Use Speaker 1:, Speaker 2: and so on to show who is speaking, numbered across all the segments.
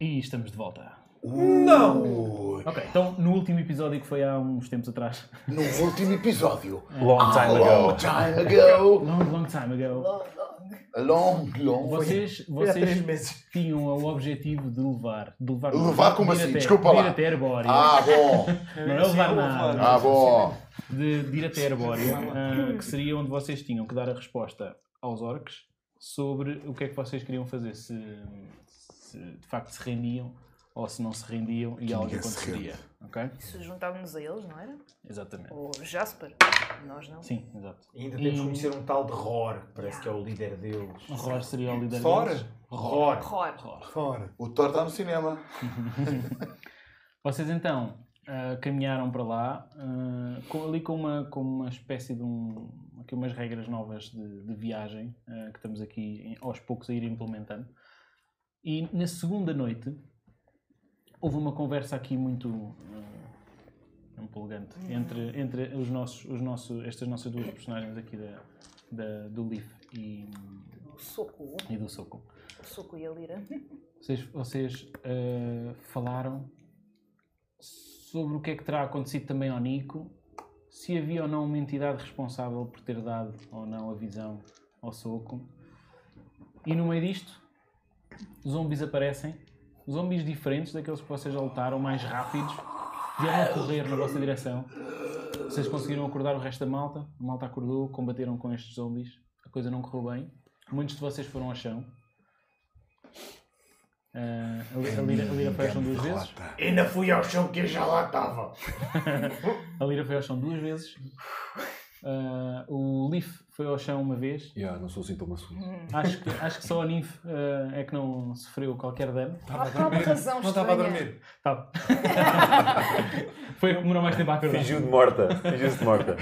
Speaker 1: E estamos de volta.
Speaker 2: Não!
Speaker 1: Ok, então no último episódio que foi há uns tempos atrás.
Speaker 2: No último episódio.
Speaker 3: Long time
Speaker 2: a long
Speaker 3: ago.
Speaker 2: time ago.
Speaker 1: Long, long time ago.
Speaker 2: A long, long.
Speaker 1: Vocês,
Speaker 3: há três
Speaker 1: vocês
Speaker 3: meses.
Speaker 1: tinham o objetivo de levar. De levar,
Speaker 2: Levar como
Speaker 1: de ir
Speaker 2: assim?
Speaker 1: até-
Speaker 2: Desculpa
Speaker 1: de ir
Speaker 2: lá.
Speaker 1: até Herbório.
Speaker 2: Ah, bom.
Speaker 1: não é levar
Speaker 3: Sim,
Speaker 1: nada.
Speaker 2: Ah, bom.
Speaker 1: De, de ir até Herbório, ah, que seria onde vocês tinham que dar a resposta aos orcs sobre o que é que vocês queriam fazer. Se, se de facto se rendiam ou se não se rendiam e algo
Speaker 2: ninguém se
Speaker 1: aconteceria. Ok?
Speaker 4: Se juntávamos a eles, não era?
Speaker 1: Exatamente.
Speaker 4: O Jasper. Nós não.
Speaker 1: Sim, exato.
Speaker 3: Ainda temos
Speaker 1: E-
Speaker 3: que conhecer um tal de Ror, que parece que é o líder deles.
Speaker 1: O Ror seria o líder deles.
Speaker 5: Fora?
Speaker 3: Ror.
Speaker 4: Horror.
Speaker 5: Fora.
Speaker 2: O Thor está no cinema.
Speaker 1: Vocês então ah, caminharam para lá, ah, com- ali com uma, com uma espécie de um, aqui umas regras novas de, de viagem ah, que estamos aqui em- aos poucos a ir implementando. E na segunda noite houve uma conversa aqui muito ah, empolgante entre, entre os nossos, os nossos, estas nossas duas personagens aqui da, da- do Leaf e,
Speaker 4: O soco.
Speaker 1: e do Soco.
Speaker 4: O soco e a lira.
Speaker 1: Vocês, vocês eh, falaram sobre o que é que terá acontecido também ao Nico, se havia ou não uma entidade responsável por ter dado ou não a visão ao soco. E no meio disto, zombies aparecem, zombies diferentes daqueles que vocês já lutaram, mais rápidos, vieram a correr na vossa direção. Vocês conseguiram acordar o resto da malta, a malta acordou, combateram com estes zombies, a coisa não correu bem. Muitos de vocês foram ao chão. Ah, a, li- a lira, a lira foi ao chão duas vezes.
Speaker 3: Ainda fui ao chão que eu já lá estava.
Speaker 1: A Lira foi ao chão duas vezes. Ah, o Leaf foi ao chão uma vez.
Speaker 5: Yeah, não sou assim sintoma sul.
Speaker 1: Acho que, acho que só a Ninf ah, é que não sofreu qualquer dano.
Speaker 4: Há há uma razão
Speaker 5: Não estava a
Speaker 4: estranha.
Speaker 5: dormir.
Speaker 1: Tá. foi demorou mais tempo a acordar.
Speaker 3: Fingiu
Speaker 5: De morta. Fingiu-se de morta.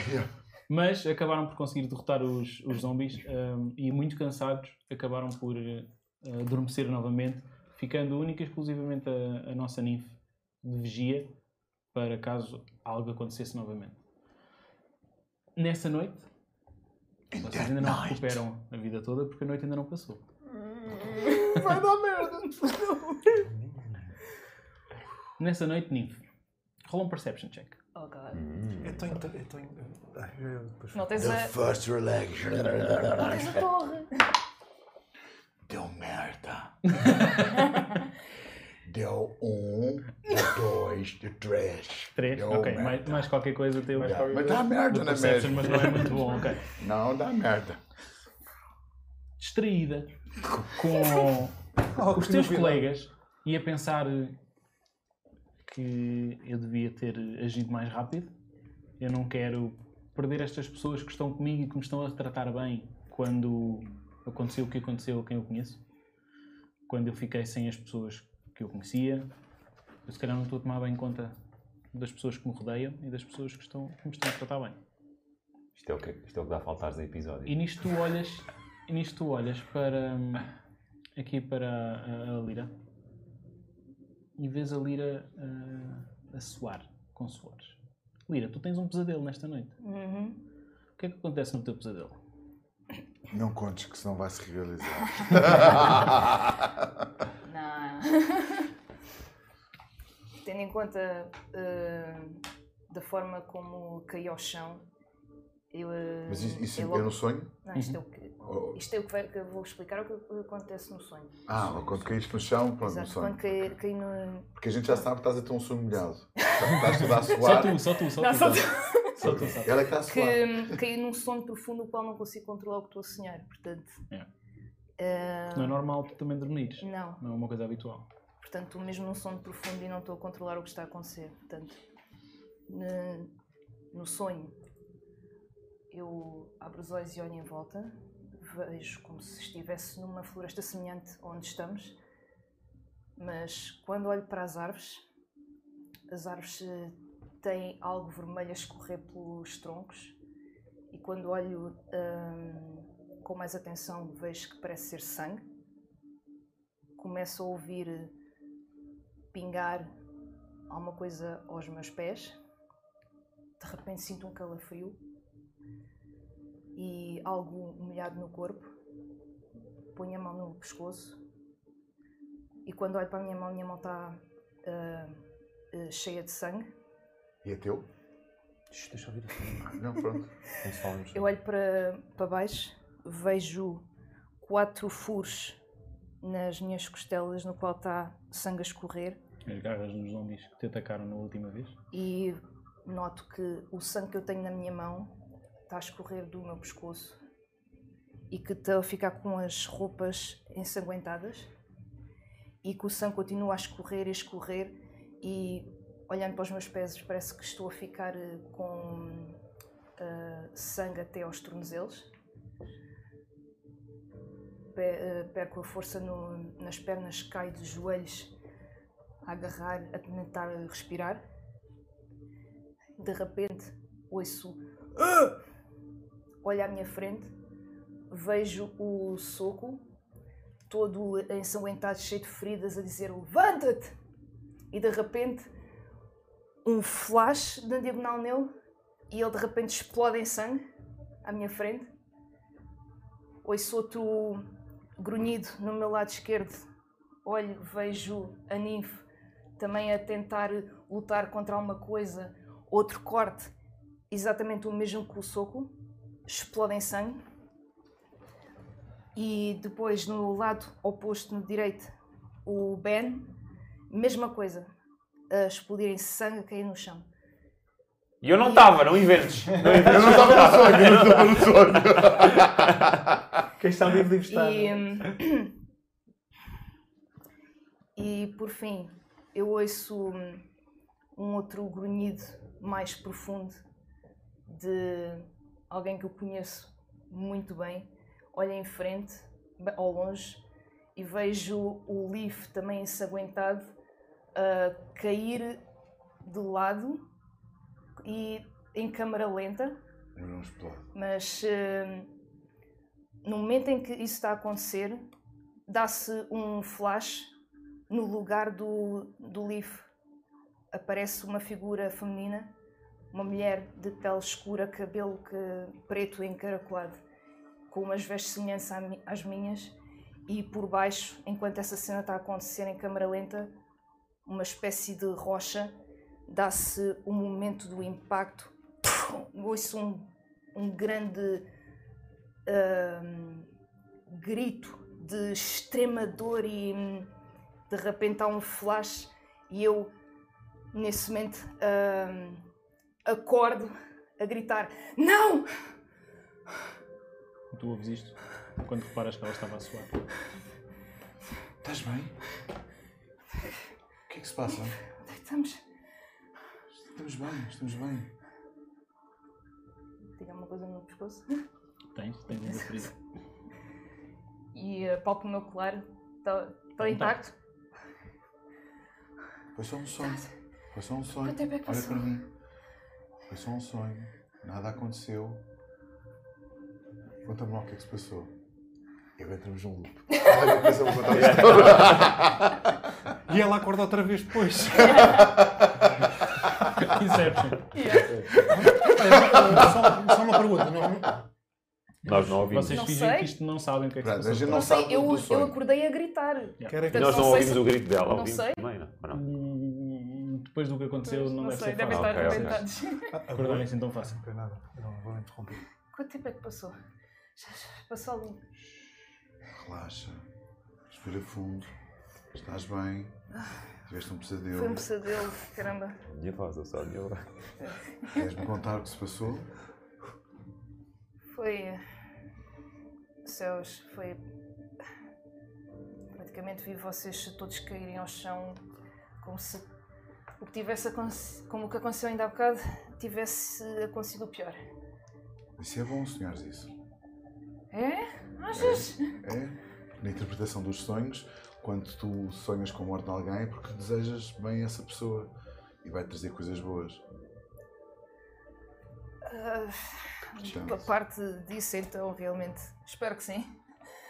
Speaker 1: Mas acabaram por conseguir derrotar os, os zombies ah, e, muito cansados, acabaram por ah, adormecer novamente, ficando única e exclusivamente a, a nossa Ninf de vigia para caso algo acontecesse novamente. Nessa noite, Vocês ainda não recuperam a vida toda porque a noite ainda não passou.
Speaker 4: Vai dar merda.
Speaker 1: Nessa noite, Ninf. Rola um perception check.
Speaker 4: Oh, God.
Speaker 5: Hum.
Speaker 3: Eu estou em. Eu estou em. Ai, eu- depois-
Speaker 4: Não tens
Speaker 2: The
Speaker 4: a.
Speaker 2: first election.
Speaker 4: Não tens a torre.
Speaker 2: Deu merda. Deu um, deu dois, deu três.
Speaker 1: 3.
Speaker 2: Deu
Speaker 1: ok,
Speaker 2: merda.
Speaker 1: mais, mais qualquer coisa teu. Mais
Speaker 2: Yeah,
Speaker 1: qualquer
Speaker 2: Mas dá merda na
Speaker 1: perception, mas
Speaker 2: merda.
Speaker 1: não é muito bom. Ok.
Speaker 2: Não dá merda.
Speaker 1: Distraída com
Speaker 3: Oh,
Speaker 1: os
Speaker 3: que
Speaker 1: teus
Speaker 3: novidade.
Speaker 1: colegas e a pensar eh, que eu devia ter eh, agido mais rápido. Eu não quero perder estas pessoas que estão comigo e que me estão a tratar bem quando aconteceu o que aconteceu a quem eu conheço. Quando eu fiquei sem as pessoas que eu conhecia. Eu se calhar não estou a tomar bem conta das pessoas que me rodeiam e das pessoas que, estão, que me estão a tratar bem.
Speaker 6: Isto é o que, isto é o que dá a faltar no episódio.
Speaker 1: E nisto tu olhas, e nisto tu olhas para hum, aqui para a, a Lira e vês a Lira ah, a suar com suores. Lira, tu tens um pesadelo nesta noite.
Speaker 4: Uhum.
Speaker 1: O que é que acontece no teu pesadelo?
Speaker 2: Não contes que senão vai se realizar.
Speaker 4: Não. Tendo em conta eh, da forma como caí ao chão, eu. eh,
Speaker 2: Mas isso, isso
Speaker 4: eu
Speaker 2: é
Speaker 4: logo-
Speaker 2: no sonho?
Speaker 4: Não, isto é o que.
Speaker 2: Ou-
Speaker 4: Isto é o que, vai- que eu vou explicar é o que acontece no sonho.
Speaker 2: Ah, quando caíste no chão, pronto, no
Speaker 4: Exato.
Speaker 2: sonho.
Speaker 4: Quando caí, caí no.
Speaker 2: Porque a gente já sabe que estás a ter um sonho molhado. Estás toda a
Speaker 1: Só
Speaker 2: suar.
Speaker 1: tu, só tu, só
Speaker 4: Não,
Speaker 1: tu.
Speaker 4: só
Speaker 1: Só tu sabes.
Speaker 2: Ela é que está a
Speaker 4: que
Speaker 2: suar.
Speaker 4: hum, caí num sono profundo no qual não consigo controlar o que estou a sonhar, portanto.
Speaker 1: É.
Speaker 4: ah,
Speaker 1: Não é normal tu também dormires.
Speaker 4: não,
Speaker 1: Não é uma coisa habitual.
Speaker 4: portanto, estou mesmo num sono profundo e não estou a controlar o que está a acontecer. Portanto, ne- no sonho, eu abro os olhos e olho em volta, vejo como se estivesse numa floresta semelhante a onde estamos, mas quando olho para as árvores, as árvores eh, têm algo vermelho a escorrer pelos troncos e quando olho hum, com mais atenção vejo que parece ser sangue. Começo a ouvir eh, pingar alguma coisa aos meus pés. De repente sinto um calafrio e algo molhado no corpo. Ponho a mão no pescoço E quando olho para a minha mão, a minha mão está ah, ah, cheia de sangue.
Speaker 2: E é teu? Ah,
Speaker 7: Shhh, deixa eu ouvir.
Speaker 2: Não, pronto.
Speaker 8: Não se fala no chão.
Speaker 4: Eu olho para, para baixo, vejo quatro furos nas minhas costelas, no qual está sangue a escorrer,
Speaker 9: As garras dos zombies que te atacaram na última vez.
Speaker 4: e noto que o sangue que eu tenho na minha mão está a escorrer do meu pescoço e que estou a ficar com as roupas ensanguentadas e que o sangue continua a escorrer e a escorrer e olhando para os meus pés parece que estou a ficar eh, com eh, sangue até aos tornozelos. Pe- eh, Perco a força no- nas pernas, caio dos joelhos a agarrar, a tentar respirar. De repente, ouço. "Ah!" Olho à minha frente, vejo o soco, todo ensanguentado, cheio de feridas, a dizer: Levanta-te! E de repente, um flash na diagonal nele, e ele de repente explode em sangue à minha frente. Ouço outro grunhido no meu lado esquerdo. Olho, vejo a ninfa também a tentar lutar contra alguma coisa, outro corte, exatamente o mesmo que o soco, explode em sangue. E depois no lado oposto, no direito, o Ben, mesma coisa, a explodir em sangue, a cair no chão.
Speaker 10: E eu não estava, não inventes. Não inventes.
Speaker 2: Eu não estava no sonho, eu não estava no sonho.
Speaker 7: Quem está livre, livre está.
Speaker 4: E, hum, e por fim, eu ouço hum, um outro grunhido mais profundo de alguém que eu conheço muito bem. Olho em frente, ba- ao longe, e vejo o Leaf também ensanguentado a cair de lado e em câmara lenta
Speaker 2: Eu não explode.
Speaker 4: mas eh, no momento em que isso está a acontecer, dá-se um flash no lugar do, do Leaf. Aparece uma figura feminina, uma mulher de pele escura, cabelo que- preto encaracolado, com umas vestes semelhantes à mi- às minhas, e por baixo, enquanto essa cena está a acontecer em câmera lenta, uma espécie de rocha, dá-se o momento do impacto. Ouço um um grande ahm, grito de extrema dor e hum, de repente há um flash e eu nesse momento ahm, acordo a gritar não
Speaker 9: Tu ouves isto quando reparas que ela estava a suar.
Speaker 2: Estás bem? O que é que se passa?
Speaker 4: estamos
Speaker 2: Estamos bem, estamos bem.
Speaker 4: tinha uma coisa no meu pescoço
Speaker 9: Tens? Tens ainda ferido.
Speaker 4: e a palco do meu colar está
Speaker 2: Então,
Speaker 4: tá intacto
Speaker 2: Foi só um sonho. Foi só um sonho.
Speaker 4: Quanto tempo é que
Speaker 2: Olha
Speaker 4: passou?
Speaker 2: para mim. Foi só um sonho. Nada aconteceu. Conta-me lá o que é que se passou. Eu entramos num loop. Olha, depois eu vou contar isto.
Speaker 8: E ela acorda outra vez depois.
Speaker 1: é
Speaker 9: Inception.
Speaker 11: Só, só uma pergunta. Não, não-
Speaker 8: Nós não ouvimos.
Speaker 9: Vocês
Speaker 4: Não
Speaker 9: fingem
Speaker 4: sei.
Speaker 9: que isto não sabem o que é que se
Speaker 2: Pronto, a gente
Speaker 9: passou.
Speaker 2: não
Speaker 4: não sei
Speaker 2: sabe
Speaker 4: eu,
Speaker 2: do
Speaker 4: eu
Speaker 2: sonho.
Speaker 4: acordei a gritar
Speaker 7: Querem
Speaker 4: Portanto,
Speaker 8: Nós não
Speaker 4: sei
Speaker 8: ouvimos
Speaker 4: se-
Speaker 8: o grito dela,
Speaker 4: não
Speaker 8: ouvimos
Speaker 4: sei.
Speaker 8: também, não? Ou não?
Speaker 9: Hum, Depois do que aconteceu, não,
Speaker 4: não
Speaker 9: deve
Speaker 4: sei
Speaker 9: ser
Speaker 4: devem
Speaker 9: fácil.
Speaker 4: estar
Speaker 8: Ah, ok, ok.
Speaker 4: arrebentados
Speaker 9: Acordarem-se
Speaker 1: assim
Speaker 9: então fácil.
Speaker 7: Não foi nada. Eu Não, vou interromper.
Speaker 4: quanto tempo é que passou Já- já passou algum
Speaker 2: Relaxa. Respira fundo. Estás bem. Tiveste um pesadelo.
Speaker 4: foi um pesadelo caramba
Speaker 8: Minha voz, eu só a minha voz.
Speaker 2: Queres-me contar o que se passou?
Speaker 4: Foi. eh, Céus, foi. Praticamente vi vocês todos caírem ao chão, como se o que tivesse aconte- como o que aconteceu ainda há bocado tivesse acontecido o pior.
Speaker 2: Isso é bom, senhores, isso.
Speaker 4: É? Achas?
Speaker 2: É? Na interpretação dos sonhos, quando tu sonhas com a morte de alguém, é porque desejas bem essa pessoa e vai trazer coisas boas.
Speaker 4: Ah,
Speaker 2: Portanto,
Speaker 4: parte disso, então, realmente. Espero que sim.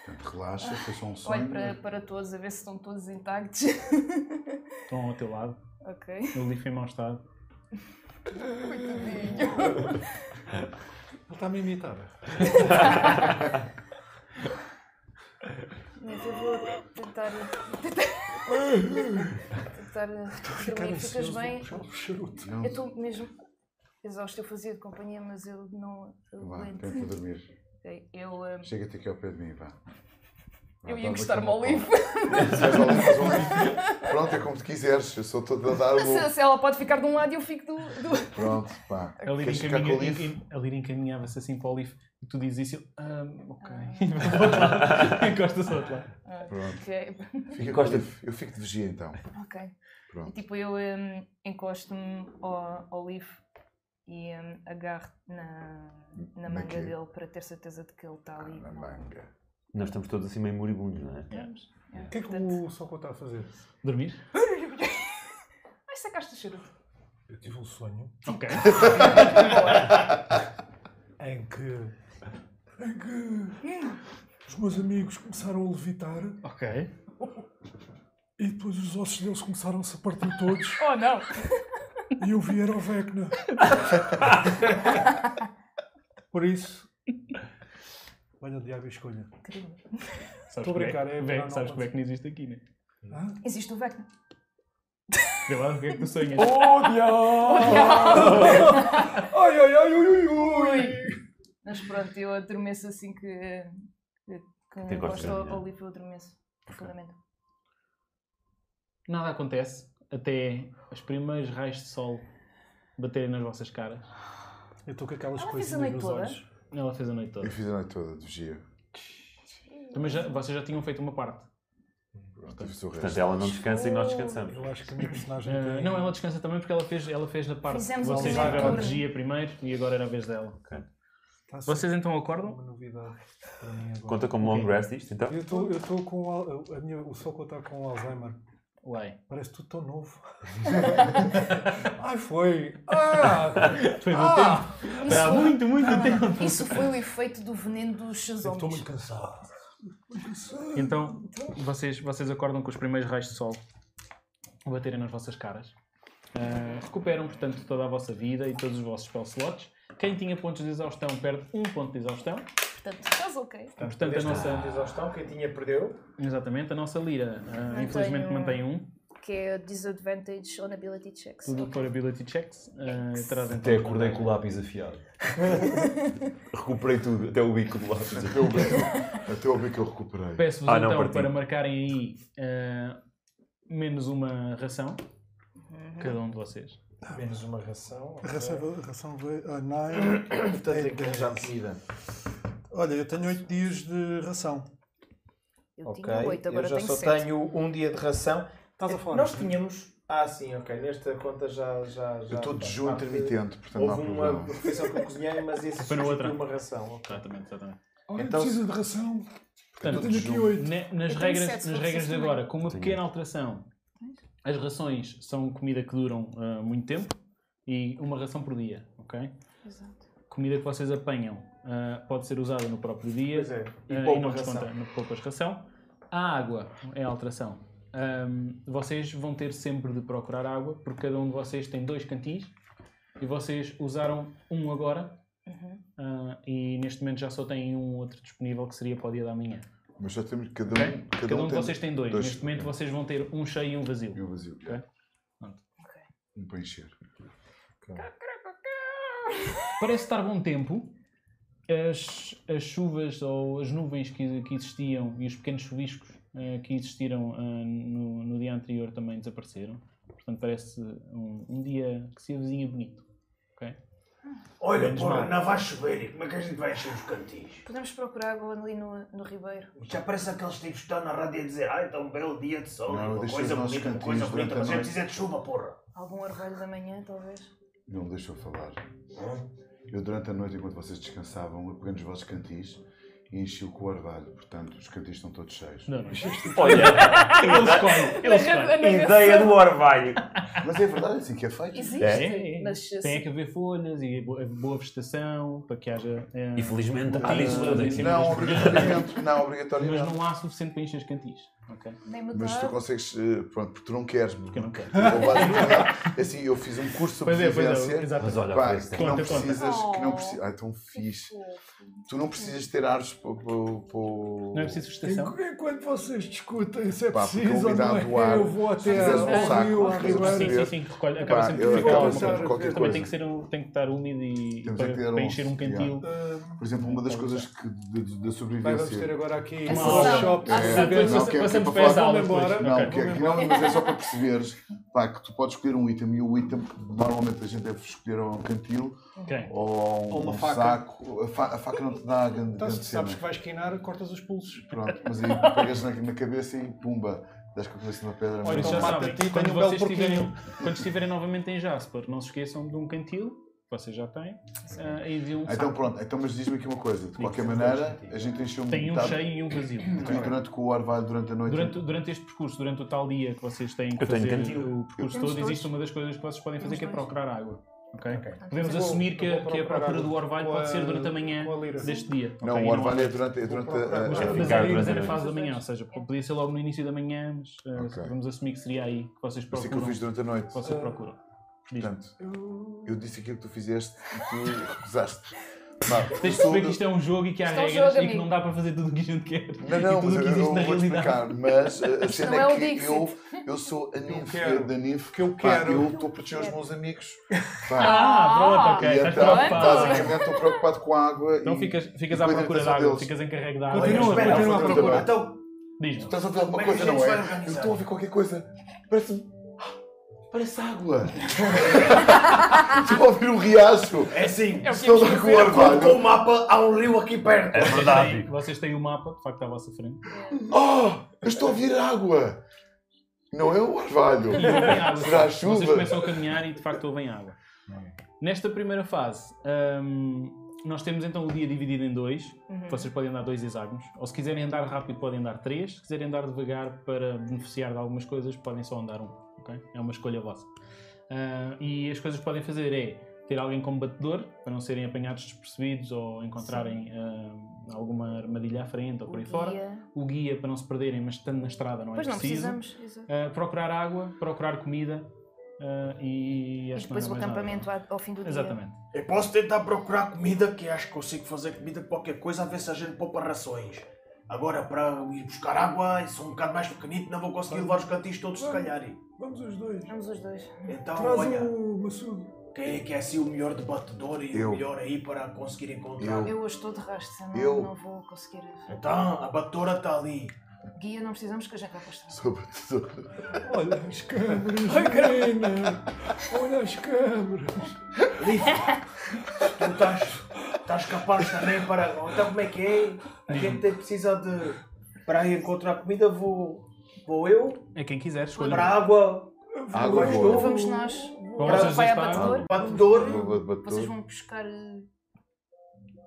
Speaker 2: portanto, relaxa, foi só um
Speaker 4: Olho
Speaker 2: sonho.
Speaker 4: para, para todos a ver se estão todos intactos.
Speaker 9: Estão ao teu lado.
Speaker 4: ok.
Speaker 9: Eu li em mau estado.
Speaker 7: Ele está a me imitar.
Speaker 4: Mas eu vou tentar. tentar. tentar dormir. Ficas bem?
Speaker 2: um Não,
Speaker 4: Eu estou mesmo exausta. Eu fazia de companhia, mas eu não
Speaker 2: vá,
Speaker 4: aguento.
Speaker 2: tenta dormir.
Speaker 4: Ok, Eu, eh,
Speaker 2: Chega-te aqui ao pé de mim, vá. Vá,
Speaker 4: eu ia
Speaker 2: dorme
Speaker 4: encostar-me
Speaker 2: aqui
Speaker 4: ao
Speaker 2: no
Speaker 4: livro.
Speaker 2: colo. Se és ao livro, faz um bico. Pronto, é como tu quiseres. Eu sou todo a dar o.
Speaker 4: Se,
Speaker 2: meu-
Speaker 4: se ela pode ficar de um lado, eu fico do. do...
Speaker 2: Pronto, pá.
Speaker 1: A Lira
Speaker 2: Queres ficar com o
Speaker 1: encaminha-
Speaker 2: livro?
Speaker 1: enca- a Lira encaminhava-se assim para o Olif e tu dizes isso. e ele, "Ahm, ok. E vai para o outro lado. Encosta-se ao outro lado.
Speaker 2: Pronto.
Speaker 4: Ok.
Speaker 2: Fica com o livro. Eu fico de vigia então.
Speaker 4: Ok.
Speaker 2: Pronto.
Speaker 4: E, tipo, eu hum, encosto-me ao, ao livro e hum, agarro na,
Speaker 2: Na
Speaker 4: na manga
Speaker 2: quê?
Speaker 4: dele para ter certeza de que ele está ali.
Speaker 2: Ah, Na manga.
Speaker 12: Nós estamos todos assim meio moribundos, não é?
Speaker 4: Estamos. É.
Speaker 8: O que é que
Speaker 4: Portanto,
Speaker 8: o Soco está a fazer?
Speaker 1: Dormir?
Speaker 4: Ai, sacaste o charuto.
Speaker 8: Eu tive um sonho
Speaker 1: Ok.
Speaker 8: em que. em que. hum, os meus amigos começaram a levitar
Speaker 1: Ok.
Speaker 8: e depois os ossos deles começaram-se a partir todos
Speaker 4: Oh, não!
Speaker 8: e eu vi era o Vecna. Por isso. Olha o diabo e escolha.
Speaker 4: Incrível.
Speaker 1: Sabes
Speaker 8: Estou a brincar,
Speaker 1: como é,
Speaker 8: é
Speaker 1: Vem,
Speaker 8: para
Speaker 1: Sabes
Speaker 8: não-
Speaker 1: como é que não existe aqui, né?
Speaker 8: Hã?
Speaker 4: Existe o Vecna.
Speaker 1: Vê lá o que é que tu sonhas.
Speaker 8: Oh, diabo! ai, ai, ai, ui, ui, ui!
Speaker 4: Mas pronto, eu adormeço assim que. que, que
Speaker 12: Tem gosto de
Speaker 4: encosto ao-
Speaker 12: dormir,
Speaker 4: ao
Speaker 12: não
Speaker 4: livro, eu adormeço. Profundamente.
Speaker 1: Nada acontece até os primeiros raios de sol baterem nas vossas caras.
Speaker 8: Eu estou com aquelas
Speaker 4: Ela fez a
Speaker 8: coisinhas
Speaker 4: noite
Speaker 8: nos
Speaker 4: toda?
Speaker 8: olhos.
Speaker 1: Ela fez a noite toda.
Speaker 2: Eu fiz a noite toda de vigia.
Speaker 1: Também já, vocês já tinham feito uma parte.
Speaker 2: Pronto, eu fiz o
Speaker 12: Portanto,
Speaker 2: resto.
Speaker 12: ela não descansa e nós descansamos.
Speaker 8: Eu acho que a minha personagem
Speaker 1: Ah,
Speaker 8: tem...
Speaker 1: não, ela descansa também porque ela fez, ela fez na parte.
Speaker 4: Fizemos
Speaker 8: o
Speaker 1: vocês
Speaker 8: primeiro
Speaker 1: tiveram a
Speaker 8: turno.
Speaker 1: vigia primeiro e agora era a vez dela.
Speaker 8: Tá certo.
Speaker 1: Vocês então acordam?
Speaker 8: uma novidade para mim agora.
Speaker 12: Conta como long rest isto, então?
Speaker 8: Eu estou eu tô com al- a minha, o Soco está com Alzheimer.
Speaker 1: Uai.
Speaker 8: Parece tudo tão novo. Ai, foi! Ah!
Speaker 1: Foi do
Speaker 13: então
Speaker 8: ah!
Speaker 4: Isso, Ah!
Speaker 1: Há muito, muito tempo.
Speaker 4: isso foi o efeito do veneno dos
Speaker 8: Eu Estou
Speaker 4: xazombies.
Speaker 8: muito cansado.
Speaker 1: Então, vocês, vocês acordam com os primeiros raios de sol a baterem nas vossas caras. Ah, recuperam, portanto, toda a vossa vida e todos os vossos spell slots. Quem tinha pontos de exaustão perde um ponto de exaustão.
Speaker 4: Portanto, estás ok.
Speaker 1: Portanto, a nossa,
Speaker 3: exaustão, quem tinha perdeu.
Speaker 1: exatamente, a nossa lira, ah,
Speaker 4: Mantém
Speaker 1: infelizmente,
Speaker 4: um.
Speaker 1: mantém um.
Speaker 4: Que é disadvantage on ability checks.
Speaker 1: Tudo for ability checks. ah, trazem
Speaker 14: Até
Speaker 1: todos
Speaker 14: acordei com o
Speaker 1: vantagem.
Speaker 14: lápis afiado. Recuperei tudo, até o bico do lápis
Speaker 1: é
Speaker 2: Até o bico- Até o bico que eu recuperei.
Speaker 1: Peço-vos
Speaker 12: Ah, não,
Speaker 1: então
Speaker 12: partiu.
Speaker 1: para marcarem aí ah, menos uma ração,
Speaker 4: Uhum.
Speaker 1: cada um de vocês.
Speaker 3: Menos uma ração. ok.
Speaker 13: Ração, ração veio. Ah, nine.
Speaker 3: Portanto,
Speaker 13: é
Speaker 3: tem que arranjar
Speaker 13: dez.
Speaker 3: comida.
Speaker 13: Olha, eu tenho 8 dias de ração.
Speaker 4: Eu
Speaker 3: Ok.
Speaker 4: tinha 8, agora
Speaker 3: eu já
Speaker 4: tenho
Speaker 3: só
Speaker 4: 7.
Speaker 3: tenho um dia de ração.
Speaker 8: Estás a falar?
Speaker 3: Nós
Speaker 8: nisto?
Speaker 3: tínhamos. Ah, sim, ok. Nesta conta já. já, já
Speaker 2: Eu estou de
Speaker 3: faz
Speaker 2: jejum
Speaker 3: parte.
Speaker 2: intermitente, portanto não há
Speaker 3: Houve uma
Speaker 2: problema.
Speaker 3: refeição que eu cozinhei, mas isso
Speaker 1: Foi na outra.
Speaker 3: substituiu uma ração. ok.
Speaker 1: Exatamente, exatamente.
Speaker 8: Alguém
Speaker 3: Então-
Speaker 8: precisa de ração? Eu
Speaker 1: Portanto,
Speaker 8: tenho aqui 8.
Speaker 1: Ne- nas
Speaker 4: Eu tenho
Speaker 1: regras,
Speaker 4: sete, se
Speaker 1: nas
Speaker 4: for
Speaker 1: regras de
Speaker 4: preciso
Speaker 1: agora, com uma pequena alteração, as rações são comida que duram ah, muito tempo e uma ração por dia, ok?
Speaker 4: Exato.
Speaker 1: Comida que vocês apanham ah, pode ser usada no próprio dia
Speaker 3: Pois é.
Speaker 1: ah,
Speaker 3: E
Speaker 1: e,
Speaker 3: poupa
Speaker 1: não
Speaker 3: ração.
Speaker 1: desconta no poupas ração. A água é a alteração. Ahm, vocês vão ter sempre de procurar água, porque cada um de vocês tem dois cantis e vocês usaram um agora
Speaker 4: Uhum.
Speaker 1: ah, e neste momento já só têm um outro disponível que seria para o dia da manhã.
Speaker 2: Mas já temos cada
Speaker 1: Ok?
Speaker 2: um.
Speaker 1: Cada, um de
Speaker 2: tem
Speaker 1: vocês tem dois.
Speaker 2: dois.
Speaker 1: Neste momento vocês vão ter um cheio e um vazio.
Speaker 2: E um vazio.
Speaker 1: Ok.
Speaker 4: Ok.
Speaker 2: Um para encher.
Speaker 1: Parece estar bom tempo. As, as chuvas ou as nuvens que, que existiam e os pequenos chuviscos eh, que existiram ah, no, no dia anterior também desapareceram. Portanto, parece um, um dia que se avizinha bonito. ok?
Speaker 15: Olha,
Speaker 1: Menos
Speaker 15: porra,
Speaker 1: mal.
Speaker 15: não vai chover e como é que a gente vai encher os cantis?
Speaker 4: Podemos procurar água ali no, no Ribeiro.
Speaker 15: Já parece aqueles tipos que estão na rádio a dizer ah, está um belo dia de sol,
Speaker 2: Não, eu
Speaker 15: uma
Speaker 2: deixei
Speaker 15: coisa
Speaker 2: os nossos
Speaker 15: bonita, uma
Speaker 2: cantinhos
Speaker 15: coisa
Speaker 2: durante
Speaker 15: bonita,
Speaker 2: a
Speaker 15: mas é
Speaker 2: noite."
Speaker 15: preciso é de chuva, porra.
Speaker 4: Algum arvalho da manhã, talvez.
Speaker 2: Não me deixou falar. Eu, durante a noite, enquanto vocês descansavam, eu peguei nos vossos cantis e enchi-o com o orvalho. Portanto, os cantis estão todos cheios.
Speaker 1: Não, não.
Speaker 12: Olha,
Speaker 1: Ah, Ele escolhe. Ele escolhe.
Speaker 12: ideia do orvalho.
Speaker 2: Mas é verdade, é assim que é feito.
Speaker 4: Existe,
Speaker 1: É, é.
Speaker 4: mas eh, se-
Speaker 1: Tem que haver folhas e boa, boa vegetação para que haja. eh,
Speaker 12: Infelizmente, é
Speaker 1: há isso tudo em cima
Speaker 12: assim
Speaker 2: Não,
Speaker 1: das-
Speaker 2: obrigatoriamente. Não,
Speaker 1: mas
Speaker 2: obrigatoriamente.
Speaker 1: não há suficiente para encher os cantis. Ok.
Speaker 16: Nem mudar.
Speaker 2: Mas tu consegues, eh, pronto, porque tu não queres.
Speaker 1: Porque eu não quero.
Speaker 2: Ou basicamente, assim, eu fiz um curso sobre
Speaker 17: Pois é, pois é,
Speaker 2: sobrevivência.
Speaker 17: exato.
Speaker 12: Mas olha,
Speaker 2: Pá,
Speaker 12: pois é.
Speaker 2: que não
Speaker 17: Conta, conta.
Speaker 2: precisas, que não
Speaker 16: Oh.
Speaker 2: precisas. Ah, então fixe.
Speaker 16: Fofo.
Speaker 2: Tu não precisas ter ares para. Não
Speaker 1: Não é preciso frustração?
Speaker 8: Enqu- Enquanto vocês discutem se é
Speaker 2: Pá, porque
Speaker 8: preciso ou não
Speaker 2: convidado do ar,
Speaker 8: é, eu vou
Speaker 2: se
Speaker 8: até
Speaker 2: fizeres
Speaker 8: ao
Speaker 2: um saco,
Speaker 8: rio, à
Speaker 2: estás a
Speaker 8: ribeira.
Speaker 2: perceber?
Speaker 17: Sim, sim, sim, recolhe. Acaba
Speaker 2: Pá,
Speaker 17: sempre
Speaker 2: eu
Speaker 17: por ficar
Speaker 2: acabo
Speaker 17: alguma
Speaker 2: de
Speaker 17: coisa.
Speaker 2: qualquer
Speaker 17: Também tem
Speaker 2: coisa.
Speaker 17: que, ser um, tem que estar úmido e
Speaker 2: Temos é
Speaker 17: para,
Speaker 2: que ter
Speaker 17: para
Speaker 2: um-
Speaker 17: encher um
Speaker 2: yeah.
Speaker 17: cantil.
Speaker 8: Ah,
Speaker 2: Por exemplo, uma das coisas que de- de- da
Speaker 8: Vamos ter
Speaker 2: sobrevivência.
Speaker 8: agora aqui
Speaker 16: É
Speaker 8: uma
Speaker 16: sessão.
Speaker 8: workshop.
Speaker 2: É,
Speaker 8: sobre
Speaker 17: depois
Speaker 8: isso.
Speaker 2: não, que é- que é
Speaker 17: passamos
Speaker 2: para
Speaker 17: para essa
Speaker 8: falar.
Speaker 17: aula
Speaker 8: Vamos
Speaker 17: depois.
Speaker 8: embora.
Speaker 2: Não,
Speaker 17: Ok.
Speaker 2: que é que não, mas é só para perceberes pá, que tu podes escolher um item e o item normalmente a gente deve escolher ou um cantil
Speaker 17: Ok.
Speaker 2: ou um,
Speaker 8: Ou uma
Speaker 2: um
Speaker 8: faca.
Speaker 2: saco. A, fa- a faca não te dá a grande,
Speaker 8: Então,
Speaker 2: grande
Speaker 8: se sabes
Speaker 2: cena.
Speaker 8: que vais quinar, cortas os pulsos.
Speaker 2: Pronto, mas aí pegas na, na cabeça e pumba, das com a cabeça na pedra.
Speaker 1: Olha,
Speaker 2: mas-
Speaker 1: já
Speaker 8: Então mata-te
Speaker 1: sabem,
Speaker 8: e
Speaker 1: quando
Speaker 8: tenho um belo
Speaker 1: vocês, estiverem,
Speaker 8: porquinho.
Speaker 1: quando estiverem novamente em Jasper, não se esqueçam de um cantil, que vocês já têm, ah, e de um
Speaker 2: Ah, Então
Speaker 1: saco.
Speaker 2: pronto, então, mas diz-me aqui uma coisa. De qualquer
Speaker 1: Diz-me.
Speaker 2: maneira, a gente encheu
Speaker 1: Tem um
Speaker 2: metade-
Speaker 1: cheio e um vazio.
Speaker 2: Então, e tá durante que o ar vai durante a noite.
Speaker 1: Durante, durante este percurso, durante o tal dia que vocês têm que
Speaker 12: Eu tenho
Speaker 1: fazer
Speaker 12: cantil.
Speaker 1: o percurso todo, existe uma das coisas que vocês podem fazer que é procurar água. ok? Podemos
Speaker 4: Eu vou-
Speaker 1: assumir que, é
Speaker 8: eu vou
Speaker 1: que a
Speaker 8: procurar
Speaker 1: procura do
Speaker 8: água
Speaker 1: orvalho
Speaker 8: com a-
Speaker 1: pode ser durante a manhã
Speaker 8: com é a lira.
Speaker 1: deste dia.
Speaker 2: Não,
Speaker 1: ok? E
Speaker 2: o orvalho
Speaker 1: há-
Speaker 2: é durante, é durante a- a-
Speaker 1: Mas mas
Speaker 2: a-
Speaker 12: ficar
Speaker 1: é mas
Speaker 12: durante a
Speaker 1: era
Speaker 12: noite.
Speaker 1: fase da manhã, ou seja, podia ser logo no início da manhã, mas ah,
Speaker 2: Ok.
Speaker 1: vamos assumir que seria aí que vocês
Speaker 2: Por isso é que eu
Speaker 1: procuram.
Speaker 2: fiz
Speaker 1: Que
Speaker 2: durante a noite.
Speaker 1: vocês procuram. Diz-me.
Speaker 2: Portanto, eu disse aquilo que tu fizeste e tu recusaste. Pá,
Speaker 1: Tens de
Speaker 2: sou
Speaker 1: perceber que
Speaker 2: do-
Speaker 1: isto é um jogo e que há
Speaker 16: Isto é um
Speaker 1: regras
Speaker 16: jogo,
Speaker 1: e que
Speaker 16: amigo.
Speaker 1: não dá para fazer tudo o que a gente quer.
Speaker 2: Não,
Speaker 1: e
Speaker 2: não,
Speaker 1: tudo
Speaker 2: mas
Speaker 1: o
Speaker 2: eu,
Speaker 1: que
Speaker 2: eu
Speaker 1: existe na
Speaker 2: vou
Speaker 1: realidade.
Speaker 2: explicar. Mas a a
Speaker 16: não
Speaker 2: cena
Speaker 16: é o
Speaker 2: é que
Speaker 16: Dixit.
Speaker 2: eu, eu sou a ninf
Speaker 8: quero.
Speaker 2: da ninf.
Speaker 8: Que eu
Speaker 2: Pá,
Speaker 8: quero.
Speaker 2: eu estou a proteger os meus amigos. Pá,
Speaker 1: Ah, pronto,
Speaker 2: e
Speaker 1: ok. Estás
Speaker 2: então,
Speaker 1: preocupado.
Speaker 2: basicamente, estou preocupado com a água.
Speaker 1: Então
Speaker 2: e
Speaker 1: ficas, ficas
Speaker 2: e
Speaker 1: à
Speaker 2: com a
Speaker 1: procura de
Speaker 2: hidratação
Speaker 1: água,
Speaker 2: deles.
Speaker 1: ficas encarregue da água.
Speaker 8: Continua,
Speaker 3: Espera,
Speaker 8: continua a
Speaker 2: continua.
Speaker 8: procurar.
Speaker 3: Então,
Speaker 2: Tu
Speaker 1: Diz-me.
Speaker 2: estás a ouvir alguma
Speaker 3: Como é que
Speaker 2: coisa,
Speaker 3: a
Speaker 2: não
Speaker 3: gente vai
Speaker 2: é?
Speaker 3: organizar?
Speaker 2: Eu estou a ouvir qualquer coisa. Parece. um- Parece água. Estou a ouvir um riacho.
Speaker 3: é assim.
Speaker 2: Estou a dar com o
Speaker 3: Quando com
Speaker 2: orvalho.
Speaker 3: o mapa, há um rio aqui perto.
Speaker 12: É verdade.
Speaker 1: Vocês têm o mapa, de facto, à vossa frente.
Speaker 2: Oh, eu estou a ouvir água. Não é o orvalho.
Speaker 1: E ouvem água.
Speaker 2: Será a
Speaker 1: Vocês
Speaker 2: chuva?
Speaker 1: começam a caminhar e, de facto, ouvem água. Nesta primeira fase, hum, nós temos então o dia dividido em dois.
Speaker 4: Uhum.
Speaker 1: Vocês podem andar dois hexágonos. Ou se quiserem andar rápido, podem andar três. Se quiserem andar devagar para beneficiar de algumas coisas, podem só andar um. ok? É uma escolha vossa. Ah, e as coisas que podem fazer é ter alguém como batedor, para não serem apanhados despercebidos ou encontrarem ah, alguma armadilha à frente ou por aí fora.
Speaker 4: Guia.
Speaker 1: O guia para não se perderem, mas estando na estrada não é
Speaker 4: Pois não
Speaker 1: preciso.
Speaker 4: precisamos. exato.
Speaker 1: Ah, procurar água, procurar comida ah, e
Speaker 4: E
Speaker 1: acho que
Speaker 4: depois o
Speaker 1: não há mais nada.
Speaker 4: acampamento ao- ao fim do dia.
Speaker 1: Exatamente.
Speaker 3: Eu posso tentar procurar comida, que acho que consigo fazer comida de qualquer coisa, a ver se a gente poupa rações. Agora, para ir buscar água, sou um bocado mais pequenito, não vou conseguir levar os cantis todos, se calhar.
Speaker 8: Vamos os dois.
Speaker 4: Vamos os dois.
Speaker 3: Então,
Speaker 8: Traz
Speaker 3: olha,
Speaker 8: o maçudo.
Speaker 3: quem é que é assim o melhor debatedor e
Speaker 2: um- Eu.
Speaker 3: o melhor aí para conseguir encontrar?
Speaker 4: Eu hoje estou de rasta, não,
Speaker 2: Eu-
Speaker 4: não vou conseguir.
Speaker 3: Então, a batora está ali.
Speaker 4: Guia não precisamos que a gente vai para a estrada.
Speaker 2: Sou batedor.
Speaker 8: Olha as câmaras, Marina. Olha as câmaras.
Speaker 3: Lifa, tu estás, estás capaz também para. Então, como é que é? A gente precisa de. Para ir encontrar comida, vou. Vou eu.
Speaker 1: É quem quiser, escolha.
Speaker 3: Para água,
Speaker 2: Água
Speaker 3: Mas
Speaker 2: boa.
Speaker 3: não
Speaker 4: Vamos nós.
Speaker 1: Bom,
Speaker 4: Para
Speaker 1: vocês
Speaker 4: o pai
Speaker 1: dois para a
Speaker 4: abatedor.
Speaker 3: batedor.
Speaker 2: Vou bater.
Speaker 4: Vocês vão buscar eh,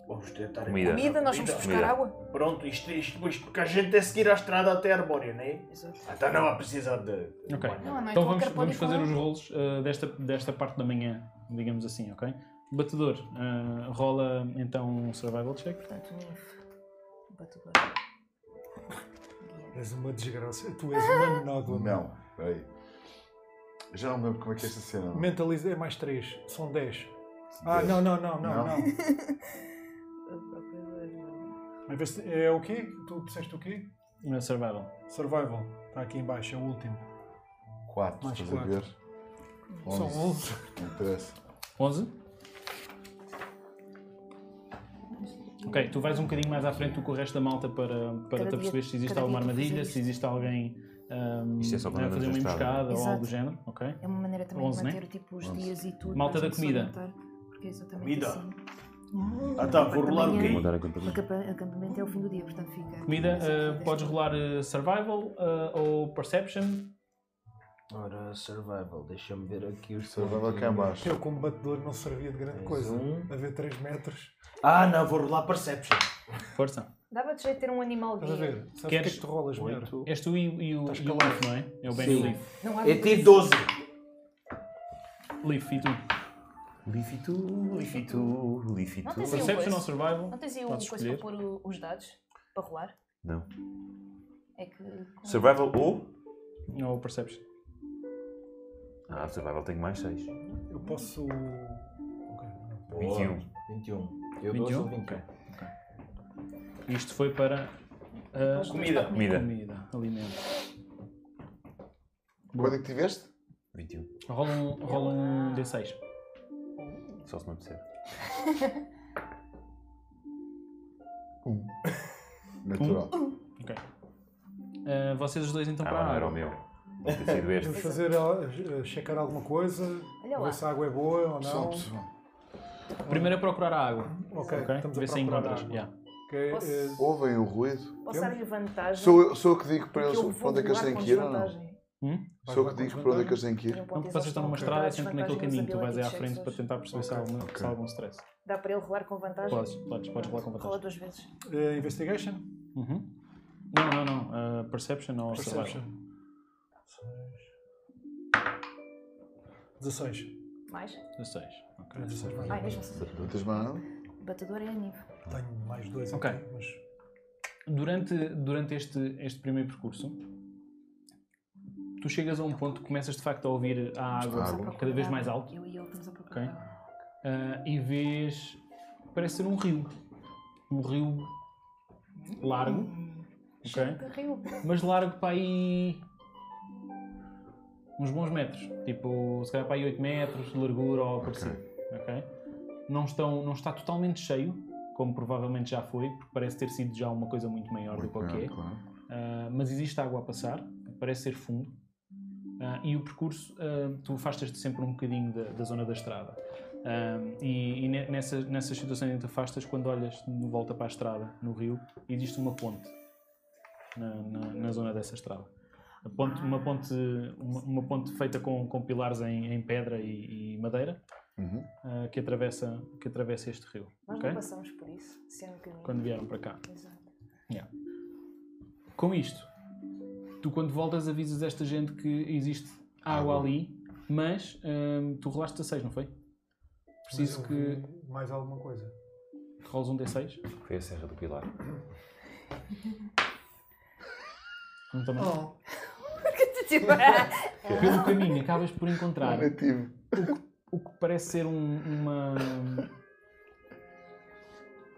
Speaker 3: Vamos tentar
Speaker 12: Comida.
Speaker 4: É, comida, nós vamos
Speaker 3: Comida.
Speaker 4: buscar
Speaker 12: Comida.
Speaker 4: água.
Speaker 3: Pronto, isto, isto, isto, porque a gente tem que seguir a estrada até a Arbórea, não é?
Speaker 4: Exato.
Speaker 3: Então não há precisar de.
Speaker 1: Ok.
Speaker 4: Não, a noite
Speaker 1: Então vamos,
Speaker 4: qualquer pode
Speaker 1: vamos
Speaker 4: ir
Speaker 1: fazer
Speaker 4: com
Speaker 1: os
Speaker 4: ela.
Speaker 1: rolos ah, desta, desta parte da manhã, digamos assim, ok? Batedor, ah, rola então um survival check.
Speaker 4: Portanto, um NIF. Batedor. Guia.
Speaker 8: És uma desgraça. Tu és uma monógama.
Speaker 2: Não, peraí. Eu já não me lembro como é que é esta cena. mano.
Speaker 8: Mentaliza é mais 3, são 10. Ah, não, não, não, não,
Speaker 2: Não.
Speaker 8: não.
Speaker 4: Procurador, não.
Speaker 8: A ver se- É o quê? Tu disseste o quê?
Speaker 1: Ah, survival.
Speaker 8: Survival. Está aqui em baixo, é o último.
Speaker 2: Quatro,
Speaker 8: Mais
Speaker 2: estás a
Speaker 8: quatro.
Speaker 2: ver?
Speaker 8: São
Speaker 2: Onze.
Speaker 8: 11.
Speaker 2: Não interessa.
Speaker 1: 11? Ok, tu vais um bocadinho mais à frente do que o resto da malta para, para
Speaker 4: Cada
Speaker 1: te
Speaker 4: dia-
Speaker 1: aperceber se existe
Speaker 4: cada
Speaker 1: alguma
Speaker 4: dia tem que
Speaker 1: armadilha,
Speaker 4: fazer
Speaker 1: se existe alguém ahm,
Speaker 12: Isto é só quando
Speaker 1: a
Speaker 12: andas
Speaker 1: fazer
Speaker 12: na
Speaker 1: uma
Speaker 12: estrada.
Speaker 1: emboscada ou
Speaker 4: Exato.
Speaker 1: algo do género, ok?
Speaker 4: É uma maneira também
Speaker 1: Onze,
Speaker 4: de
Speaker 1: né?
Speaker 4: manter tipo, os
Speaker 2: Onze.
Speaker 4: dias e tudo.
Speaker 1: Malta
Speaker 4: para a
Speaker 1: da
Speaker 4: gente se
Speaker 1: comida.
Speaker 4: orientar, Porque é exatamente
Speaker 3: Comida.
Speaker 4: assim.
Speaker 3: Então, vou rolar o
Speaker 12: Vou
Speaker 3: quê?
Speaker 12: mudar a
Speaker 4: O
Speaker 12: companhia.
Speaker 4: acampa- acampamento é o fim do dia, portanto fica.
Speaker 1: Comida,
Speaker 4: fica assim,
Speaker 1: ah,
Speaker 4: fica
Speaker 1: podes
Speaker 4: assim.
Speaker 1: rolar ah, survival ah, ou perception.
Speaker 18: Ora, survival, deixa-me ver aqui os
Speaker 2: Survival cá em baixo.
Speaker 8: Eu como batedor não servia de grande coisa.
Speaker 2: um.
Speaker 8: A ver 3 metros.
Speaker 3: Ah, não, vou rolar Perception.
Speaker 1: Força.
Speaker 16: Dava de jeito ter um animal
Speaker 8: Estás a
Speaker 16: guia.
Speaker 8: ver? Sabes o que é
Speaker 1: Queres-
Speaker 8: que tu rolas Tá melhor?
Speaker 1: És tu e, e o,
Speaker 8: Estás
Speaker 1: e o
Speaker 8: calado.
Speaker 1: Leaf, não é? É o Ben e o
Speaker 18: Sim.
Speaker 1: Leaf.
Speaker 4: Não há
Speaker 18: Eu tive
Speaker 4: comida.
Speaker 18: 12.
Speaker 1: Leaf, e tu?
Speaker 12: Lifitu, lifitu,
Speaker 16: Não
Speaker 12: lifitu.
Speaker 16: tens
Speaker 4: assim
Speaker 16: aí um
Speaker 1: Perception ou
Speaker 16: coisa?
Speaker 1: survival?
Speaker 16: Não tens aí um
Speaker 1: Podes
Speaker 16: coisa para
Speaker 1: escolher.
Speaker 16: pôr o- os dados? Para rolar?
Speaker 12: Não.
Speaker 16: É que
Speaker 4: que.
Speaker 12: Survival ou?
Speaker 1: Ou Perception.
Speaker 12: Ah, Survival tenho mais 6.
Speaker 11: Eu posso.
Speaker 12: 21.
Speaker 7: 21. Eu 12 ou 20.
Speaker 1: Isto foi para. ah,
Speaker 12: Comida. Comida.
Speaker 1: Comida, alimento.
Speaker 2: Quando é que tiveste?
Speaker 12: 21.
Speaker 1: Rola um, rola um D6.
Speaker 12: Só se me apetecer.
Speaker 2: Natural.
Speaker 1: Ok. Ah, vocês os dois então
Speaker 12: Ah,
Speaker 1: para
Speaker 12: não
Speaker 1: a
Speaker 12: era o
Speaker 1: água.
Speaker 12: meu. Deve ter sido
Speaker 11: Vamos
Speaker 12: este.
Speaker 11: fazer, eh, checar alguma coisa,
Speaker 4: Olha lá.
Speaker 11: ver se a água é boa ou
Speaker 2: Só-
Speaker 11: não.
Speaker 2: só-
Speaker 1: Primeiro é procurar a água.
Speaker 11: Ok,
Speaker 1: Ok?
Speaker 11: estamos a
Speaker 1: Vê se
Speaker 11: procurar
Speaker 1: encontras.
Speaker 11: água.
Speaker 1: Yeah.
Speaker 11: Que, eh,
Speaker 4: Posso,
Speaker 2: Ouvem o ruído?
Speaker 4: posso dar-lhe vantagem?
Speaker 2: Sou eu, sou eu que digo
Speaker 4: Porque
Speaker 2: para eles
Speaker 4: eu vou
Speaker 2: para onde é que eles
Speaker 4: voar
Speaker 2: têm
Speaker 4: com
Speaker 2: que ir ou não?
Speaker 4: desvantagem.
Speaker 1: Hum?
Speaker 2: Sou eu que digo para onde é que eles têm que
Speaker 4: Tira um
Speaker 2: ir.
Speaker 4: ponto
Speaker 1: Não,
Speaker 4: de
Speaker 1: porque vocês estão numa
Speaker 4: exaustão,
Speaker 1: estrada, é
Speaker 4: dá
Speaker 1: sempre naquele
Speaker 4: desvantagem
Speaker 1: caminho.
Speaker 4: nos
Speaker 1: Tu vais aí à
Speaker 4: ability
Speaker 1: frente
Speaker 4: checks
Speaker 1: para tentar perceber se há algum, se há algum stress.
Speaker 4: hoje. Dá para ele rolar com vantagem?
Speaker 1: Podes, podes, podes rolar com
Speaker 4: Pronto,
Speaker 1: vantagem.
Speaker 4: Rola duas vezes.
Speaker 11: eh, investigation?
Speaker 1: Uhum. Não, não, não. Ah, perception ou
Speaker 11: Perception.
Speaker 1: Survival?
Speaker 11: 16.
Speaker 4: Mais? Ah,
Speaker 1: 16. Ok.
Speaker 11: 16 vai.
Speaker 4: Ai, deixa-me saber.
Speaker 2: Não tens mais nada?
Speaker 4: assim. Batedor é a nível.
Speaker 11: Tenho mais dois
Speaker 1: Ok.
Speaker 11: aqui, mas
Speaker 1: Durante, durante este, este primeiro percurso, tu chegas a um ponto que começas de facto a ouvir a água
Speaker 2: Água.
Speaker 1: cada vez mais alto
Speaker 4: Eu e ele estamos a procurar.
Speaker 1: Ok. ah, e vês. parece ser um rio. Um rio largo,
Speaker 4: Hum,
Speaker 1: ok?
Speaker 4: Rio.
Speaker 1: Mas largo para aí. uns bons metros. Tipo, se calhar para aí 8 metros de largura ou algo parecido. Ok? Não, estão, não está totalmente cheio, como provavelmente já foi, porque parece ter sido já uma coisa muito maior do
Speaker 2: Muito
Speaker 1: que o que é.
Speaker 2: bem, claro.
Speaker 1: Ah, mas existe água a passar, parece ser fundo, Ah, e o percurso, ah, tu afastas-te sempre um bocadinho da, da zona da estrada. Ah, e e ne- nessa, nessas situações em que te afastas, quando olhas de volta para a estrada, no rio, existe uma ponte na, na- na zona dessa estrada. A ponte- uma, ponte, uma, uma ponte feita com, com pilares em, em pedra e, e madeira
Speaker 2: Uhum.
Speaker 1: ah, que, atravessa, que atravessa este rio.
Speaker 4: Nós
Speaker 1: ok?
Speaker 4: não passamos por isso. Se é no caminho.
Speaker 1: Quando vieram para cá.
Speaker 4: Exato.
Speaker 1: Com isto, tu quando voltas avisas esta gente que existe água,
Speaker 2: Água.
Speaker 1: ali, mas hum, tu rolaste 16, não foi? Preciso
Speaker 11: mas eu
Speaker 1: que
Speaker 11: vi Mais alguma coisa.
Speaker 1: roles um D6.
Speaker 12: Foi a Serra do Pilar.
Speaker 1: Não também.
Speaker 11: Oh,
Speaker 4: Tipo,
Speaker 1: Pelo caminho acabas por encontrar
Speaker 2: é Nativo.
Speaker 1: o que parece ser um- uma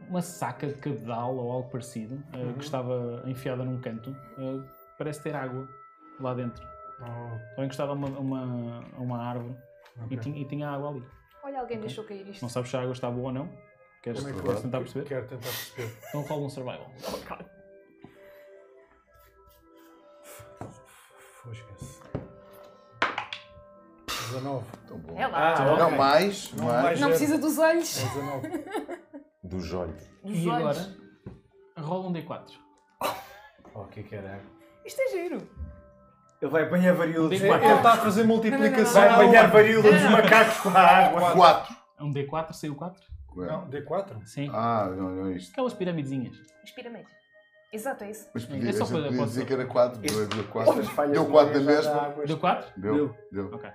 Speaker 1: uma saca de cabedal ou algo parecido eh,
Speaker 11: Uhum.
Speaker 1: que estava enfiada num canto. eh, parece ter água lá dentro.
Speaker 11: oh,
Speaker 1: Ou encostava a uma, a uma, a uma árvore e,
Speaker 11: ok.
Speaker 1: tinha, e tinha água ali.
Speaker 4: Olha, alguém deixou cair isto.
Speaker 1: Não sabes se a água está boa ou não. Queres,
Speaker 11: Como é que
Speaker 1: queres tentar perceber?
Speaker 11: Quero tentar perceber.
Speaker 1: Então rola um survival.
Speaker 11: Fosca-se. 19.
Speaker 2: Tão bom.
Speaker 4: É lá.
Speaker 11: Ah,
Speaker 2: Não, é? mais,
Speaker 11: Não,
Speaker 2: mais.
Speaker 11: mais.
Speaker 4: não precisa dos olhos.
Speaker 11: É 19.
Speaker 12: Do Jolho.
Speaker 4: Dos
Speaker 1: E agora,
Speaker 4: olhos.
Speaker 1: rola um D4.
Speaker 7: Oh, que caralho.
Speaker 4: Isto é giro.
Speaker 7: Ele vai apanhar varíolas.
Speaker 1: Diz-me lá.
Speaker 7: Ele está a fazer multiplicação. Vai apanhar varíolas dos macacos com a água.
Speaker 2: Quatro.
Speaker 1: Um D4, saiu 4?
Speaker 11: Não, D4?
Speaker 1: Sim.
Speaker 2: Ah, não, não é isto.
Speaker 1: Aquelas piramidezinhas.
Speaker 4: Inspira-me. Exato, é isso.
Speaker 2: Mas podia,
Speaker 1: É só
Speaker 2: a gente
Speaker 1: para-
Speaker 2: podia
Speaker 1: pode
Speaker 2: dizer
Speaker 1: ser.
Speaker 2: que era quatro, deu deu quatro.
Speaker 7: Estas falhas
Speaker 2: Deu
Speaker 7: de
Speaker 2: quatro
Speaker 7: Maria já
Speaker 2: da
Speaker 7: dá
Speaker 2: mesma?
Speaker 7: águas.
Speaker 1: Deu 4?
Speaker 2: Deu, deu.
Speaker 1: Ok.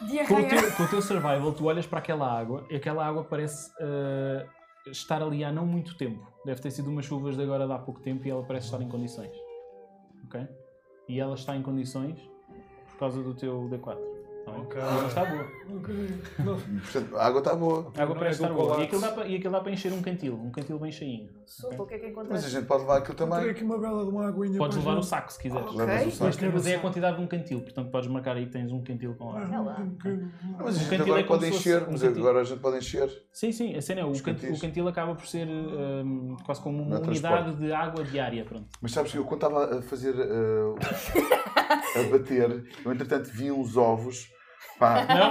Speaker 1: Com o,
Speaker 4: Diarreia.
Speaker 1: teu, com o teu survival, tu olhas para aquela água e aquela água parece ah, estar ali há não muito tempo. Deve ter sido umas chuvas de agora de há pouco tempo e ela parece estar em condições. Ok? E ela está em condições por causa do teu D4. Tá bem?
Speaker 11: Ok.
Speaker 1: E Ela está boa.
Speaker 2: Portanto, a água está boa.
Speaker 1: A água
Speaker 11: Não
Speaker 1: parece
Speaker 11: é do
Speaker 1: estar boa. E
Speaker 11: colapso.
Speaker 1: aquilo, dá para, e aquilo dá para encher um cantil, um cantil bem cheinho.
Speaker 4: Sopa, o que é que
Speaker 2: Mas a
Speaker 4: encontraste?
Speaker 2: gente pode levar aquilo
Speaker 11: Tenho
Speaker 2: também.
Speaker 11: aqui uma bela de uma aguinha. um
Speaker 1: Podes
Speaker 11: para
Speaker 1: levar um o
Speaker 11: gente.
Speaker 1: saco se quiseres.
Speaker 2: Levas o
Speaker 1: Mas
Speaker 2: saco.
Speaker 1: mas é a quantidade de um cantil, portanto podes marcar aí que tens um cantil com água.
Speaker 4: Olha lá.
Speaker 2: Mas a
Speaker 1: Um
Speaker 2: gente
Speaker 1: cantil é
Speaker 2: agora
Speaker 1: como
Speaker 2: pode
Speaker 1: se fosse
Speaker 2: encher.
Speaker 1: um
Speaker 2: mas
Speaker 1: cantil.
Speaker 2: Agora a gente pode encher.
Speaker 1: Sim, sim, a cena é o,
Speaker 2: Os
Speaker 1: can-
Speaker 2: cantis.
Speaker 1: o cantil acaba por ser hum, quase como uma
Speaker 2: Não é
Speaker 1: unidade
Speaker 2: transporte.
Speaker 1: de água diária, pronto.
Speaker 2: Mas sabes que eu quando estava a fazer. uh, a bater, eu entretanto vi uns ovos. Pá,
Speaker 1: Não,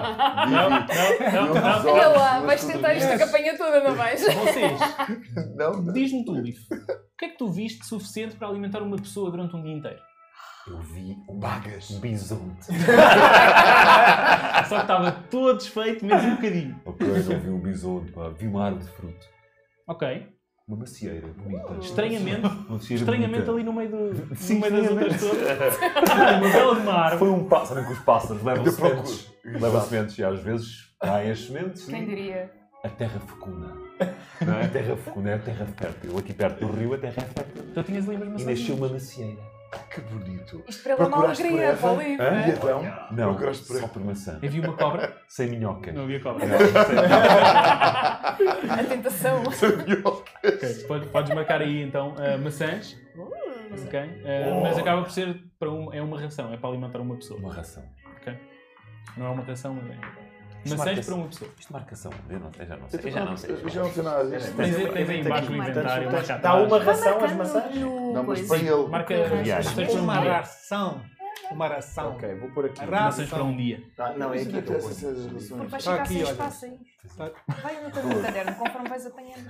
Speaker 2: vi,
Speaker 1: não,
Speaker 2: vi.
Speaker 1: não, não, não.
Speaker 4: Olha lá, vais
Speaker 2: tudo
Speaker 4: tentar esta
Speaker 2: bem.
Speaker 4: campanha toda, não vais?
Speaker 1: Vocês,
Speaker 2: Não, não.
Speaker 1: diz-me tu, Lif, o que é que tu viste suficiente para alimentar uma pessoa durante um dia inteiro?
Speaker 12: Eu vi um
Speaker 2: Bagas.
Speaker 12: bisonte.
Speaker 1: Só que estava todo desfeito, menos um bocadinho.
Speaker 12: Ok, eu vi um bisonte, pá. Vi uma árvore de fruto.
Speaker 1: Ok.
Speaker 12: Uma macieira bonita.
Speaker 1: Estranhamente,
Speaker 12: Uma macieira
Speaker 1: estranhamente
Speaker 12: bonita.
Speaker 1: ali no meio, do,
Speaker 12: Sim,
Speaker 1: no meio das
Speaker 12: sim, é
Speaker 1: outras todas, uma bela de uma árvore.
Speaker 12: Foi um pássaro, sabem que os pássaros levam
Speaker 2: Eu procuro.
Speaker 12: sementes. Levam sementes e às vezes caem as sementes.
Speaker 4: Quem diria?
Speaker 12: a terra fecunda. Não é a terra fecunda, é a terra fértil. Aqui perto do rio, a terra é fértil.
Speaker 1: Tu tinhas ali umas
Speaker 12: E
Speaker 1: maçãs.
Speaker 12: nasceu uma macieira.
Speaker 2: Que bonito.
Speaker 19: Isto para ele é uma
Speaker 2: Procuraste por
Speaker 19: alegria,
Speaker 2: essa?
Speaker 19: para o livro,
Speaker 1: É.
Speaker 2: Hã?
Speaker 19: né?
Speaker 2: E então?
Speaker 12: Não,
Speaker 2: Procuraste por
Speaker 12: só por maçã.
Speaker 1: Havia uma cobra?
Speaker 12: Sem minhoca.
Speaker 1: Não havia cobra.
Speaker 12: Não, sem-
Speaker 19: A tentação.
Speaker 2: então?
Speaker 1: Ok, pode- Podes marcar aí então eh, maçãs. Ok? Eh, Mas acaba por ser para uma, é uma ração, é para alimentar uma pessoa.
Speaker 12: Uma ração.
Speaker 1: Ok? Não é uma ração, mas é.
Speaker 12: Isto
Speaker 1: Maçãs
Speaker 12: marca-se-
Speaker 1: para um- uma pessoa.
Speaker 12: Isto marcação. Eu, não, eu já não sei.
Speaker 2: Eu
Speaker 12: Eu já não sei.
Speaker 2: Eu já não sei nada disto.
Speaker 1: Tens, tens aí embaixo no inventário, marca
Speaker 3: Dá
Speaker 1: atrás.
Speaker 3: uma ração às
Speaker 19: marcando
Speaker 3: maçãs?
Speaker 19: no
Speaker 2: Não, mas
Speaker 19: coisa.
Speaker 2: põe ele.
Speaker 1: Marca
Speaker 12: Reais.
Speaker 1: maçãs para
Speaker 8: Uma
Speaker 1: um dia.
Speaker 8: ração. Uma ração.
Speaker 2: Ok, vou pôr aqui.
Speaker 1: Maçãs para um dia.
Speaker 3: Ah, não, é
Speaker 2: Mas onde
Speaker 3: aqui que
Speaker 2: é
Speaker 3: eu
Speaker 2: que
Speaker 3: ponho.
Speaker 1: assim.
Speaker 2: essas relações?
Speaker 19: Porque vais
Speaker 8: Está
Speaker 19: ficar
Speaker 8: aqui,
Speaker 19: sem
Speaker 8: olha.
Speaker 19: espaço aí. Vai anotando no caderno, conforme vais apanhando.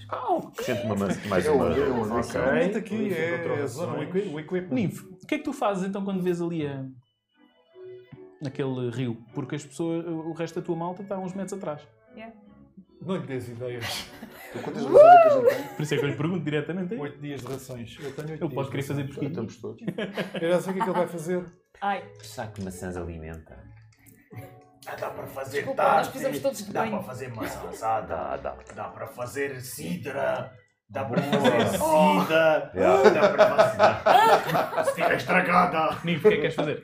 Speaker 12: Sente uma maçã. Mais
Speaker 2: Eu-
Speaker 12: uma
Speaker 2: eu- eu-
Speaker 12: ração.
Speaker 2: ok.
Speaker 8: Mete aqui é a zona, o equi- o equipment.
Speaker 1: Nive, o que é que tu fazes então quando vês ali a... naquele rio? Porque as pessoas, o resto da tua malta está a uns metros atrás.
Speaker 8: Não lhe des ideias.
Speaker 2: Quantas relações é que a gente tem?
Speaker 1: Por isso é que eu lhe pergunto diretamente.
Speaker 11: Oito dias de rações. Eu tenho oito
Speaker 1: Eu
Speaker 11: dias
Speaker 1: posso
Speaker 11: de
Speaker 1: querer fazer
Speaker 11: rações.
Speaker 1: pesquisa.
Speaker 2: Estamos todos.
Speaker 8: Eu já sei o que é que ele vai fazer.
Speaker 19: Ai,
Speaker 12: Será que maçãs alimenta?
Speaker 3: Ah, dá para fazer
Speaker 19: Desculpa,
Speaker 3: tarte,
Speaker 19: nós precisamos todos de
Speaker 3: Dá
Speaker 19: banho.
Speaker 3: para fazer maçã assada.
Speaker 12: Dá, dá.
Speaker 3: Dá para fazer sidra. Dá para fazer Oh. sida. Dá para fazer... Sida estragada.
Speaker 1: Nive, o que é que queres fazer?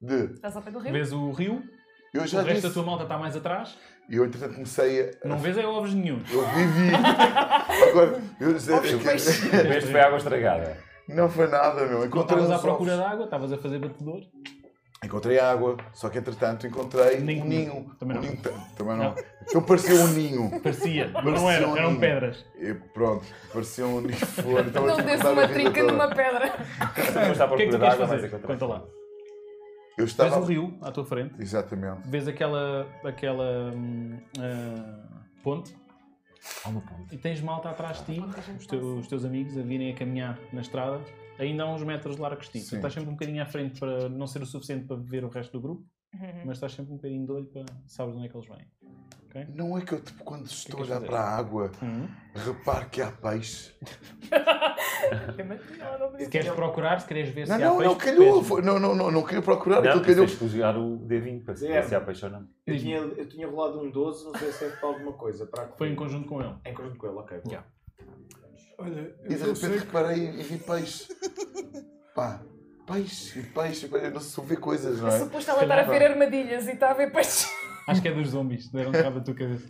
Speaker 2: De.
Speaker 19: estás ao pé do rio?
Speaker 1: Vês o rio,
Speaker 2: Eu
Speaker 1: o resto
Speaker 2: já
Speaker 1: é da
Speaker 2: disse.
Speaker 1: tua malta está mais atrás,
Speaker 2: Eu, entretanto, comecei a.
Speaker 1: não vês é ovos nenhum.
Speaker 2: Eu vivi. Agora, eu dizer. é que-
Speaker 12: Este foi água estragada.
Speaker 2: Não foi nada, meu.
Speaker 1: Não
Speaker 2: Encontrei
Speaker 1: estavas à
Speaker 2: uns
Speaker 1: procura de
Speaker 2: ovos.
Speaker 1: água, estavas a fazer batedor.
Speaker 2: Encontrei água, só que entretanto encontrei
Speaker 1: Nem
Speaker 2: um
Speaker 1: comi.
Speaker 2: ninho.
Speaker 1: Também
Speaker 2: Um
Speaker 1: não.
Speaker 2: ninho tam- também não. Então parecia um ninho.
Speaker 1: Parecia, mas não
Speaker 2: Parecia
Speaker 1: eram,
Speaker 2: um
Speaker 1: eram
Speaker 2: ninho.
Speaker 1: pedras.
Speaker 2: E pronto, parecia um ninho flor. Então eu
Speaker 19: Não
Speaker 2: tive que
Speaker 19: desse
Speaker 2: dar a
Speaker 19: uma
Speaker 2: vida
Speaker 19: trinca
Speaker 2: toda.
Speaker 19: numa pedra.
Speaker 12: Depois está à
Speaker 1: O que é que tu
Speaker 12: procura de
Speaker 1: queres
Speaker 12: água, mas
Speaker 1: fazer?
Speaker 12: encontra-
Speaker 1: Conta lá.
Speaker 2: Eu
Speaker 1: Vês o
Speaker 2: estava.
Speaker 1: rio à tua frente,
Speaker 2: Exatamente.
Speaker 1: vês aquela, aquela hum, ah, ponte
Speaker 12: Há uma ponte.
Speaker 1: e tens malta atrás de ti, os, teu- os teus amigos a virem a caminhar na estrada, ainda há uns metros de largos de ti. Tu
Speaker 2: Sim.
Speaker 1: estás sempre um bocadinho à frente para não ser o suficiente para ver o resto do grupo, mas estás sempre um bocadinho de olho para sabes onde é que eles vêm.
Speaker 2: Não é que eu, tipo, quando estou a
Speaker 1: queres
Speaker 2: olhar
Speaker 1: fazer?
Speaker 2: para a água, reparo que há peixe.
Speaker 19: É
Speaker 1: Se queres procurar, se queres ver
Speaker 2: Não,
Speaker 1: se
Speaker 2: não,
Speaker 1: há
Speaker 2: não
Speaker 1: peixe,
Speaker 2: calhou.
Speaker 1: vês.
Speaker 2: Foi- Não, não, não, não queria procurar.
Speaker 12: Não,
Speaker 2: Aquilo
Speaker 12: tu
Speaker 2: calhou.
Speaker 12: tens que jogar o D20 para
Speaker 3: É.
Speaker 12: saber se há peixe ou não.
Speaker 3: Eu tinha, eu tinha rolado um 12, não sei se é para alguma coisa. Trago
Speaker 1: Foi em conjunto com ele.
Speaker 3: em conjunto com ele, ok. boa.
Speaker 1: Yeah.
Speaker 8: Olha,
Speaker 1: é
Speaker 2: E de
Speaker 8: eu
Speaker 2: repente
Speaker 8: sei
Speaker 2: reparei e vi peixe. Pá, peixe, peixe, peixe. Eu não soube ver coisas, não é?
Speaker 19: Suposto ela estar a ver armadilhas e está a ver peixe.
Speaker 1: Acho que é dos zombies, deram cabo da tua cabeça.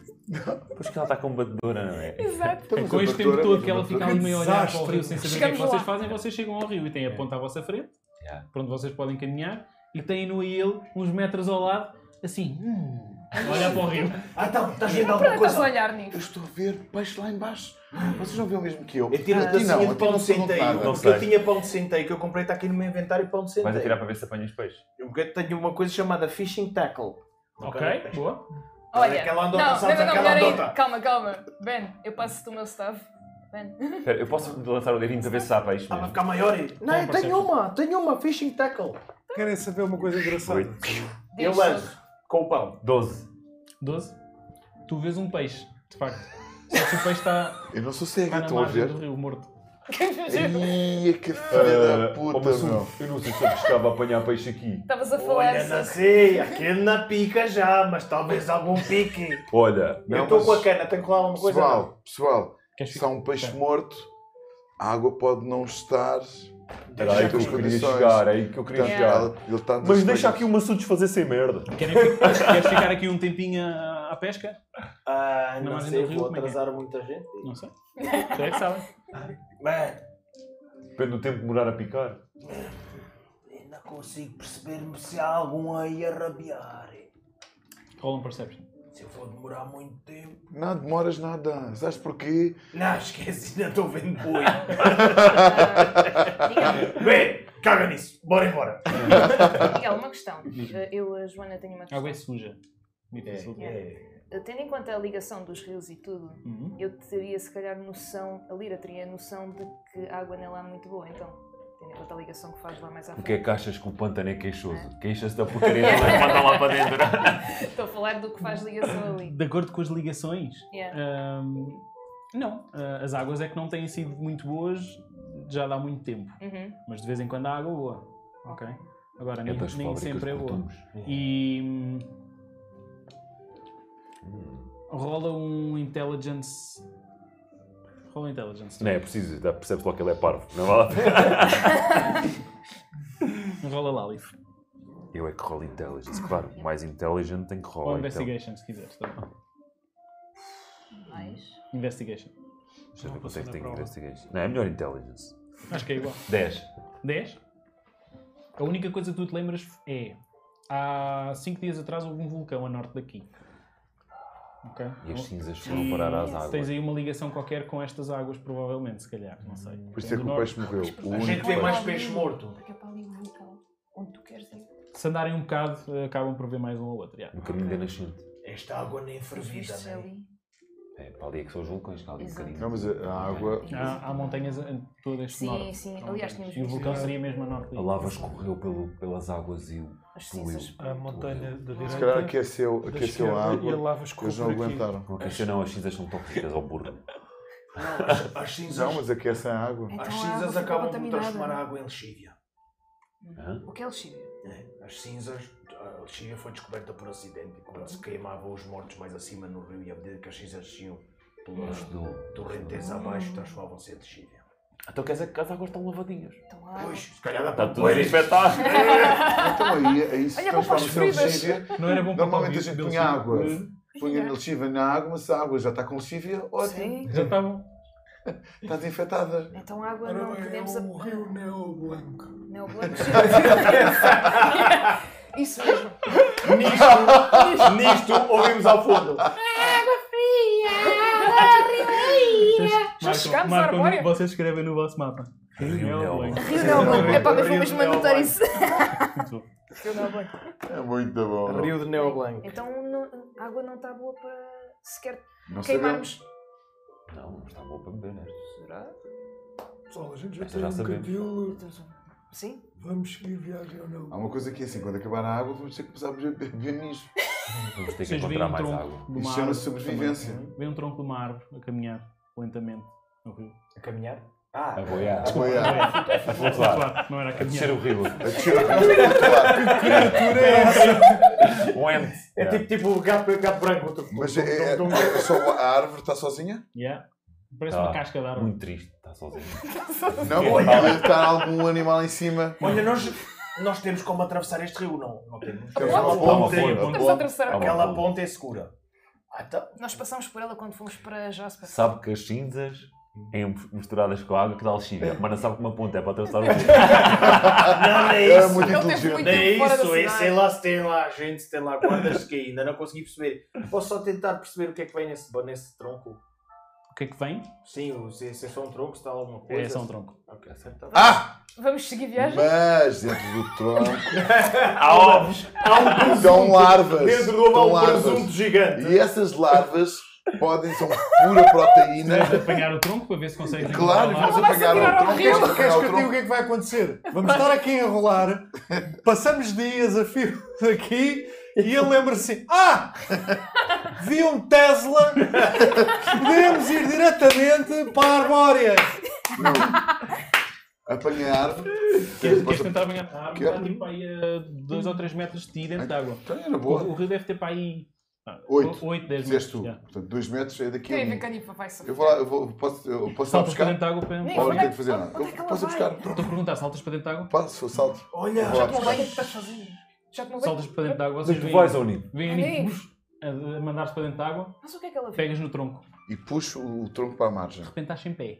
Speaker 12: Pois que ela está com batedora, não é?
Speaker 19: Exato.
Speaker 2: Estamos
Speaker 1: Com
Speaker 2: a
Speaker 1: este tempo
Speaker 2: doutora,
Speaker 1: todo que ela
Speaker 2: doutora.
Speaker 1: fica ali meio a olhar para o rio sem saber o que é que
Speaker 19: Chegamos
Speaker 1: vocês
Speaker 19: lá.
Speaker 1: fazem, vocês chegam ao rio e têm a ponta à vossa frente,
Speaker 12: Yeah.
Speaker 1: para onde vocês podem caminhar, e têm no e ele uns metros ao lado, assim, hum, a olhar para o rio.
Speaker 3: Ah, então, estás vendo
Speaker 19: Para
Speaker 3: alguma
Speaker 19: estás a
Speaker 3: coisa?
Speaker 19: olhar, Nico.
Speaker 2: Eu estou a ver peixe lá embaixo. Vocês não vê o mesmo que eu.
Speaker 1: É
Speaker 3: Eu tiro
Speaker 2: Ah,
Speaker 3: a
Speaker 2: a ti
Speaker 3: tacinha
Speaker 2: não, a
Speaker 3: de
Speaker 2: ti
Speaker 3: pão
Speaker 2: não
Speaker 3: de
Speaker 2: se pergunta
Speaker 3: centeio.
Speaker 2: nada.
Speaker 12: Não
Speaker 3: Porque eu
Speaker 12: sei.
Speaker 3: tinha pão de centeio que eu comprei, está aqui no meu inventário pão de
Speaker 12: Vais
Speaker 3: centeio.
Speaker 12: atirar para ver se apanhas peixe.
Speaker 3: Eu tenho uma coisa chamada fishing tackle.
Speaker 1: Ok, boa.
Speaker 19: Olha,
Speaker 3: Aquela
Speaker 19: não, não,
Speaker 3: andota,
Speaker 19: não,
Speaker 3: sabes, aquela
Speaker 19: melhor ainda.
Speaker 3: andota.
Speaker 19: Calma, calma. Ben, eu passo-te o meu staff. Ben.
Speaker 12: Espera, eu posso lançar o D20 para ver se há peixe
Speaker 3: Estava a
Speaker 12: mesmo?
Speaker 3: ficar maior e... Não, eu tenho uma, tenho uma fishing tackle.
Speaker 8: que Querem saber uma coisa engraçada?
Speaker 12: Oito.
Speaker 3: Eu lanço com o pão.
Speaker 12: 12.
Speaker 1: 12. Tu vês um peixe, de facto. Só que o peixe está,
Speaker 2: Eu não sou
Speaker 1: está
Speaker 2: cego,
Speaker 1: na
Speaker 2: estou a
Speaker 1: margem
Speaker 2: ver.
Speaker 1: do rio morto.
Speaker 2: Ia que
Speaker 12: Ah,
Speaker 2: filha da
Speaker 12: oh,
Speaker 2: puta,
Speaker 12: mas eu-
Speaker 2: meu.
Speaker 12: eu não sei se eu estava a apanhar peixe aqui.
Speaker 19: Estavas a falar
Speaker 3: Olha, não
Speaker 19: sobre-
Speaker 3: sei, aquele na pica já, mas talvez algum pique.
Speaker 12: Olha,
Speaker 3: eu
Speaker 2: Não,
Speaker 3: estou
Speaker 2: mas-
Speaker 3: com a cana, tenho que rolar alguma coisa? não?
Speaker 2: Pessoal, pessoal,
Speaker 1: Queres
Speaker 2: se há um peixe
Speaker 1: Tá.
Speaker 2: morto, a água pode não estar.
Speaker 12: era aí que
Speaker 2: Deixa
Speaker 12: eu queria
Speaker 2: as condições.
Speaker 12: chegar, é aí que eu queria
Speaker 2: Portanto,
Speaker 12: chegar.
Speaker 2: ela- tá ele está
Speaker 12: Mas deixa aqui o maçudo fazer sem merda.
Speaker 1: Querem fi- Queres ficar aqui um tempinho à, à pesca?
Speaker 3: Ah,
Speaker 1: Na
Speaker 3: não
Speaker 1: margem
Speaker 3: sei,
Speaker 1: do rio,
Speaker 3: vou
Speaker 1: como é que é?
Speaker 3: atrasar muita gente.
Speaker 1: Não sei. Já é que sabem.
Speaker 3: Mano,
Speaker 12: Depende do tempo que demorar a picar.
Speaker 3: ainda consigo perceber-me se há algum aí a rabiar.
Speaker 1: Rolam um Perception.
Speaker 3: Se eu for demorar muito tempo...
Speaker 2: Não demoras nada. Sabes porquê?
Speaker 3: Não, esquece, ainda estou vendo boi.
Speaker 19: Miguel,
Speaker 3: Bem, caga nisso, bora embora.
Speaker 19: Miguel, uma questão. Eh, Eu, a Joana, tenho uma
Speaker 1: A água é
Speaker 19: questão.
Speaker 1: suja. Difícil
Speaker 2: É.
Speaker 1: de-
Speaker 12: É.
Speaker 19: Tendo em conta a ligação dos rios e tudo,
Speaker 1: Uhum.
Speaker 19: eu teria se calhar noção, a Lira teria noção de que a água nela é muito boa, então. Tendo em conta a ligação que faz lá mais à
Speaker 12: Porque é
Speaker 19: frente.
Speaker 12: que achas que o pântano é queixoso? Queixa-se da porcaria que eles mandam lá para dentro. né?
Speaker 19: Estou a falar do que faz ligação ali.
Speaker 1: De acordo com as ligações,
Speaker 19: Yeah.
Speaker 1: Ahm, não, ah, as águas é que não têm sido muito boas já há muito tempo,
Speaker 19: Uhum.
Speaker 1: mas de vez em quando há água é boa, ok? Agora, nem,
Speaker 12: É das
Speaker 1: nem
Speaker 12: fábricas
Speaker 1: sempre é
Speaker 12: de
Speaker 1: boa.
Speaker 12: cotumes.
Speaker 1: E hum, Rola um intelligence. Rola um intelligence.
Speaker 12: Não é preciso, dá- percebes logo que ele é parvo. Não vale a pena.
Speaker 1: Rola Lalif.
Speaker 12: Eu é que rolo intelligence, claro. O mais intelligent tem que
Speaker 1: Ou
Speaker 12: rolar.
Speaker 1: investigation, se quiseres. Tá bom.
Speaker 19: Mais?
Speaker 1: Investigation.
Speaker 12: Deixa eu ver quanto é que tem investigation. Não, é melhor intelligence.
Speaker 1: Acho que é igual.
Speaker 12: 10.
Speaker 1: 10? A única coisa que tu te lembras é. Há 5 dias atrás houve um vulcão a norte daqui. Ok?
Speaker 12: E as cinzas foram parar às águas.
Speaker 1: Tens aí uma ligação qualquer com estas águas, provavelmente, se calhar. Não sei.
Speaker 2: Por isso
Speaker 1: Vem
Speaker 2: é
Speaker 1: do
Speaker 2: que o
Speaker 1: norte.
Speaker 2: peixe morreu. O
Speaker 3: A gente
Speaker 2: único
Speaker 3: tem mais
Speaker 2: peixe.
Speaker 3: peixe morto.
Speaker 20: Porque é para ali um vulcão. Onde tu queres ir.
Speaker 1: Se andarem um bocado, eh, acabam por ver mais um ou outro.
Speaker 12: No caminho da nascente.
Speaker 3: Esta água nem fervida, né?
Speaker 4: Viste ali.
Speaker 12: É, para ali é que são os vulcões, que há ali um
Speaker 4: Exato.
Speaker 12: bocadinho. é?
Speaker 2: Não, mas a a água.
Speaker 1: Há, há montanhas em todo este
Speaker 4: Sim,
Speaker 1: norte.
Speaker 4: sim.
Speaker 1: Há
Speaker 4: Aliás,
Speaker 1: montanhas.
Speaker 4: tínhamos
Speaker 1: E o
Speaker 4: visto
Speaker 1: vulcão
Speaker 4: isso.
Speaker 1: seria mesmo a norte.
Speaker 12: A lava escorreu pelo- pelas águas e o
Speaker 4: As
Speaker 2: Então
Speaker 12: poluiu.
Speaker 4: cinzas.
Speaker 8: A montanha da direita.
Speaker 2: Se calhar é- aqueceu,
Speaker 8: da
Speaker 2: aqueceu
Speaker 8: esquerda
Speaker 2: a água.
Speaker 8: E a lava
Speaker 2: Eles não
Speaker 8: escorreu por aqui.
Speaker 2: aguentaram.
Speaker 12: Não aqueceu não, as cinzas são tóxicas ao burro.
Speaker 3: Não, as, as cinzas,
Speaker 2: Não, mas aquecem a água.
Speaker 3: as
Speaker 4: Então a água
Speaker 3: cinzas
Speaker 4: ficou
Speaker 3: acabam por
Speaker 4: contaminada,
Speaker 3: transformar
Speaker 4: não
Speaker 3: a
Speaker 4: é?
Speaker 3: água em lexívia.
Speaker 12: Hã?
Speaker 4: O que é lexívia?
Speaker 3: É, As cinzas, a lexívia foi descoberta por acidente quando se queimavam os mortos mais acima no rio e à medida que as cinzas desciam pelas
Speaker 12: Estudou.
Speaker 3: torrentes abaixo transformavam-se em lexívia.
Speaker 12: Então quer dizer que as águas estão lavadinhas.
Speaker 4: Então, a água.
Speaker 3: Pois, se calhar dá
Speaker 12: Está
Speaker 3: para
Speaker 12: Tá tudo
Speaker 3: poeira.
Speaker 12: desinfetado.
Speaker 2: Então aí, aí se
Speaker 4: Olha, vou para as
Speaker 2: transforma-se em
Speaker 4: feridas.
Speaker 2: lexívia.
Speaker 1: Não era bom para
Speaker 2: Normalmente a
Speaker 1: o
Speaker 2: gente
Speaker 1: Paulo,
Speaker 2: punha
Speaker 1: Deus,
Speaker 2: água.
Speaker 1: Hum.
Speaker 2: Punha lexívia na água, mas a água já está com lexívia, ótimo.
Speaker 4: Sim.
Speaker 1: Já está bom.
Speaker 2: Está desinfetada.
Speaker 4: Então a água
Speaker 8: Ora
Speaker 4: não
Speaker 8: bem,
Speaker 4: podemos.
Speaker 8: é o
Speaker 4: A...
Speaker 8: rio Neo Blanco.
Speaker 4: Não, o Isso mesmo.
Speaker 12: Nisto, nisto ouvimos ao fundo.
Speaker 1: Marcam-
Speaker 4: chegámos à
Speaker 1: marcam-
Speaker 4: Arbórea?
Speaker 1: Vocês escrevem no vosso mapa. É
Speaker 12: Rio Neo Blanco.
Speaker 4: Rio Neo Blanco. É pá, mas vou mesmo
Speaker 11: Rio Neo
Speaker 4: anotar
Speaker 11: Blanco.
Speaker 4: isso. Rio Neo Blanco.
Speaker 2: É muito bom.
Speaker 11: Rio de Neo Blanco.
Speaker 19: Então não- a água não está boa para sequer
Speaker 2: Não sabemos.
Speaker 19: queimarmos.
Speaker 12: Não, não está boa para beber, né?
Speaker 19: Será?
Speaker 8: Pessoal, a gente já
Speaker 12: Essa
Speaker 8: tem
Speaker 12: já
Speaker 8: um
Speaker 12: sabemos.
Speaker 8: cantil.
Speaker 19: Sim?
Speaker 8: Vamos seguir viagem ou não?
Speaker 2: Há uma coisa que é assim, quando acabar a água vamos ter que começar a beber beber mijo.
Speaker 12: Vamos ter que
Speaker 1: Vocês veem
Speaker 12: encontrar
Speaker 1: um
Speaker 12: mais
Speaker 1: tronco de
Speaker 12: água.
Speaker 1: uma
Speaker 2: Isso
Speaker 1: árvore.
Speaker 2: chama-se sobrevivência.
Speaker 1: também. Vê um tronco de uma árvore a caminhar lentamente no rio.
Speaker 7: A caminhar? Ah,
Speaker 1: Tá
Speaker 12: A boiar.
Speaker 2: Foi a
Speaker 12: A flutuar.
Speaker 1: Claro, não era a
Speaker 12: A descer
Speaker 1: caminhar.
Speaker 12: o rio.
Speaker 2: a descer o rio do outro lado.
Speaker 12: Um ente.
Speaker 7: é tipo, tipo o gato, gato branco. tu-
Speaker 2: Mas é, é- é- só a árvore está sozinha?
Speaker 1: Yeah. Parece
Speaker 12: Tá.
Speaker 1: uma casca de árvore.
Speaker 12: Muito triste, está sozinho.
Speaker 2: Não, então deve estar algum animal em cima.
Speaker 3: Olha, nós, nós temos como atravessar este rio, não? Não temos.
Speaker 2: Temos uma
Speaker 12: Ponte,
Speaker 2: ponte.
Speaker 12: tem a
Speaker 4: Estamos a atravessar.
Speaker 2: Ah,
Speaker 12: Há uma
Speaker 3: Aquela
Speaker 12: ponte.
Speaker 3: ponte é segura. Ah, então,
Speaker 4: Nós passamos por ela quando fomos para Jasper.
Speaker 12: Sabe que as cinzas é misturadas com a água que dá lexívia, mas não sabe que uma ponta é para atravessar o rio.
Speaker 3: não, não é
Speaker 2: É
Speaker 3: isso.
Speaker 2: muito
Speaker 4: Ele teve
Speaker 2: inteligente.
Speaker 4: muito-
Speaker 3: Não é
Speaker 4: Fora da
Speaker 3: isso, é,
Speaker 4: cidade.
Speaker 3: sei lá se tem lá gente, se tem lá guardas que ainda não consegui perceber. Posso só tentar perceber o que é que vem nesse, nesse tronco?
Speaker 1: O que é que vem?
Speaker 3: Sim, o- se se é só um tronco, se está lá alguma coisa.
Speaker 1: É só um tronco.
Speaker 3: Ok, então.
Speaker 2: Ah!
Speaker 4: Vamos seguir viagem?
Speaker 2: Mas dentro do tronco
Speaker 12: Há ovos!
Speaker 2: dão larvas.
Speaker 3: Dentro do ovo
Speaker 2: Dão
Speaker 3: há um
Speaker 2: larvas.
Speaker 3: presunto gigante.
Speaker 2: E essas larvas podem são pura proteína.
Speaker 1: Vais apanhar o tronco para ver se consegues
Speaker 2: Claro,
Speaker 1: encontrar
Speaker 2: vamos
Speaker 1: lá.
Speaker 2: apagar o tronco.
Speaker 8: Queres,
Speaker 2: vamos apagar
Speaker 8: queres que
Speaker 2: o
Speaker 8: eu te diga o
Speaker 2: tronco.
Speaker 8: que é que vai acontecer? Vamos estar aqui a enrolar, passamos dias a fio aqui e ele lembra-se assim, ah, vi um Tesla, podemos ir diretamente para a Arbórea.
Speaker 2: Apanha a árvore.
Speaker 1: Queres, queres tentar apanhar a árvore?
Speaker 2: Quero.
Speaker 1: Está tipo aí a 2 ou 3 metros de ti dentro de água.
Speaker 2: Então era
Speaker 1: O,
Speaker 2: boa.
Speaker 1: o rio deve ter para aí ah,
Speaker 2: Oito.
Speaker 1: 8, 10 metros.
Speaker 2: Fizeste tu.
Speaker 1: Yeah.
Speaker 2: Portanto, 2 metros é daqui a
Speaker 4: Quem vem
Speaker 2: um.
Speaker 4: canipa vai sofrer.
Speaker 2: Eu vou lá, eu vou, posso, eu posso lá
Speaker 1: Saltas para dentro
Speaker 2: buscar?
Speaker 1: de água para.
Speaker 2: Ou não
Speaker 4: Olha,
Speaker 2: tenho que fazer
Speaker 4: assim. onde-
Speaker 2: nada?
Speaker 4: onde é que
Speaker 2: Eu
Speaker 4: ela
Speaker 2: posso ir
Speaker 4: vai?
Speaker 2: buscar?
Speaker 1: Estou a perguntar, saltas para dentro de água?
Speaker 2: Passo, salto.
Speaker 3: Olha,
Speaker 2: Vou lá
Speaker 4: Não
Speaker 2: buscar.
Speaker 4: vai, estás sozinho. Já te não vai.
Speaker 1: Saltas para dentro de água,
Speaker 12: Mas
Speaker 1: vocês
Speaker 12: tu
Speaker 1: veem.
Speaker 12: vais ao ninho.
Speaker 1: Vêm
Speaker 4: Olha
Speaker 1: ali a, a mandar-se para dentro de água,
Speaker 4: Mas o que é que ela fez?
Speaker 1: pegas no tronco. De
Speaker 2: E puxo o tronco para a margem.
Speaker 1: repente estás sem pé.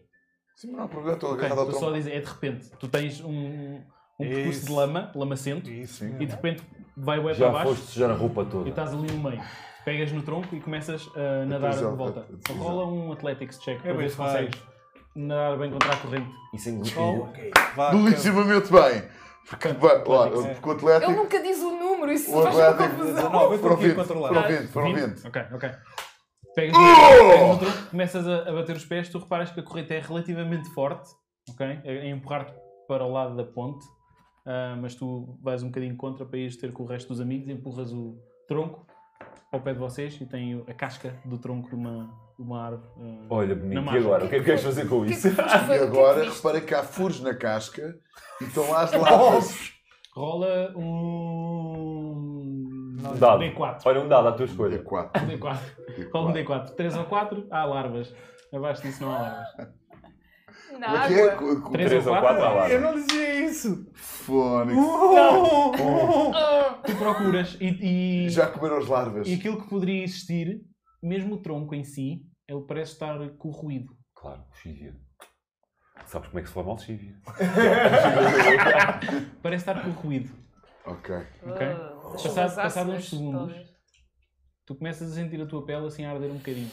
Speaker 2: Sim, mas não há problema, estou
Speaker 1: Ok,
Speaker 2: agarrado ao
Speaker 1: tu só
Speaker 2: tronco.
Speaker 1: dizes, é de repente. Tu tens um, um
Speaker 8: Isso.
Speaker 1: percurso de lama, lamacento,
Speaker 8: Isso,
Speaker 1: e de repente vai bué para
Speaker 12: Já
Speaker 1: baixo Então,
Speaker 12: foste sujar a roupa
Speaker 1: e
Speaker 12: toda.
Speaker 1: estás ali no meio. Pegas no tronco e começas a nadar de
Speaker 2: Atenção,
Speaker 1: volta.
Speaker 2: atenção.
Speaker 1: Rola um Athletics check para
Speaker 8: É bem
Speaker 1: ver se
Speaker 8: fácil.
Speaker 1: consegues nadar bem contra a corrente.
Speaker 12: E sem glúteo.
Speaker 3: ok.
Speaker 2: Belíssimamente bem. Porque,
Speaker 1: Portanto,
Speaker 2: bem, ó,
Speaker 1: Atlético,
Speaker 2: porque o
Speaker 4: Ele
Speaker 2: Atlético.
Speaker 4: nunca diz o número, isso
Speaker 2: O
Speaker 4: faz uma
Speaker 2: Atlético.
Speaker 4: confusão.
Speaker 8: Não, eu
Speaker 2: Para o
Speaker 8: consegui
Speaker 2: vento,
Speaker 8: controlar.
Speaker 2: para o vento, para o
Speaker 1: 20?
Speaker 2: vento.
Speaker 1: Ok, ok. Pegas no,
Speaker 2: Oh!
Speaker 1: pegas no tronco, começas a, a bater os pés, tu reparas que a corrente é relativamente forte, ok? A, a empurrar-te para o lado da ponte, ah, mas tu vais um bocadinho contra para ires ter com o resto dos amigos, empurras o tronco ao pé de vocês e tem a casca do tronco de uma, de uma árvore. ah,
Speaker 12: Olha,
Speaker 1: Na
Speaker 12: bonito. E
Speaker 1: margem.
Speaker 12: agora? O que é que queres fazer com isso?
Speaker 2: E agora reparei que há furos na casca e estão lá as larvas.
Speaker 1: Rola um
Speaker 12: Um dado. Olha, um dado à tua escolha.
Speaker 2: D4.
Speaker 1: D4. Rola um D4. 3 ou 4, há larvas. Abaixo disso não há larvas.
Speaker 4: Na
Speaker 2: Como é
Speaker 4: água.
Speaker 2: que é? Com- com-
Speaker 1: Três ou quatro à larva.
Speaker 8: Eu não dizia isso.
Speaker 2: Fónix.
Speaker 1: Uh!
Speaker 8: Oh,
Speaker 1: Não.
Speaker 4: Ah.
Speaker 1: Tu procuras e, e-
Speaker 2: Já comeram as larvas.
Speaker 1: e aquilo que poderia existir, mesmo o tronco em si, ele parece estar corroído.
Speaker 12: Claro, lexívia. Sabes como é que se forma a lexívia?
Speaker 1: parece estar corroído.
Speaker 2: Ok.
Speaker 1: Ok?
Speaker 4: Oh.
Speaker 1: Passado,
Speaker 4: As
Speaker 1: passado
Speaker 4: ácidas,
Speaker 1: uns segundos,
Speaker 4: talvez.
Speaker 1: tu começas a sentir a tua pele assim a arder um bocadinho.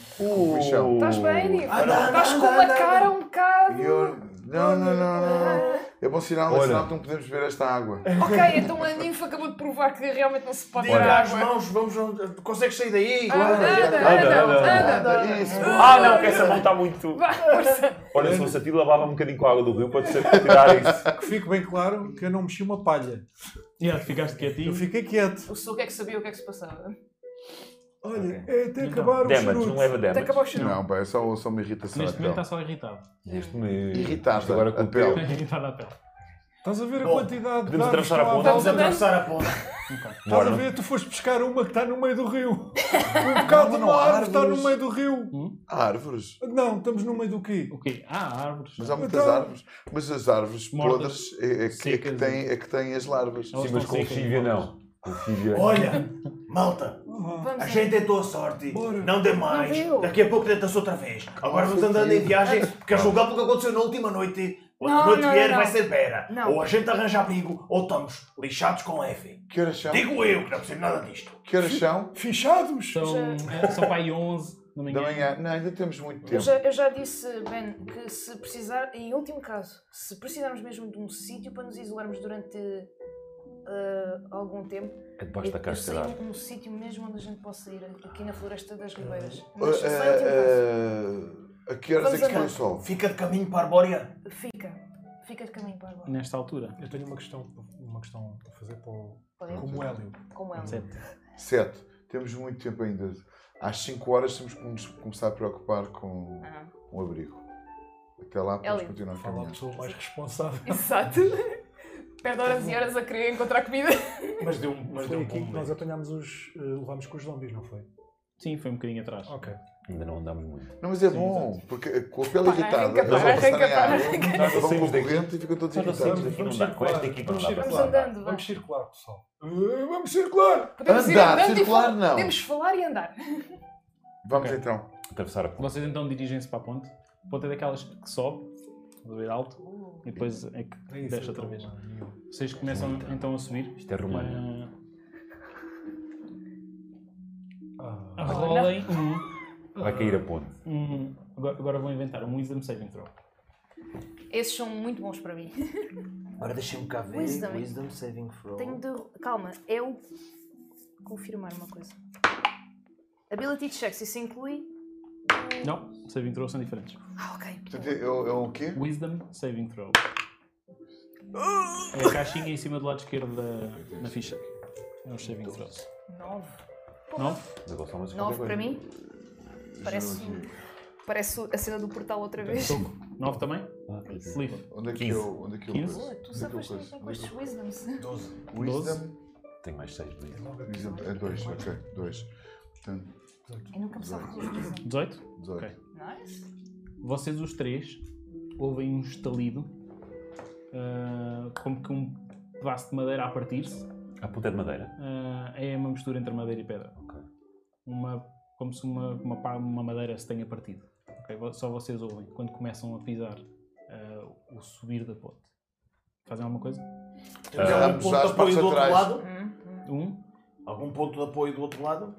Speaker 2: Bichão.
Speaker 1: Uh!
Speaker 4: Estás bem, Diego?
Speaker 2: Anda,
Speaker 4: Estás com uma cara um bocado. Ah.
Speaker 2: E eu- Não, não, não, não. É bom sinal, é
Speaker 12: Olha.
Speaker 2: sinal que não podemos beber esta água.
Speaker 4: Ok, então a ninfa acabou de provar que realmente não se pode
Speaker 12: Olha.
Speaker 4: tirar
Speaker 3: As mãos, vamos. onde- Consegues sair daí?
Speaker 4: Anda, anda, anda, anda, anda.
Speaker 2: Isso.
Speaker 12: Ah, não, que essa mão está muito.
Speaker 4: Vai, força.
Speaker 12: Olha, se fosse a ti, lavava um bocadinho com a água do rio, pode ser para tirar isso.
Speaker 8: Que fique bem claro que eu não mexi uma palha.
Speaker 1: Yeah, ficaste quietinho.
Speaker 8: Eu fiquei quieto.
Speaker 4: O Suco é que sabia o que é que se passava.
Speaker 8: Olha, é até acabar o
Speaker 12: Damage,
Speaker 8: charuto.
Speaker 12: não leva
Speaker 4: Até
Speaker 12: damage.
Speaker 4: acabar o cheiro.
Speaker 2: Não, pá, é só, só uma irritação.
Speaker 1: Neste momento
Speaker 2: então.
Speaker 1: está só irritado.
Speaker 12: Neste momento.
Speaker 2: Irritado,
Speaker 12: Isto agora com
Speaker 2: a
Speaker 12: o pelo.
Speaker 2: pele.
Speaker 1: Irritado à pele.
Speaker 8: Estás a ver a
Speaker 3: Bom,
Speaker 8: quantidade de
Speaker 12: podemos
Speaker 8: árvores
Speaker 12: atravessar a
Speaker 8: que há à
Speaker 12: ponte?
Speaker 3: Vamos
Speaker 8: volta?
Speaker 3: atravessar a ponte.
Speaker 8: Estás a
Speaker 12: Bora.
Speaker 8: ver? Tu foste pescar uma que está no meio do rio. Um bocado de
Speaker 2: Não,
Speaker 8: uma
Speaker 2: há
Speaker 8: árvore está no
Speaker 2: árvores.
Speaker 8: meio do rio.
Speaker 2: Há árvores.
Speaker 8: Não, estamos no meio do quê?
Speaker 1: O quê? Ah, árvores.
Speaker 2: Mas há muitas
Speaker 8: Então-
Speaker 2: árvores. Mas as árvores
Speaker 1: Mortas,
Speaker 2: podres é, é que, é, que
Speaker 1: secas,
Speaker 2: têm, é que têm as larvas.
Speaker 1: Elas
Speaker 12: Sim, mas
Speaker 1: estão
Speaker 12: com
Speaker 1: secas,
Speaker 12: lexívia
Speaker 1: mortas.
Speaker 12: não. Com lexívia.
Speaker 3: Olha, malta,
Speaker 4: Vamos
Speaker 3: a
Speaker 4: a-
Speaker 3: gente é tua sorte.
Speaker 8: Bora.
Speaker 3: Não dê mais.
Speaker 4: Não deu.
Speaker 3: Daqui a pouco tenta-se outra vez. Agora vamos andando em viagem, porque a julgar pelo que aconteceu na última noite. Outra
Speaker 4: Não,
Speaker 3: noite
Speaker 4: não,
Speaker 3: vier
Speaker 4: não,
Speaker 3: vai
Speaker 4: não.
Speaker 3: ser pera.
Speaker 4: Não.
Speaker 3: Ou a gente arranja abrigo, ou estamos lixados com F.
Speaker 2: Que horas são?
Speaker 3: Digo eu que não percebo nada disto.
Speaker 2: Que horas são?
Speaker 8: Fichados?
Speaker 1: São, eh, são para aí 11 da manhã.
Speaker 2: Da manhã. Não, ainda temos muito
Speaker 4: Eu
Speaker 2: tempo.
Speaker 4: já, eu já disse, Ben, que se precisar, em último caso, se precisarmos mesmo de um sítio para nos isolarmos durante eh, algum tempo,
Speaker 12: É debaixo da
Speaker 4: eu, eu
Speaker 12: caixa
Speaker 4: sei
Speaker 12: de ar.
Speaker 4: um, um sítio mesmo onde a gente possa ir, aqui na Floresta das Ribeiras.
Speaker 2: Uh,
Speaker 4: Mas só em último caso.
Speaker 2: uh, uh, a que horas é
Speaker 4: Vamos
Speaker 2: que cai o
Speaker 4: andar.
Speaker 2: sol?
Speaker 3: Fica de caminho para a Arbórea.
Speaker 4: Fica, fica de caminho para agora.
Speaker 1: Nesta altura.
Speaker 21: Eu tenho uma questão, uma questão a fazer para o.
Speaker 4: Podem?
Speaker 21: Como Hélio.
Speaker 4: Como é? ela.
Speaker 1: Sete.
Speaker 2: Sete. Temos muito tempo ainda. Às 5 horas temos que nos começar a preocupar com
Speaker 4: Ah,
Speaker 2: um abrigo. Até lá podemos
Speaker 4: Hélio.
Speaker 2: continuar a
Speaker 21: Fala a
Speaker 2: caminhar.
Speaker 21: pessoa mais responsável.
Speaker 4: Exato. Perde horas e horas a querer encontrar comida.
Speaker 21: Mas deu, um- mas deu Foi um aqui bom que nós momento. apanhámos os. eh, levámos com os zombies, não foi?
Speaker 1: Sim, foi um bocadinho atrás.
Speaker 21: Ok.
Speaker 12: Ainda não andamos muito.
Speaker 2: Não, mas é bom, porque com a pele
Speaker 4: Para,
Speaker 2: irritada,
Speaker 4: arranca,
Speaker 2: eles vão
Speaker 4: para,
Speaker 2: passar
Speaker 4: arranca,
Speaker 2: em
Speaker 4: para,
Speaker 2: água,
Speaker 4: arranca.
Speaker 2: vão com
Speaker 12: Saímos daqui.
Speaker 2: corrente e ficam
Speaker 3: Então,
Speaker 2: todos
Speaker 12: Nós não Então, saímos
Speaker 2: irritados.
Speaker 12: daqui, não dá. Com esta equipa não dá.
Speaker 4: Vamos andando, vá.
Speaker 21: Vamos circular, pessoal. Eh, Vamos circular!
Speaker 4: Podemos ir
Speaker 2: Andar,
Speaker 4: andando e
Speaker 2: circular,
Speaker 4: falar.
Speaker 2: não.
Speaker 4: Podemos falar e andar.
Speaker 2: Vamos
Speaker 1: Ok.
Speaker 2: então.
Speaker 12: Atravessar a ponte.
Speaker 1: Vocês então dirigem-se para a ponte. A ponte é daquelas que sobe, a ver alto, e depois é que
Speaker 21: É isso,
Speaker 1: desce outra
Speaker 21: então,
Speaker 1: vez.
Speaker 21: mano.
Speaker 1: Vocês começam então a subir.
Speaker 12: Isto é România.
Speaker 21: Ah,
Speaker 1: Ah, rolem um,
Speaker 3: Ah.
Speaker 12: Vai cair a ponte.
Speaker 1: um- Agora, agora vou inventar um Wisdom Saving Throw.
Speaker 4: Esses são muito bons para mim.
Speaker 22: Agora deixa-me
Speaker 3: Tá
Speaker 22: cá ver.
Speaker 4: Wisdom.
Speaker 22: Wisdom, saving throw.
Speaker 4: Tenho de. Calma, eu. Confirmar uma coisa. Ability checks, isso inclui.
Speaker 1: Não, Saving Throws são diferentes.
Speaker 4: Ah, ok.
Speaker 2: Portanto, é, é o quê?
Speaker 1: Wisdom Saving Throw.
Speaker 4: Uh!
Speaker 1: É a caixinha em cima do lado esquerdo da, na ficha. É os Saving Throws.
Speaker 4: 9.
Speaker 1: Não?
Speaker 12: Agora só mais
Speaker 4: 9
Speaker 12: qualquer
Speaker 4: para
Speaker 12: coisa.
Speaker 4: mim? Parece, parece a cena do portal outra vez.
Speaker 1: 9 também?
Speaker 12: Ah, ok.
Speaker 1: Sleeve.
Speaker 2: Onde é que
Speaker 12: 15.
Speaker 2: eu. Onde é que eu.
Speaker 1: Quinze.
Speaker 4: Boa,
Speaker 2: coisa?
Speaker 4: tu
Speaker 2: Onde é que eu
Speaker 4: sabes
Speaker 2: coisa?
Speaker 4: com estes wisdoms.
Speaker 3: Doze.
Speaker 2: Wisdom.
Speaker 12: Tenho mais 6 de vida.
Speaker 2: Wisdom. É 2, ok. 2. Portanto,
Speaker 4: Eu nunca me salvo dos wisdom.
Speaker 1: 18?
Speaker 2: 18.
Speaker 1: Ok.
Speaker 4: Nice.
Speaker 1: Vocês os três ouvem um estalido, ah, como que um pedaço de madeira a partir-se.
Speaker 12: A ponte é de madeira.
Speaker 1: Ah, é uma mistura entre madeira e pedra.
Speaker 12: Ok.
Speaker 1: Uma, como se uma, uma, pá- uma madeira se tenha partido. Ok? Vo- Só vocês ouvem quando começam a pisar ah, o subir da ponte. Fazem alguma coisa?
Speaker 3: Temos
Speaker 2: Ah,
Speaker 3: algum ponto
Speaker 2: já
Speaker 3: de
Speaker 2: as
Speaker 3: apoio
Speaker 2: partes
Speaker 3: do outro
Speaker 2: atrás.
Speaker 3: lado?
Speaker 4: Hum, hum.
Speaker 1: Um.
Speaker 3: Algum ponto de apoio do outro lado?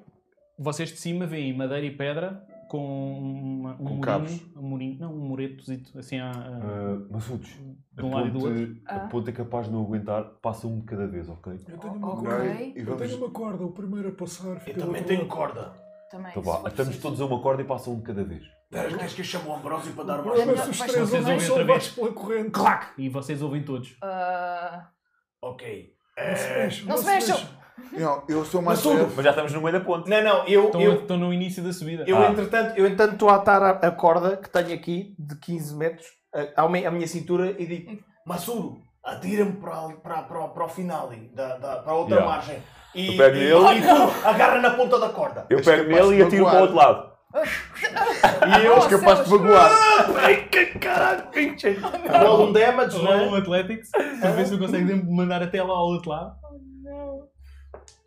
Speaker 1: Vocês de cima veem madeira e pedra com uma, um,
Speaker 2: Com
Speaker 1: murinho,
Speaker 2: cabos.
Speaker 1: um murinho, não, um muretozito, assim a, a,
Speaker 12: Ah, Maçudos,
Speaker 1: de um lado e do outro.
Speaker 3: Ah.
Speaker 12: a ponte é capaz de não aguentar, passa um de cada vez, ok?
Speaker 8: Eu tenho
Speaker 4: Oh,
Speaker 8: uma
Speaker 4: oh,
Speaker 8: corda.
Speaker 4: Ok.
Speaker 2: E
Speaker 8: Eu
Speaker 2: vamos.
Speaker 8: tenho uma corda, o primeiro a passar
Speaker 3: Eu
Speaker 8: fica do
Speaker 3: também
Speaker 8: outro
Speaker 3: tenho
Speaker 8: lado.
Speaker 3: corda.
Speaker 4: Também.
Speaker 12: Então
Speaker 4: se
Speaker 12: vá,
Speaker 4: for
Speaker 12: atamos
Speaker 4: preciso.
Speaker 12: todos a uma corda e passa um de cada vez.
Speaker 3: Espera, queres que eu chame o Ambrósio para dar uma
Speaker 8: Eu
Speaker 4: Mas
Speaker 8: meto
Speaker 3: ajuda?
Speaker 8: os
Speaker 4: vai-
Speaker 8: três
Speaker 1: vocês ouvem
Speaker 8: homens
Speaker 1: outra
Speaker 8: levados pela corrente.
Speaker 1: Clac! E vocês ouvem todos.
Speaker 4: Ah,
Speaker 3: Ok. Eh,
Speaker 8: Não se mexam.
Speaker 4: Não se mexam.
Speaker 2: Não, eu sou mais
Speaker 3: Mas tudo.
Speaker 2: leve.
Speaker 12: Mas já estamos no meio da ponte.
Speaker 3: Não, não, eu,
Speaker 1: Estão,
Speaker 3: eu,
Speaker 1: estão no início da subida.
Speaker 3: eu,
Speaker 12: Ah.
Speaker 3: entretanto, eu entretanto estou a atar a, a corda que tenho aqui de 15 metros a- ao me- à minha cintura e digo: Massuro, atira-me para, ali- para, para, para o final, e da, da, para a outra
Speaker 12: Yeah.
Speaker 3: margem. E,
Speaker 12: Eu pego
Speaker 3: e-
Speaker 12: nele.
Speaker 3: e tu agarra na ponta da corda.
Speaker 12: Eu pego nele e atiro para o outro lado.
Speaker 3: E eu
Speaker 19: Oh,
Speaker 12: És
Speaker 4: é
Speaker 12: capaz de magoar.
Speaker 3: Ai, que caralho, pinche. Rola um damage, não
Speaker 1: Rola um Athletics, para ver se eu consigo mandar até lá ao outro lado.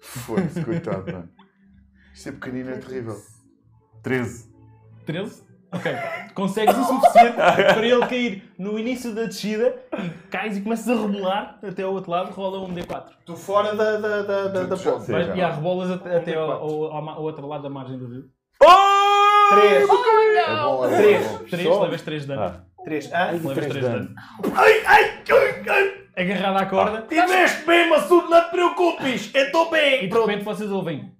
Speaker 2: Foda-se, coitado, mano. Isto é pequenino, é terrível.
Speaker 12: 13.
Speaker 1: 13? Ok. Consegues o suficiente para ele cair no início da descida e cais e começas a rebolar até ao outro lado, rola um D4.
Speaker 3: Tu fora da, da, da, da, da ponte.
Speaker 1: Vai- E há rebolas até, até ao, ao- ao ma- ao outro lado da margem do rio. Oh,
Speaker 3: Três. É bom, é bom, é bom.
Speaker 1: Três. Três.
Speaker 3: Só.
Speaker 1: Levas três de dano.
Speaker 3: Três. Ah,
Speaker 1: Levas
Speaker 3: três
Speaker 1: três de dano.
Speaker 3: Ai, ai, ai, ai.
Speaker 1: Agarrado à corda.
Speaker 3: Ah. Tiveste bem, Massudo, não te preocupes. Eu estou bem.
Speaker 1: E de repente vocês ouvem.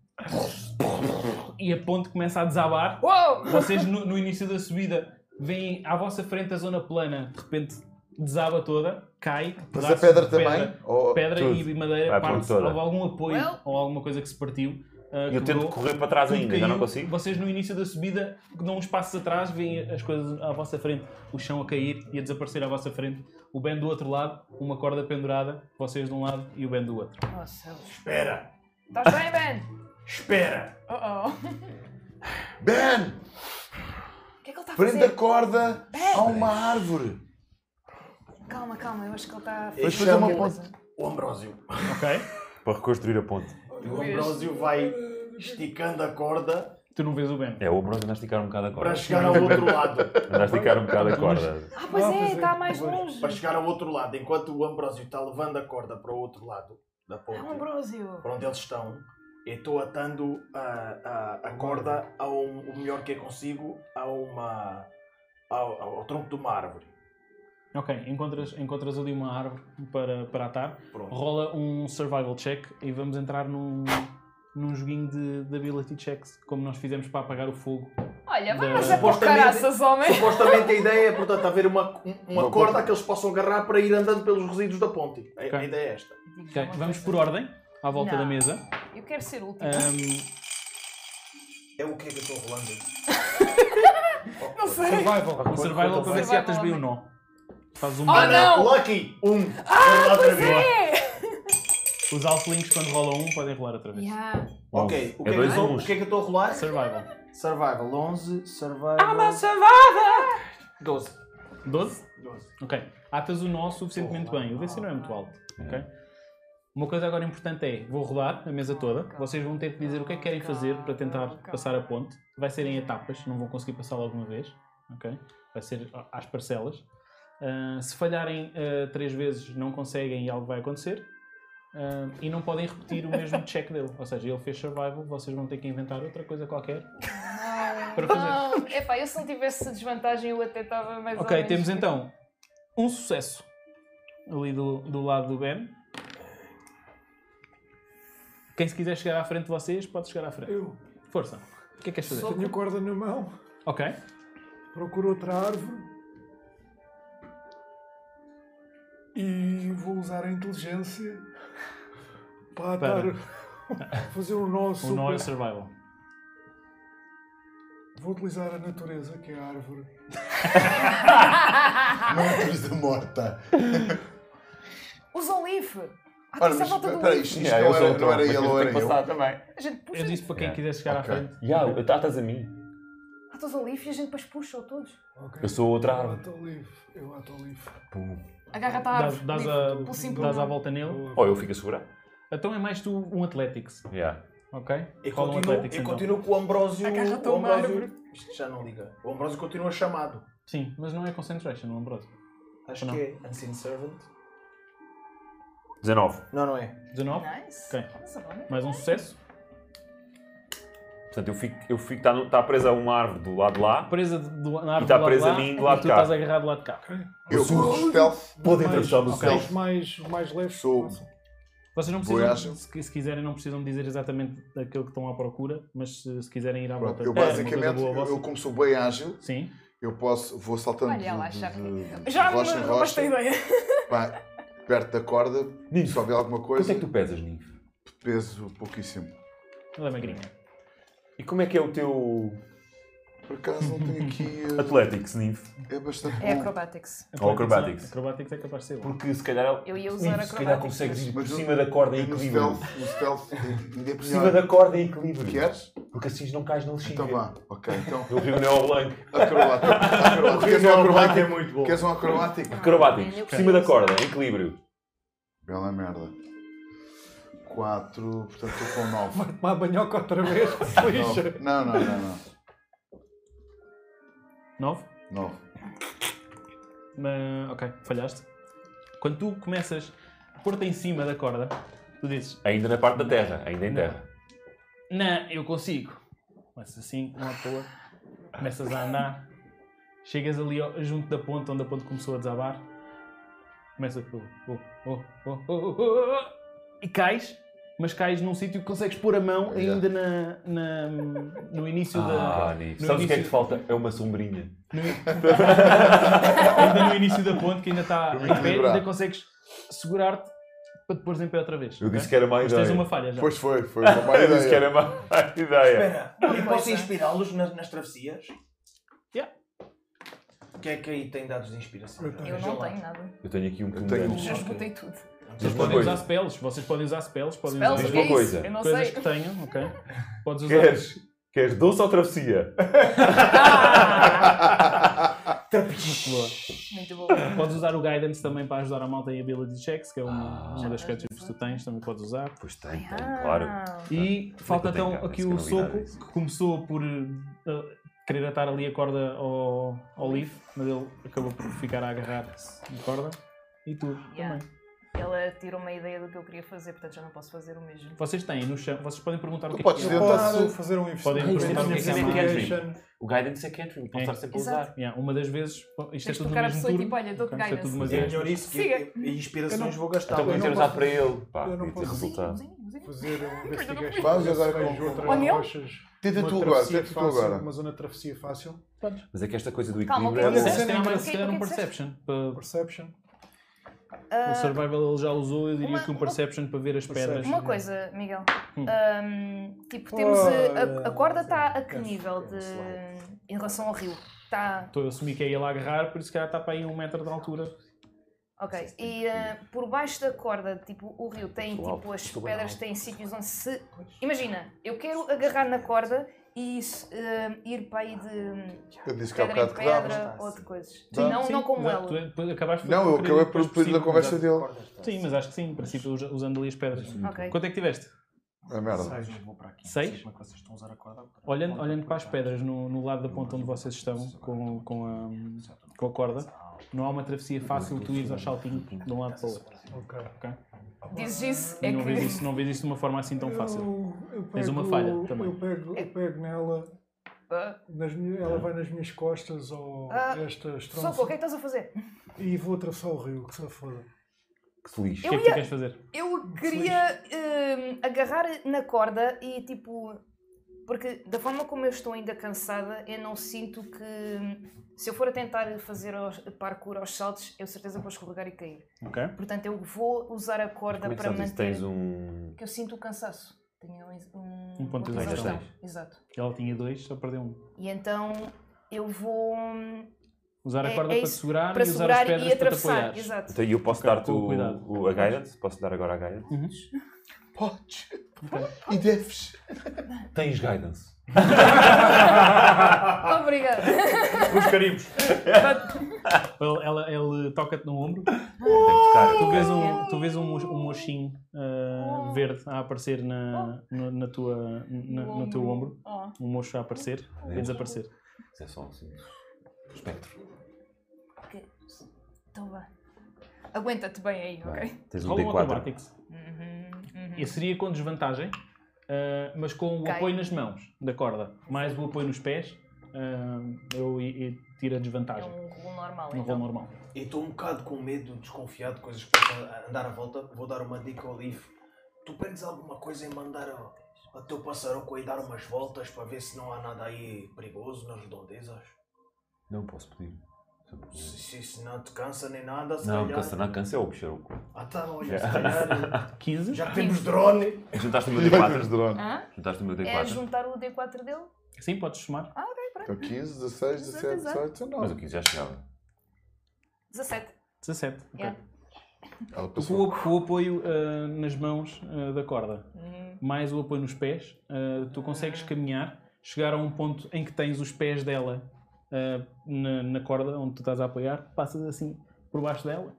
Speaker 1: E a ponte começa a desabar.
Speaker 19: Uou!
Speaker 1: Vocês, no, no início da subida, veem à vossa frente a zona plana. De repente, desaba toda, cai.
Speaker 2: Mas
Speaker 1: pedaços
Speaker 2: a pedra
Speaker 1: de
Speaker 2: também? Ou-
Speaker 1: pedra
Speaker 2: Tudo.
Speaker 1: e madeira,
Speaker 12: Vai por
Speaker 1: parte,
Speaker 12: toda.
Speaker 1: houve algum apoio
Speaker 12: Well.
Speaker 1: ou alguma coisa que se partiu. eh,
Speaker 12: E eu tento correr para trás ainda, já não consigo?
Speaker 1: Vocês, no início da subida, dão uns passos atrás, veem as coisas à vossa frente, o chão a cair e a desaparecer à vossa frente. O Ben do outro lado, uma corda pendurada, vocês de um lado e o Ben do outro.
Speaker 19: Nossa.
Speaker 3: Espera.
Speaker 19: Oh, Estás bem, Ben?
Speaker 3: Espera.
Speaker 19: Oh oh.
Speaker 2: Ben!
Speaker 19: O que é que ele está a
Speaker 2: Prende a
Speaker 19: fazer?
Speaker 2: corda a uma árvore.
Speaker 19: Calma, calma, eu acho que ele está a
Speaker 2: Vamos fazer uma ponte.
Speaker 3: O Ambrósio.
Speaker 1: Ok.
Speaker 12: Para reconstruir a ponte.
Speaker 3: O Ambrósio vai esticando a corda
Speaker 1: Tu não vês o Ben.
Speaker 12: É, o Ambrósio anda a esticar um bocado a corda.
Speaker 3: para chegar ao outro lado.
Speaker 12: Anda a esticar um bocado a corda.
Speaker 19: Ah, pois é, está mais longe.
Speaker 3: Para chegar ao outro lado, enquanto o Ambrósio está levando a corda para o outro lado da ponte,
Speaker 19: É um Ambrósio.
Speaker 3: para onde eles estão, eu estou atando a, a, a corda ao, o melhor que eu consigo a uma, ao, ao- ao tronco de uma árvore.
Speaker 1: Ok, encontras, encontras ali uma árvore para, para atar.
Speaker 3: Pronto.
Speaker 1: Rola um survival check e vamos entrar num, num joguinho de, de ability checks, como nós fizemos para apagar o fogo.
Speaker 20: Olha,
Speaker 1: Da-
Speaker 19: é
Speaker 20: vamos a por caraças, homem.
Speaker 3: supostamente a ideia é, portanto, haver uma, um- uma
Speaker 1: Uma
Speaker 3: corda
Speaker 1: ponte.
Speaker 3: que eles possam agarrar para ir andando pelos resíduos da ponte. A, a
Speaker 1: Ok.
Speaker 3: ideia é esta.
Speaker 1: Ok, vamos por Ah, ordem, à volta da
Speaker 20: Não.
Speaker 1: mesa.
Speaker 20: Eu quero ser última.
Speaker 1: Ahm,
Speaker 3: É o que é que eu estou rolando?
Speaker 20: Não sei.
Speaker 1: o survival para ver se
Speaker 20: Survival,
Speaker 1: apertas bem o nó. Fazes um
Speaker 20: Oh, não!
Speaker 3: Lucky! Um!
Speaker 20: Ah, pois
Speaker 1: é!
Speaker 20: é!
Speaker 1: Os alflings, quando rolam um, podem rolar outra vez.
Speaker 3: Ok, o que é, que,
Speaker 1: dois
Speaker 12: um.
Speaker 3: eu-
Speaker 1: uns.
Speaker 3: o que é que eu estou a rolar?
Speaker 1: Survival.
Speaker 3: Survival 11, Survival.
Speaker 20: Alma salvada!
Speaker 3: 12.
Speaker 1: 12?
Speaker 3: 12.
Speaker 1: Ok. Atas o nó suficientemente bem. O DC não é muito alto. Ok? Uma coisa agora importante é, vou rodar a mesa toda, vocês vão ter que dizer o que é que querem fazer para tentar passar a ponte. Vai ser em etapas, não vão conseguir passar logo de uma vez. Ok? Vai ser a- às parcelas. Ah, se falharem ah, três vezes, não conseguem e algo vai acontecer. Ah, e não podem repetir o mesmo check dele. Ou seja, ele fez survival, vocês vão ter que inventar outra coisa qualquer. Para fazer.
Speaker 19: Não, Ah, epá, eu se não tivesse desvantagem eu até estava mais ou
Speaker 1: Ok,
Speaker 19: menos-
Speaker 1: temos então um sucesso ali do, do lado do Ben. Quem se quiser chegar à frente de vocês, pode chegar à frente.
Speaker 11: Eu.
Speaker 1: Força. O que é que queres fazer?
Speaker 11: Tenho a corda na mão,
Speaker 1: Ok. um
Speaker 11: procuro outra árvore e vou usar a inteligência para
Speaker 1: Para.
Speaker 11: atar, fazer um nó
Speaker 1: O nó
Speaker 11: super.
Speaker 1: é survival.
Speaker 11: Vou utilizar a natureza, que é a árvore.
Speaker 2: Montes de morta.
Speaker 19: Usa o leaf. Ah,
Speaker 2: Ora,
Speaker 19: tens a
Speaker 2: mas
Speaker 4: é
Speaker 19: volta do
Speaker 2: peraí,
Speaker 19: leaf.
Speaker 2: isto
Speaker 12: Yeah, eu
Speaker 2: não
Speaker 12: sou
Speaker 2: era-
Speaker 12: o
Speaker 2: não era
Speaker 12: Tom,
Speaker 2: ele
Speaker 12: mas
Speaker 2: ou
Speaker 12: eu
Speaker 2: era
Speaker 12: tenho que
Speaker 2: eu.
Speaker 12: passar também.
Speaker 19: A gente puxa.
Speaker 1: Eu disse para quem
Speaker 12: Yeah.
Speaker 1: quiser chegar
Speaker 12: É. Ok.
Speaker 1: à frente.
Speaker 12: Yeah, eu- Tratas a mim.
Speaker 19: Atas o leaf e a gente depois puxa-o todos.
Speaker 12: Eu sou outra
Speaker 11: Eu
Speaker 12: árvore.
Speaker 11: ato ao livro, eu ato ao livro.
Speaker 19: Agarra-te
Speaker 4: tá
Speaker 19: à
Speaker 1: Dás,
Speaker 19: árvore.
Speaker 1: dás
Speaker 4: tipo,
Speaker 19: leaf,
Speaker 1: a,
Speaker 19: pelo Ah, Um simples
Speaker 1: dás a
Speaker 19: não.
Speaker 1: volta nele.
Speaker 12: Ou Oh, eu fico a segurar.
Speaker 1: Então é mais tu um Athletics.
Speaker 12: Yeah.
Speaker 1: Ok?
Speaker 3: Eu
Speaker 1: Rola um
Speaker 3: continuo,
Speaker 1: Athletics,
Speaker 3: eu
Speaker 1: então.
Speaker 3: continuo com o Ambrósio.
Speaker 19: Agarra-te
Speaker 3: O
Speaker 19: uma
Speaker 3: Ambrósio. Isto já não liga. O Ambrósio continua chamado.
Speaker 1: Sim, mas não é concentration, não Ambrose.
Speaker 3: Acho
Speaker 1: Não.
Speaker 3: que é Unseen Servant.
Speaker 12: 19.
Speaker 3: Não, não é.
Speaker 1: 19?
Speaker 19: Nice.
Speaker 1: Ok.
Speaker 19: Nossa,
Speaker 4: né?
Speaker 19: bom.
Speaker 1: Mais um sucesso.
Speaker 12: Portanto, eu fico. Eu fico está, no- está presa a uma árvore do lado de lá.
Speaker 1: Presa de- do, na árvore
Speaker 12: E está
Speaker 1: do lado
Speaker 12: presa
Speaker 1: lá,
Speaker 12: a mim do
Speaker 1: e
Speaker 12: lado
Speaker 1: tu
Speaker 12: cá.
Speaker 1: estás agarrado do lado de cá.
Speaker 2: Eu sou o stealth.
Speaker 11: Mais-
Speaker 12: Podem atravessar no
Speaker 11: ok,
Speaker 12: stealth.
Speaker 11: os mais, os mais leves. um
Speaker 2: Sou.
Speaker 1: Vocês não
Speaker 2: Voyage.
Speaker 1: precisam, se, se quiserem, não precisam dizer exatamente daquilo que estão à procura, mas se, se quiserem ir à
Speaker 2: Pronto,
Speaker 1: volta
Speaker 2: eu
Speaker 1: de alguma coisa
Speaker 2: basicamente,
Speaker 1: boa
Speaker 2: eu,
Speaker 1: vossa.
Speaker 2: eu como sou bem ágil,
Speaker 1: Sim.
Speaker 2: eu posso, vou saltando
Speaker 20: Olha lá,
Speaker 2: de,
Speaker 20: já
Speaker 2: de,
Speaker 20: que-
Speaker 2: de
Speaker 20: já me
Speaker 2: rocha em rocha,
Speaker 20: roubaste a ideia.
Speaker 2: pá, perto da corda, se houver alguma
Speaker 12: Quanto
Speaker 2: coisa,
Speaker 12: é que tu pesas, Ninho?
Speaker 2: peso pouquíssimo.
Speaker 1: Ela é magrinha.
Speaker 12: E como é que é o teu.
Speaker 2: Por acaso não tenho aqui. eh,
Speaker 12: Athletics, Ninf.
Speaker 2: É bastante
Speaker 4: É acrobatics.
Speaker 12: Ou acrobatics.
Speaker 1: Acrobatics é capaz de ser.
Speaker 12: Porque se calhar.
Speaker 4: Eu ia
Speaker 12: Sim,
Speaker 4: usar
Speaker 12: Se calhar
Speaker 4: acrobatics.
Speaker 12: consegues ir por
Speaker 2: Mas no-
Speaker 12: cima da corda em
Speaker 2: no
Speaker 12: equilíbrio.
Speaker 2: um stealth- no stealth, eh, ainda é
Speaker 12: Por
Speaker 2: melhor.
Speaker 12: cima da corda em equilíbrio.
Speaker 2: Queres?
Speaker 12: Porque assim não cais na lexívia.
Speaker 2: Então vá, ok. Então.
Speaker 12: O Rio Neo Blanc.
Speaker 2: Ah, Acrobático.
Speaker 12: O
Speaker 2: acrobático.
Speaker 12: Rio
Speaker 2: Queres um
Speaker 12: Neo Blanc
Speaker 2: acrobático?
Speaker 12: é muito bom.
Speaker 2: Queres um acrobático?
Speaker 12: Acrobáticos. Por cima da corda, em equilíbrio.
Speaker 2: Bela merda. 4, portanto estou com 9. Vai
Speaker 23: tomar banhoca outra vez, que se lixa.
Speaker 2: Não, não, não, não.
Speaker 1: 9?
Speaker 2: 9.
Speaker 1: Mas, ok, falhaste. Quando tu começas a pôr-te em cima da corda, tu dizes,
Speaker 12: Ainda na parte da terra, ainda em
Speaker 1: Não.
Speaker 12: terra.
Speaker 1: Não, eu consigo. Começas assim, com uma toa, começas a andar, chegas ali ao- junto da ponte onde a ponte começou a desabar, começa tu, oh, oh, oh, oh, oh, oh, oh, e cais, mas cais num sítio que consegues pôr a mão ainda na, na- no início da.
Speaker 12: Ah,
Speaker 1: no
Speaker 12: Nico. Sabes o que é que te
Speaker 1: início-
Speaker 12: falta? É uma sombrinha.
Speaker 1: no in- ainda no início da ponte que ainda está
Speaker 12: Eu vou
Speaker 1: em pé,
Speaker 12: equilibrar.
Speaker 1: ainda consegues segurar-te para te pôres em pé outra vez.
Speaker 12: Eu disse
Speaker 1: ok?
Speaker 12: que era má
Speaker 1: É? Mas
Speaker 12: ideia.
Speaker 1: tens uma falha já.
Speaker 2: Pois foi, foi
Speaker 12: uma má Eu disse ideia. que era má ideia.
Speaker 3: Espera, e posso inspirá-los nas, nas travessias?
Speaker 1: Yeah.
Speaker 3: O que é que aí tem dados de inspiração?
Speaker 4: Eu não tenho nada.
Speaker 12: Eu tenho aqui um que
Speaker 1: Eu
Speaker 12: me
Speaker 1: tenho
Speaker 12: deu.
Speaker 1: um.
Speaker 4: Já esgotei tudo.
Speaker 1: Vocês
Speaker 12: Diz-me
Speaker 1: podem
Speaker 12: uma coisa.
Speaker 1: usar spells, vocês podem usar spells, podem
Speaker 4: Spells,
Speaker 1: usar
Speaker 4: o que é isso? Eu não
Speaker 1: coisas
Speaker 4: sei.
Speaker 1: que tenham, ok? Podes usar.
Speaker 12: Queres, queres doce ou travessia?
Speaker 1: Boa.
Speaker 4: Ah, Muito bom.
Speaker 1: Podes usar o guidance também para ajudar a malta em ability checks, que é uma, uma das
Speaker 4: Já
Speaker 1: cartas que tu tens, também podes usar.
Speaker 12: Pois tem,
Speaker 1: tem,
Speaker 4: Ah.
Speaker 12: claro.
Speaker 1: E falta
Speaker 12: Como é que eu
Speaker 1: então
Speaker 12: tenho
Speaker 1: aqui o
Speaker 12: guidance? Que
Speaker 1: soco
Speaker 12: novidade
Speaker 1: que começou por eh, querer atar ali a corda ao, ao Leaf, mas ele acabou por ficar a agarrar-se de corda. E tu
Speaker 4: Yeah.
Speaker 1: também.
Speaker 4: Ela tirou é uma ideia do que eu queria fazer, portanto já não posso fazer o mesmo.
Speaker 1: Vocês têm no chão, vocês podem perguntar o
Speaker 4: Tu
Speaker 1: que
Speaker 4: podes
Speaker 1: é que é.
Speaker 4: tentar
Speaker 1: Podem
Speaker 4: fazer um
Speaker 1: Podem perguntar o que é que é
Speaker 12: cantrip. O guidance é cantrip, pode estar sempre a
Speaker 1: Exato.
Speaker 12: usar.
Speaker 1: Yeah, Uma das vezes, pô, isto
Speaker 12: Tens
Speaker 1: é
Speaker 12: de
Speaker 1: tudo no
Speaker 12: trocar a
Speaker 1: mesmo
Speaker 12: pessoa e
Speaker 1: turno.
Speaker 12: tipo, olha, dou-te
Speaker 1: ok? Isto é
Speaker 12: guidance.
Speaker 1: tudo uma
Speaker 12: É
Speaker 1: vez.
Speaker 12: melhor isso que- Siga.
Speaker 3: E inspirações
Speaker 12: Eu não-
Speaker 3: vou gastar.
Speaker 12: Então podia
Speaker 3: Tá Eu
Speaker 12: ter
Speaker 3: não
Speaker 12: usado
Speaker 3: posso-
Speaker 12: para ele. Pá,
Speaker 3: Eu não
Speaker 12: podia ter
Speaker 3: posso-
Speaker 12: resultado.
Speaker 8: Fazer um investigation.
Speaker 2: Vamos
Speaker 8: ver se
Speaker 2: agora
Speaker 8: vejo
Speaker 2: com-
Speaker 8: outras
Speaker 2: com- Anel?
Speaker 8: rochas.
Speaker 2: Tenta
Speaker 8: Uma
Speaker 2: tu agora,
Speaker 8: travessia
Speaker 2: tenta tu
Speaker 8: fácil,
Speaker 2: agora.
Speaker 8: Uma zona de travessia fácil.
Speaker 12: Mas é que esta coisa do
Speaker 4: Calma,
Speaker 12: equilíbrio é
Speaker 4: o que é que
Speaker 12: boa.
Speaker 4: vocês
Speaker 1: Tem mais
Speaker 4: O que é-
Speaker 1: se calhar
Speaker 4: o que
Speaker 1: um
Speaker 4: é que
Speaker 1: perception. para-
Speaker 8: Perception.
Speaker 1: O
Speaker 4: Ah,
Speaker 1: survival ele já usou, eu diria
Speaker 4: uma-
Speaker 1: que um perception para ver as pedras.
Speaker 4: Uma coisa, Miguel.
Speaker 1: Hum.
Speaker 4: Ahm, tipo, temos a, a- a corda está a que
Speaker 2: é um
Speaker 1: Yes,
Speaker 4: nível de em relação ao rio? Tá, Está.
Speaker 1: Estou a assumir que é ele a agarrar, por isso que ela está para aí a um metro de altura.
Speaker 4: Ok.
Speaker 2: é tipo
Speaker 4: E ah, por baixo da corda, tipo, o rio tem
Speaker 1: Estou
Speaker 4: tipo
Speaker 1: alto,
Speaker 4: as
Speaker 1: estou bem
Speaker 4: pedras
Speaker 1: alto.
Speaker 4: têm sítios onde se. Imagina, eu quero agarrar na corda e s- ah, ir para aí de
Speaker 2: Eu disse que há
Speaker 4: pedra em
Speaker 2: é bocado que dava.
Speaker 4: pedra ou de coisas.
Speaker 2: Dá.
Speaker 4: não, não um como
Speaker 1: mas
Speaker 4: ela.
Speaker 1: tu- é- tu acabaste por-
Speaker 2: Não, eu
Speaker 1: por-
Speaker 2: acabei por-
Speaker 1: depois
Speaker 2: por- na
Speaker 1: cima,
Speaker 2: conversa
Speaker 1: mas acho-
Speaker 2: dele.
Speaker 1: Sim, mas acho que sim, em princípio, usa- usando ali as pedras.
Speaker 4: Ok.
Speaker 1: Quanto é que tiveste?
Speaker 2: É
Speaker 3: Seis.
Speaker 2: merda.
Speaker 3: Eu vou para aqui.
Speaker 1: Seis?
Speaker 3: Não sei Como é que vocês estão a usar a corda?
Speaker 1: Olhando, olhando para as pedras no, no lado da ponta onde vocês estão, com, com, a, com a corda, não há uma travessia é fácil de tu ires ao saltinho de um lado para o outro.
Speaker 8: Ok.
Speaker 4: Dizes isso,
Speaker 1: E
Speaker 4: é
Speaker 1: não
Speaker 4: que.
Speaker 1: vês isso, não vês isso de uma forma assim tão fácil.
Speaker 8: Eu- eu
Speaker 1: Tens uma
Speaker 8: pego-
Speaker 1: falha também.
Speaker 8: Eu pego, eu pego nela. nas minhas- ela vai nas minhas costas ou
Speaker 4: Ah,
Speaker 8: esta estronça.
Speaker 4: Socorro, o que é que estás a fazer?
Speaker 8: E vou atravessar o rio, que se foda.
Speaker 12: Que feliz.
Speaker 4: Eu O que é que tu ia- queres
Speaker 1: fazer?
Speaker 4: Eu queria hum, agarrar na corda e tipo. Porque da forma como eu estou ainda cansada, eu não sinto que. hum, Se eu for a tentar fazer os, parkour aos saltos, eu certeza que vou escorregar e cair.
Speaker 1: Ok.
Speaker 4: Portanto, eu vou usar a corda
Speaker 12: Como é que
Speaker 4: para
Speaker 12: sabes isso?
Speaker 4: manter.
Speaker 12: Tens um.
Speaker 4: Que eu sinto o cansaço. Tenho um,
Speaker 1: Um ponto de
Speaker 4: uma
Speaker 1: exaustão.
Speaker 4: Exato.
Speaker 1: Ela tinha dois, só perdeu um.
Speaker 4: E então eu vou. hum,
Speaker 1: Usar a
Speaker 4: é-
Speaker 1: corda
Speaker 4: é
Speaker 1: para te
Speaker 4: isso,
Speaker 1: segurar
Speaker 4: para
Speaker 1: e usar
Speaker 4: segurar
Speaker 1: as pedras
Speaker 4: e
Speaker 1: para te
Speaker 4: atravessar,
Speaker 1: apoiar.
Speaker 4: Exato.
Speaker 12: Então eu posso dar-te o,
Speaker 1: cuidado.
Speaker 12: o- a guidance? Posso dar agora a guidance?
Speaker 2: Podes. E deves.
Speaker 12: Tens guidance.
Speaker 4: Obrigada.
Speaker 12: Os carimbos.
Speaker 1: Ele, ela- ele toca-te no ombro. Tu vês um, tu vês um, mo- um mochinho ah, verde a aparecer na, no, na tua, na,
Speaker 12: No
Speaker 1: no teu
Speaker 12: ombro.
Speaker 1: ombro.
Speaker 12: Oh.
Speaker 1: Um mocho a aparecer e a
Speaker 12: Oh.
Speaker 1: desaparecer.
Speaker 12: Isso é só assim. Espectro.
Speaker 4: Ok. Então vá. Aguenta-te bem aí,
Speaker 12: Vai.
Speaker 4: ok?
Speaker 12: Tens um
Speaker 1: Rola
Speaker 12: D4.
Speaker 1: acrobatics.
Speaker 4: Uhum, uhum.
Speaker 1: E seria com desvantagem, ah, mas com o
Speaker 4: Ok.
Speaker 1: apoio nas mãos da corda, mais o apoio nos pés, ah, eu e, e tira a desvantagem.
Speaker 4: Um rolo normal,
Speaker 1: Um
Speaker 4: então.
Speaker 1: rol normal.
Speaker 3: Eu estou um bocado com medo, desconfiado de coisas que possam andar à volta. Vou dar uma dica ao Leaf. Tu perdes alguma coisa em mandar ao, ao teu passaroco aí dar umas voltas para ver se não há nada aí perigoso nas redondezas?
Speaker 12: Não posso pedir.
Speaker 3: Se, se, se não te cansa nem nada, se
Speaker 12: Não,
Speaker 3: calhar...
Speaker 12: cansa, não cansa é o bicharoco.
Speaker 3: Ah tá, olha, se calhar... eh,
Speaker 12: Yeah.
Speaker 1: 15?
Speaker 3: Já que temos drone...
Speaker 12: Juntaste o meu D4.
Speaker 4: Hã?
Speaker 12: Juntaste o meu
Speaker 4: É
Speaker 12: D4.
Speaker 1: um
Speaker 4: juntar o D4 dele?
Speaker 1: Sim, podes somar.
Speaker 4: Ah, ok,
Speaker 2: Então 15, 16, 17, 18, 19.
Speaker 12: Mas o 15 já chegava.
Speaker 4: 17.
Speaker 1: 17. ok.
Speaker 4: Yeah.
Speaker 2: Ela
Speaker 1: O-
Speaker 2: passou.
Speaker 1: O, o apoio ah, nas mãos ah, da corda,
Speaker 4: Uhum.
Speaker 1: mais o apoio nos pés, ah, tu consegues caminhar, chegar a um ponto em que tens os pés dela ah, na, na corda onde tu estás a apoiar, passas assim por baixo dela,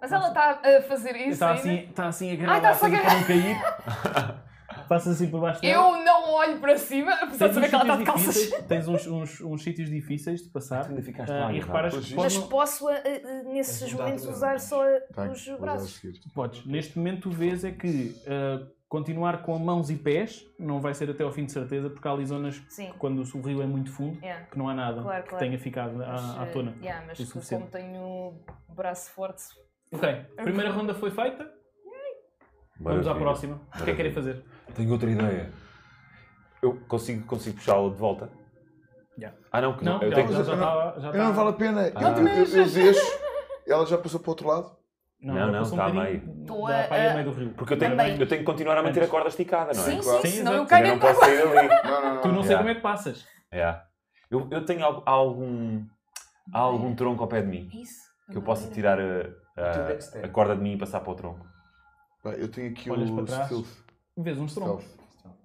Speaker 20: Mas ela
Speaker 4: tá
Speaker 20: está a fazer isso.
Speaker 1: está
Speaker 20: ainda?
Speaker 1: assim, está assim
Speaker 20: Ai,
Speaker 1: agarrada
Speaker 20: tá
Speaker 1: à coisa
Speaker 20: só
Speaker 1: para não cair, passas assim por baixo dela.
Speaker 20: Eu não olho para cima, apesar de saber que
Speaker 4: tá
Speaker 20: ela está de
Speaker 1: sítios
Speaker 20: calças.
Speaker 1: difíceis- Tens uns, uns, uns sítios difíceis de passar ah,
Speaker 12: lá
Speaker 1: e
Speaker 12: agarrado.
Speaker 1: reparas
Speaker 4: é.
Speaker 1: que pode
Speaker 19: Mas
Speaker 1: não-
Speaker 19: posso, eh, eh, nesses momentos, usar só
Speaker 2: Tá,
Speaker 1: Tá,
Speaker 19: os braços.
Speaker 1: Podes. Neste momento tu vês é que ah, continuar com mãos e pés não vai ser até ao fim de certeza, porque há ali zonas
Speaker 4: Sim.
Speaker 1: que quando o rio é muito fundo
Speaker 4: Yeah.
Speaker 1: que não há nada
Speaker 4: Claro,
Speaker 1: que
Speaker 4: claro.
Speaker 1: tenha ficado à,
Speaker 4: Mas,
Speaker 1: Ah, à
Speaker 4: eh,
Speaker 1: tona.
Speaker 4: yeah, mas
Speaker 1: o
Speaker 4: que
Speaker 1: suficiente.
Speaker 4: como tenho o braço forte.
Speaker 1: Ok, primeira ronda foi feita. Vamos à
Speaker 12: Maravilha.
Speaker 1: próxima. O que é que querem
Speaker 12: Maravilha.
Speaker 1: fazer?
Speaker 12: Tenho outra ideia. Eu consigo, consigo puxá-lo de volta?
Speaker 1: Já.
Speaker 12: Ah, não, que não.
Speaker 1: Não,
Speaker 12: eu
Speaker 1: já-
Speaker 12: tenho
Speaker 1: já-
Speaker 12: que...
Speaker 1: já tá- já
Speaker 2: Eu não
Speaker 1: tá-
Speaker 2: vale a pena.
Speaker 12: Ah.
Speaker 2: Eu, eu, eu deixo. Ela já passou para o outro lado?
Speaker 12: Não,
Speaker 1: passou
Speaker 12: não,
Speaker 1: um
Speaker 12: está a
Speaker 1: bocadinho.
Speaker 12: meio.
Speaker 4: Estou
Speaker 1: Dá para ir a meio do rio.
Speaker 12: Porque eu tenho,
Speaker 1: Também.
Speaker 12: eu tenho que continuar a manter a corda esticada, não é?
Speaker 1: Sim, Claro. sim, senão eu
Speaker 12: exato.
Speaker 1: caio
Speaker 12: não
Speaker 1: dentro da
Speaker 12: posso sair
Speaker 1: água.
Speaker 12: ali.
Speaker 1: Tu não sei
Speaker 12: Yeah.
Speaker 1: como é que passas.
Speaker 12: Yeah. É. Eu, eu tenho al- algum, há algum tronco ao pé de mim que eu possa tirar a, a, a corda de mim e passar para o tronco.
Speaker 2: eu tenho aqui
Speaker 1: Olhas para trás, vês um uns troncos.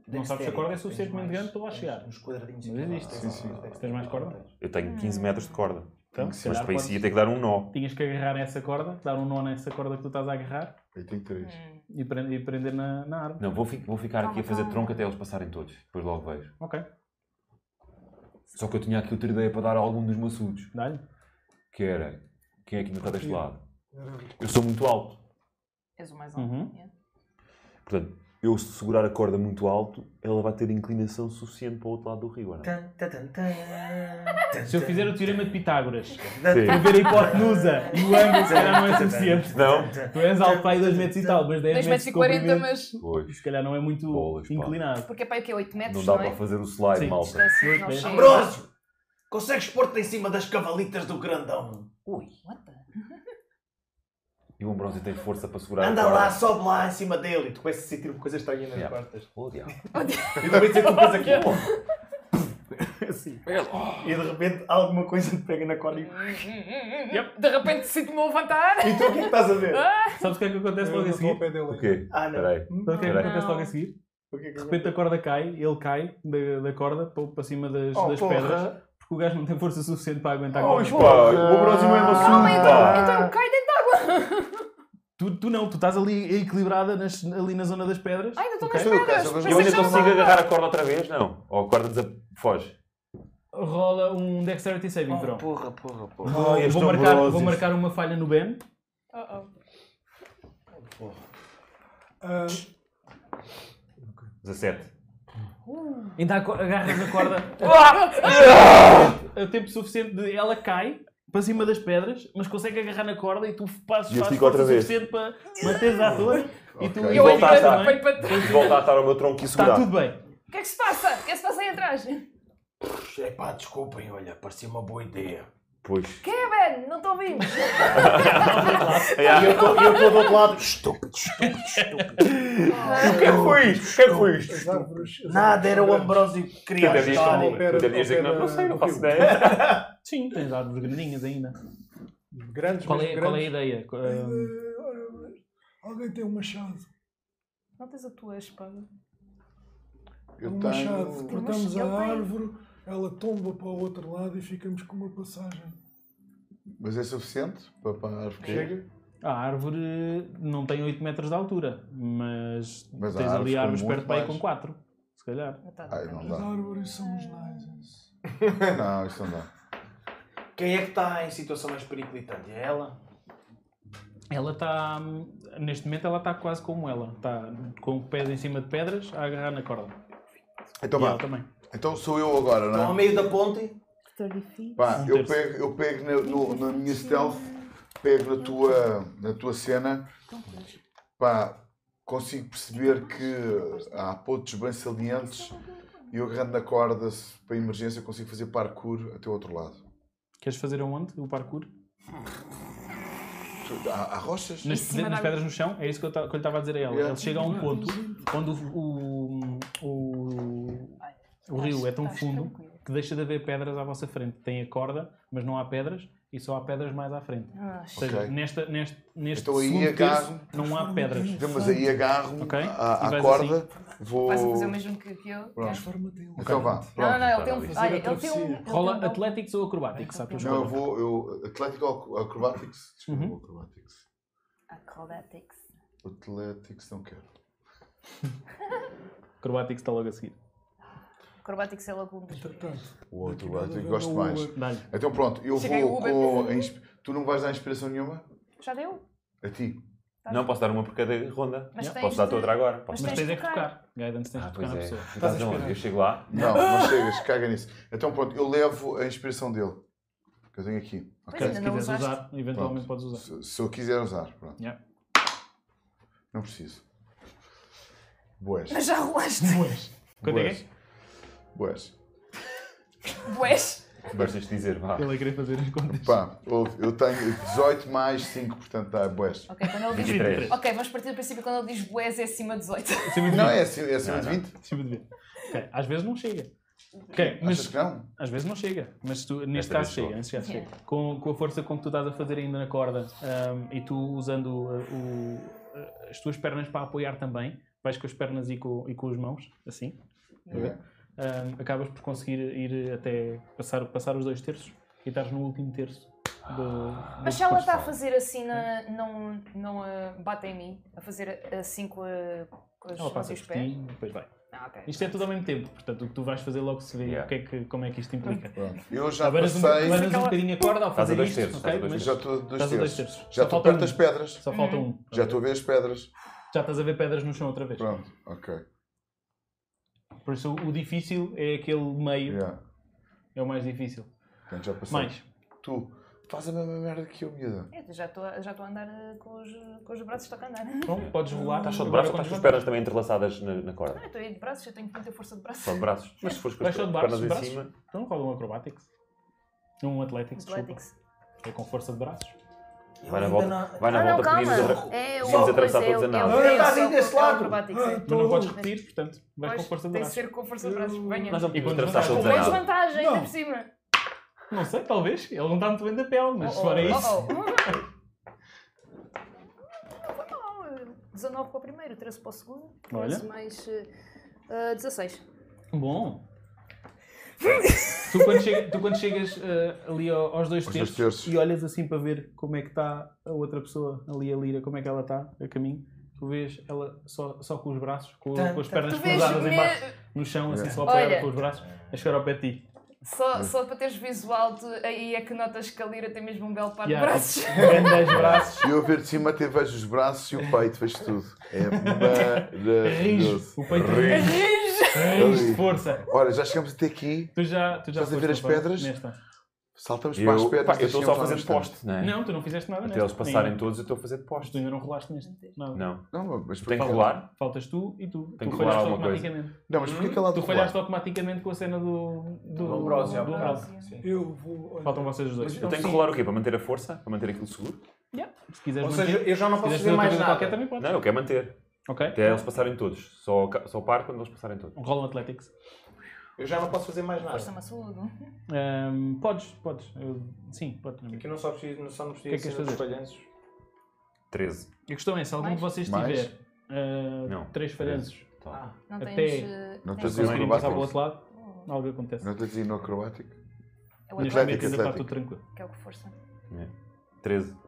Speaker 1: Não sabes se a corda é suficientemente grande para lá chegar. Uns
Speaker 3: quadradinhos.
Speaker 1: Mas existe.
Speaker 12: Sim, sim.
Speaker 1: Tens mais corda?
Speaker 12: Eu tenho 15 metros de corda.
Speaker 1: Então, se
Speaker 12: mas
Speaker 1: calhar
Speaker 12: para isso ia
Speaker 1: podes-
Speaker 12: ter que dar um nó.
Speaker 1: Tinhas que agarrar essa corda, dar um nó nessa corda que tu estás a agarrar
Speaker 2: Eu tenho 3.
Speaker 4: Hum,
Speaker 1: e prender, e prender na, na árvore.
Speaker 12: Não, vou, fi- vou ficar aqui a
Speaker 1: Calma,
Speaker 12: fazer
Speaker 1: calma.
Speaker 12: tronco até eles passarem todos. Depois logo vejo.
Speaker 1: Ok.
Speaker 12: Só que eu tinha aqui outra ideia para dar a algum dos maçudos.
Speaker 1: Dá-lhe.
Speaker 12: Que era, quem é que ainda está deste
Speaker 1: Eu.
Speaker 12: lado? Eu sou muito alto.
Speaker 4: És o mais alto.
Speaker 12: Uhum.
Speaker 4: yeah.
Speaker 12: Portanto, eu se segurar a corda muito alto, ela vai ter inclinação suficiente para o outro lado do rio, ou não?
Speaker 1: Se eu fizer o teorema de Pitágoras, para
Speaker 12: Sim.
Speaker 1: ver a hipotenusa e o ângulo, se calhar não é suficiente.
Speaker 12: Não.
Speaker 1: Tu és alto para aí 2 metros e tal, mas 10 metros,
Speaker 4: Dois metros e
Speaker 1: de
Speaker 4: 40,
Speaker 1: comprimento,
Speaker 4: mas.
Speaker 12: Pois.
Speaker 1: Se calhar não é muito inclinado.
Speaker 4: Porque é para o quê? 8 metros?
Speaker 12: Não dá
Speaker 4: é?
Speaker 12: para fazer o slide,
Speaker 1: Sim.
Speaker 12: malta.
Speaker 4: Distância que
Speaker 1: Muito
Speaker 4: não
Speaker 1: bem.
Speaker 4: chega.
Speaker 3: Ambrósio! Consegues pôr-te em cima das cavalitas do grandão?
Speaker 4: Ui, what the?
Speaker 12: E o Ambrósio tem força para segurar a
Speaker 3: Anda
Speaker 12: corda.
Speaker 3: lá, sobe lá em cima dele e tu começas a sentir uma coisa estranha nas
Speaker 12: Yeah.
Speaker 3: costas.
Speaker 12: Oh, diabo.
Speaker 3: E de repente sentes uma coisa aqui. assim. E de repente alguma coisa te pega na corda e.
Speaker 4: Hum,
Speaker 20: De repente sinto-me a levantar.
Speaker 3: E tu o que é que estás a ver?
Speaker 20: Ah,
Speaker 1: Sabes o que é que acontece
Speaker 3: Eu
Speaker 1: logo a
Speaker 3: não
Speaker 1: seguir?
Speaker 3: estou ao pé dele
Speaker 12: O quê?
Speaker 3: Ah, não.
Speaker 12: Espera aí.
Speaker 1: Sabe o que é que
Speaker 12: Espera aí.
Speaker 1: acontece logo a seguir?
Speaker 3: que é que
Speaker 1: De repente a corda cai, ele cai da, da corda para, para cima das,
Speaker 3: Oh,
Speaker 1: das
Speaker 3: porra.
Speaker 1: pedras, porque o gajo não tem força suficiente para aguentar a
Speaker 12: Oh,
Speaker 1: corda.
Speaker 12: pá, o Ambrósio não é maçudo,
Speaker 2: Oh
Speaker 12: Calma, então-
Speaker 4: Ah.
Speaker 12: pá.
Speaker 20: então cai dentro de água.
Speaker 1: Tu, tu não, tu estás ali equilibrada nas- ali na zona das pedras.
Speaker 20: Ai, ainda estou
Speaker 1: ok?
Speaker 20: nas pedras.
Speaker 12: E
Speaker 20: Pensei
Speaker 12: eu
Speaker 20: que
Speaker 12: ainda
Speaker 20: já
Speaker 12: consigo
Speaker 20: estava.
Speaker 12: agarrar a corda outra vez? Não. Ou a corda desa- foge.
Speaker 1: Rola um Dexterity Saving Throw.
Speaker 12: Oh, Porra, porra, porra. Oh,
Speaker 1: Vou,
Speaker 12: Ai,
Speaker 1: vou
Speaker 12: estes
Speaker 1: marcar, vou
Speaker 12: Ambrósios.
Speaker 1: marcar uma falha no Ben.
Speaker 20: Oh, oh.
Speaker 8: Ah,
Speaker 12: 17.
Speaker 1: Ainda aco- Então, agarras a corda. Ah,
Speaker 4: Ah,
Speaker 1: É o tempo suficiente de ela cai para cima das pedras, mas consegue agarrar na corda e tu passas
Speaker 12: E eu
Speaker 1: fazes
Speaker 12: fico outra
Speaker 1: força
Speaker 12: vez.
Speaker 1: suficiente para manteres a ator e tu
Speaker 12: E volta a
Speaker 1: é?
Speaker 12: atar.
Speaker 20: bem para trás.
Speaker 12: E volta a atar ao meu tronco e segurar.
Speaker 1: Está Tá tudo bem.
Speaker 20: O que é que se passa? O que é que se passa aí atrás?
Speaker 3: Epá, desculpem, olha, parecia uma boa ideia.
Speaker 12: Pois.
Speaker 20: Quem é, Ben? Não estou a ouvir.
Speaker 12: Ah.
Speaker 3: E eu tô- e eu estou do outro lado. Estúpido, estúpido, estúpido.
Speaker 4: Ah.
Speaker 3: O que é que foi isto? O que é que foi isto? Nada, era o Ambrósio que queria
Speaker 12: Tu devias
Speaker 3: ajudar.
Speaker 12: dizer que não- tu devias dizer que não- não sei, não faço ideia.
Speaker 1: Sim, tens árvores grandinhas ainda.
Speaker 11: Grandes,
Speaker 1: qual, é,
Speaker 11: mesmo
Speaker 1: qual é
Speaker 11: grandes.
Speaker 1: a ideia? Qual- ah,
Speaker 11: Alguém tem um machado.
Speaker 4: Não tens a tua espada?
Speaker 11: É
Speaker 2: Eu
Speaker 11: um machado.
Speaker 2: tenho.
Speaker 11: Cortamos
Speaker 4: Ele
Speaker 11: a
Speaker 4: tem.
Speaker 11: árvore, ela tomba para o outro lado e ficamos com uma passagem.
Speaker 2: Mas é suficiente para, para a árvore que chega?
Speaker 1: A árvore não tem 8 metros de altura, mas,
Speaker 2: Mas há
Speaker 1: tens
Speaker 2: árvores
Speaker 1: ali
Speaker 2: com
Speaker 1: árvores
Speaker 2: muito
Speaker 1: perto para aí
Speaker 2: mais.
Speaker 1: com 4, se calhar.
Speaker 4: Ah, tá,
Speaker 2: Ai, não
Speaker 11: As
Speaker 2: dá.
Speaker 11: árvores são os nais.
Speaker 2: Não, isto não dá.
Speaker 3: Quem é que está em situação mais periclitante? É ela?
Speaker 1: Ela está. Neste momento ela está quase como ela. Está com o pé em cima de pedras a agarrar na corda.
Speaker 2: Então
Speaker 1: E
Speaker 2: vá.
Speaker 1: ela também.
Speaker 2: Então sou eu agora,
Speaker 3: Estão ao
Speaker 2: não é?
Speaker 3: Tá meio da ponte?
Speaker 2: Pá,
Speaker 1: Um
Speaker 2: eu
Speaker 1: terço.
Speaker 2: pego, eu pego na, no- na minha stealth, pego na tua, na tua cena, pá, consigo perceber que há pontos bem salientes e eu agarrando na corda se- para emergência consigo fazer parkour até o outro lado.
Speaker 1: Queres fazer aonde? O parkour?
Speaker 2: Há, há rochas?
Speaker 1: Nas, nas pedras no chão? É isso que eu, ta- que eu lhe estava a dizer a ela.
Speaker 2: Yeah.
Speaker 1: Ele chega a um ponto onde o, o, o, o rio é tão fundo que deixa de haver pedras à vossa frente. Tem a corda, mas não há pedras e só há pedras mais à frente.
Speaker 4: Ah,
Speaker 1: Ou seja,
Speaker 2: ok.
Speaker 1: nesta, neste, neste
Speaker 2: Então aí
Speaker 1: segundo
Speaker 2: agarro-
Speaker 1: terço não há pedras.
Speaker 2: Então, mas aí agarro
Speaker 1: Ok? E
Speaker 2: à, à
Speaker 1: vais
Speaker 2: corda,
Speaker 1: assim.
Speaker 2: vou.
Speaker 4: Vais a fazer o mesmo que, que eu?
Speaker 2: Pronto.
Speaker 4: Transforma-te
Speaker 2: Então vá. Pronto. tá,
Speaker 4: Não, não, ele tem um. Olha, ele tem um. ele
Speaker 1: Rola
Speaker 4: tem um-
Speaker 1: Athletics ou Acrobatics, sabe?
Speaker 2: Não, eu vou. Eu, Atlético ou acro- Acrobatics? Desculpa,
Speaker 1: Uhum.
Speaker 2: Acrobatics.
Speaker 4: Acrobatics.
Speaker 2: Atlétics não quero.
Speaker 1: Acrobatics está logo a seguir.
Speaker 4: Acrobatics é logo um dos.
Speaker 2: O outro lado eu gosto mais.
Speaker 1: Dá-lhe.
Speaker 2: Então pronto, eu
Speaker 4: Chega aí o
Speaker 2: vou
Speaker 4: Uber.
Speaker 2: com. a insp- Tu não vais dar inspiração nenhuma?
Speaker 1: Então-
Speaker 4: Já deu?
Speaker 2: A ti.
Speaker 12: Não, posso dar uma por cada ronda.
Speaker 4: Mas
Speaker 12: Yeah.
Speaker 4: tens
Speaker 12: Posso dar-te
Speaker 4: de-
Speaker 12: outra agora.
Speaker 4: mas
Speaker 12: Posso
Speaker 4: tens Mas tens de é que tocar.
Speaker 1: Guidance tens
Speaker 12: ah,
Speaker 1: de
Speaker 12: pois
Speaker 1: tocar na
Speaker 12: é.
Speaker 1: pessoa.
Speaker 12: Tu estás aonde? Eu chego lá.
Speaker 2: Não, não chegas, caga nisso. Então pronto, eu levo a inspiração dele. Que eu tenho aqui.
Speaker 4: é,
Speaker 1: Pois, ainda Se não quiseres usaste. usar, eventualmente
Speaker 2: Pronto.
Speaker 1: podes usar.
Speaker 2: Se, se eu quiser usar, pronto.
Speaker 1: Yeah.
Speaker 2: Não preciso. Boas.
Speaker 20: Mas já rolaste.
Speaker 1: Boas. Quanto é que é?
Speaker 2: Boas.
Speaker 20: Bués.
Speaker 12: Bastas dizer, vá.
Speaker 1: Ele a querer fazer as contas.
Speaker 2: Pá, ouve, eu tenho 18 mais 5, portanto dá boas.
Speaker 4: Ok, quando ele diz.
Speaker 2: 23.
Speaker 4: Ok, vamos partir do princípio que quando ele diz boés é acima de 18.
Speaker 2: Não, é acima, é acima de 20.
Speaker 1: Acima de 20. Ok, Às vezes não chega. Ok, mas Às vezes não chega, mas tu, neste
Speaker 12: Esta vez
Speaker 1: caso chega,
Speaker 12: chegou.
Speaker 1: neste caso
Speaker 4: É.
Speaker 12: Yeah.
Speaker 1: chega. Com, com a força com que tu estás a fazer ainda na corda ahm, e tu usando uh, o- uh, as tuas pernas para apoiar também, vais com as pernas e com, e com as mãos, assim, a
Speaker 4: Uhum.
Speaker 1: ver? Ahm, acabas por conseguir ir até passar, passar os dois terços e estás no último terço do.
Speaker 4: Mas
Speaker 1: do
Speaker 4: se ela está a
Speaker 1: percurso.
Speaker 4: fazer assim, na, não, não ah, bate em mim, a fazer assim com, a, com as
Speaker 1: Ela
Speaker 4: mãos
Speaker 1: passa
Speaker 4: e
Speaker 1: por
Speaker 4: os pés.
Speaker 1: ti, depois vai.
Speaker 4: Ah, ok.
Speaker 1: Isto é tudo ao mesmo tempo, portanto o que tu vais fazer logo se vê o que é que, como é que isto implica.
Speaker 2: Eu já
Speaker 1: Abanas um-
Speaker 2: passei.
Speaker 1: abanas um bocadinho a corda ao
Speaker 2: Estás
Speaker 1: fazer
Speaker 2: a dois
Speaker 1: isto,
Speaker 2: terços,
Speaker 1: ok?
Speaker 2: estás a
Speaker 1: Mas-
Speaker 2: dois terços. Já
Speaker 1: estás
Speaker 2: estou a dois
Speaker 1: a dois
Speaker 2: terços.
Speaker 1: terços.
Speaker 2: Já
Speaker 1: Só
Speaker 2: estou
Speaker 1: falta
Speaker 2: perto
Speaker 1: um.
Speaker 2: das pedras.
Speaker 1: Só falta um.
Speaker 4: Uhum.
Speaker 2: Já estou a ver as pedras.
Speaker 1: Já estás a ver pedras no chão outra vez.
Speaker 2: Pronto, ok.
Speaker 1: Por isso o difícil é aquele meio. É o mais difícil.
Speaker 2: Portanto, já passei.
Speaker 1: Mais.
Speaker 2: Tu faz a mesma merda que eu, miúda.
Speaker 4: Eu já estou a já estou a andar ah, com os, com os braços, estou a andar.
Speaker 1: Bom, Então, podes rolar.
Speaker 12: Estás só de
Speaker 1: Agora
Speaker 12: braços ou estás com
Speaker 1: quando
Speaker 12: as pernas também entrelaçadas na, na corda?
Speaker 4: Eu estou a ir de braços, eu tenho muita força de braços.
Speaker 12: Só de braços. Mas se fores com
Speaker 1: Vai
Speaker 12: as
Speaker 1: só de braços,
Speaker 12: pernas
Speaker 1: de
Speaker 12: em
Speaker 1: braços.
Speaker 12: cima.
Speaker 1: Então rola um acrobatics. Um athletics,
Speaker 4: Athletics.
Speaker 1: desculpa. É com força de braços.
Speaker 12: Vai na volta. Vai
Speaker 4: Ah,
Speaker 12: na
Speaker 4: não,
Speaker 12: volta
Speaker 4: calma.
Speaker 12: podíamos atra-
Speaker 4: É o-
Speaker 12: podíamos atravessar
Speaker 4: pois é,
Speaker 12: todos a
Speaker 4: é o-
Speaker 12: nada.
Speaker 4: é o-
Speaker 1: tá
Speaker 3: Estás aí
Speaker 4: só-
Speaker 3: desse
Speaker 4: é o
Speaker 3: lado.
Speaker 4: acrobatics, é.
Speaker 1: Mas não podes repetir, portanto, vais com
Speaker 4: Pois,
Speaker 1: força de
Speaker 4: Tem de
Speaker 1: braços.
Speaker 4: ser com força de braços. Hum. Venha.
Speaker 1: Nós não podíamos
Speaker 12: atravessar
Speaker 1: andar.
Speaker 12: todos a
Speaker 4: Com
Speaker 12: nada.
Speaker 4: desvantagem, ainda
Speaker 1: Não.
Speaker 4: por cima.
Speaker 1: Não sei, talvez. Ele não está muito bem da pele, mas
Speaker 4: Oh, oh,
Speaker 1: fora
Speaker 4: oh,
Speaker 1: isso.
Speaker 4: oh. Não, 19 para o primeiro, 13 para o segundo. 13
Speaker 1: Olha.
Speaker 4: mais ah, ah, 16.
Speaker 1: Bom. tu, quando chega- tu quando chegas eh, ali ao- aos dois
Speaker 2: Aos dois
Speaker 1: terços, e olhas assim para ver como é que está a outra pessoa ali a lira, como é que ela está a caminho, tu vês ela só, só com os braços, com,
Speaker 4: Tan,
Speaker 1: com as
Speaker 4: tan.
Speaker 1: pernas
Speaker 4: Tu vês né,
Speaker 1: cruzadas
Speaker 4: me-
Speaker 1: embaixo, no chão, assim só
Speaker 4: Olha.
Speaker 1: apoiada com os braços, a chegar ao pé de ti.
Speaker 4: Só, só para teres visual, tu- aí é que notas que a Lira tem mesmo um belo par de
Speaker 1: Yeah,
Speaker 4: braços.
Speaker 2: E eu a ver de cima até vejo os braços e o peito, vejo tudo. É maravilhoso.
Speaker 1: O peito
Speaker 2: Rijo.
Speaker 1: Rijo de força.
Speaker 2: Olha, já chegamos até aqui.
Speaker 1: Tu já, tu já
Speaker 2: Estás a ver
Speaker 1: foste,
Speaker 2: as
Speaker 1: Rafael,
Speaker 2: pedras?
Speaker 1: nesta.
Speaker 2: Saltamos
Speaker 12: Eu-
Speaker 2: para as
Speaker 12: pá,
Speaker 2: pedras.
Speaker 12: eu estou só a
Speaker 2: chegamos lá
Speaker 12: fazer
Speaker 2: no instante.
Speaker 12: poste, não é?
Speaker 1: Não, tu não fizeste nada
Speaker 12: Até
Speaker 1: nesta.
Speaker 12: eles passarem
Speaker 1: Nem-
Speaker 12: todos, eu estou a fazer de posto.
Speaker 1: Tu ainda não rolaste neste. Nada.
Speaker 12: Não.
Speaker 2: Não, mas
Speaker 12: Tem que rolar?
Speaker 1: Faltas tu e tu.
Speaker 12: Tem
Speaker 1: tu
Speaker 12: que rolar
Speaker 1: falhaste
Speaker 12: alguma coisa.
Speaker 1: automaticamente.
Speaker 2: Não, mas porquê que ela há de
Speaker 1: Tu
Speaker 2: rolar?
Speaker 1: falhaste automaticamente com a cena do. Do,
Speaker 3: Do é um Ambrósio,
Speaker 1: do
Speaker 3: Ambrósio.
Speaker 1: Ambrósio.
Speaker 11: Eu vou. olha,
Speaker 1: Faltam vocês os dois.
Speaker 12: Eu tenho que rolar o quê? Para manter a força? Para manter aquilo seguro?
Speaker 1: Se quiseres
Speaker 3: Ou seja,
Speaker 1: manter-
Speaker 3: eu já não
Speaker 1: se
Speaker 3: posso
Speaker 1: quiseres
Speaker 3: fazer
Speaker 1: outra
Speaker 3: mais
Speaker 1: coisa
Speaker 3: nada.
Speaker 1: Qualquer, também podes.
Speaker 12: Não, eu quero manter.
Speaker 1: Ok.
Speaker 12: Até eles passarem todos. Só, ca- só paro quando eles passarem todos.
Speaker 1: Rola um Athletics.
Speaker 3: Eu já não posso fazer mais nada.
Speaker 4: Força maçudo.
Speaker 1: Ahm, podes, podes. Eu- sim, podes.
Speaker 3: Aqui não só preciso, só não
Speaker 1: O que é que
Speaker 3: preciso
Speaker 1: queres
Speaker 3: de
Speaker 1: fazer?
Speaker 3: falhanços.
Speaker 12: 13.
Speaker 1: A questão é: se algum de vocês
Speaker 12: Mais?
Speaker 1: tiver ah,
Speaker 12: Não,
Speaker 1: três
Speaker 12: três.
Speaker 1: falhanços
Speaker 3: Ah.
Speaker 12: Tá.
Speaker 4: Não
Speaker 1: até
Speaker 4: tens, eh, oh,
Speaker 2: Não
Speaker 1: até
Speaker 2: tens nenhum
Speaker 1: conseguirem passar para o outro
Speaker 2: acrobático.
Speaker 1: lado, algo acontece.
Speaker 2: Não estás a dizer no acrobático?
Speaker 4: É o
Speaker 1: Neste momento
Speaker 2: Atlético,
Speaker 1: ainda está
Speaker 2: atlético.
Speaker 1: tudo tranquilo.
Speaker 4: Que é o que força.
Speaker 12: 13.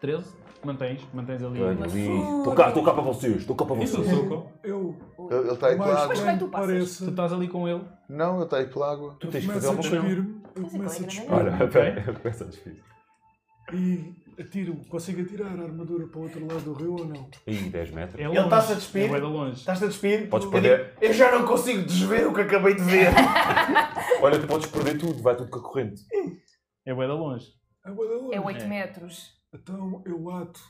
Speaker 1: 13, mantens, mantens ali.
Speaker 12: Tenho ali. Estou cá, estou cá para vocês. Estou cá para
Speaker 1: Isso,
Speaker 12: vocês.
Speaker 1: soco.
Speaker 11: Eu.
Speaker 2: Ele ele está aí pela água.
Speaker 11: parece.
Speaker 1: Tu estás ali com ele.
Speaker 2: Não, ele está aí pela água.
Speaker 12: Tu
Speaker 11: Começo a despir-me. Eu começo a despir-me.
Speaker 12: é? Olha, espera, começa a despir.
Speaker 11: E atiro. Consigo atirar a armadura para o outro lado do rio ou não?
Speaker 12: Aí, 10 metros.
Speaker 1: É
Speaker 3: Ele
Speaker 1: longe.
Speaker 3: está-se a despir.
Speaker 1: É bué de longe.
Speaker 3: Estás-te a despir.
Speaker 12: Podes
Speaker 3: Eu
Speaker 12: perder.
Speaker 3: digo, Eu já não consigo desver o que acabei de ver.
Speaker 12: Olha, tu podes perder tudo, vai tudo com a corrente.
Speaker 1: É bué de longe.
Speaker 11: É bué da longe.
Speaker 4: É 8 metros.
Speaker 11: Então eu ato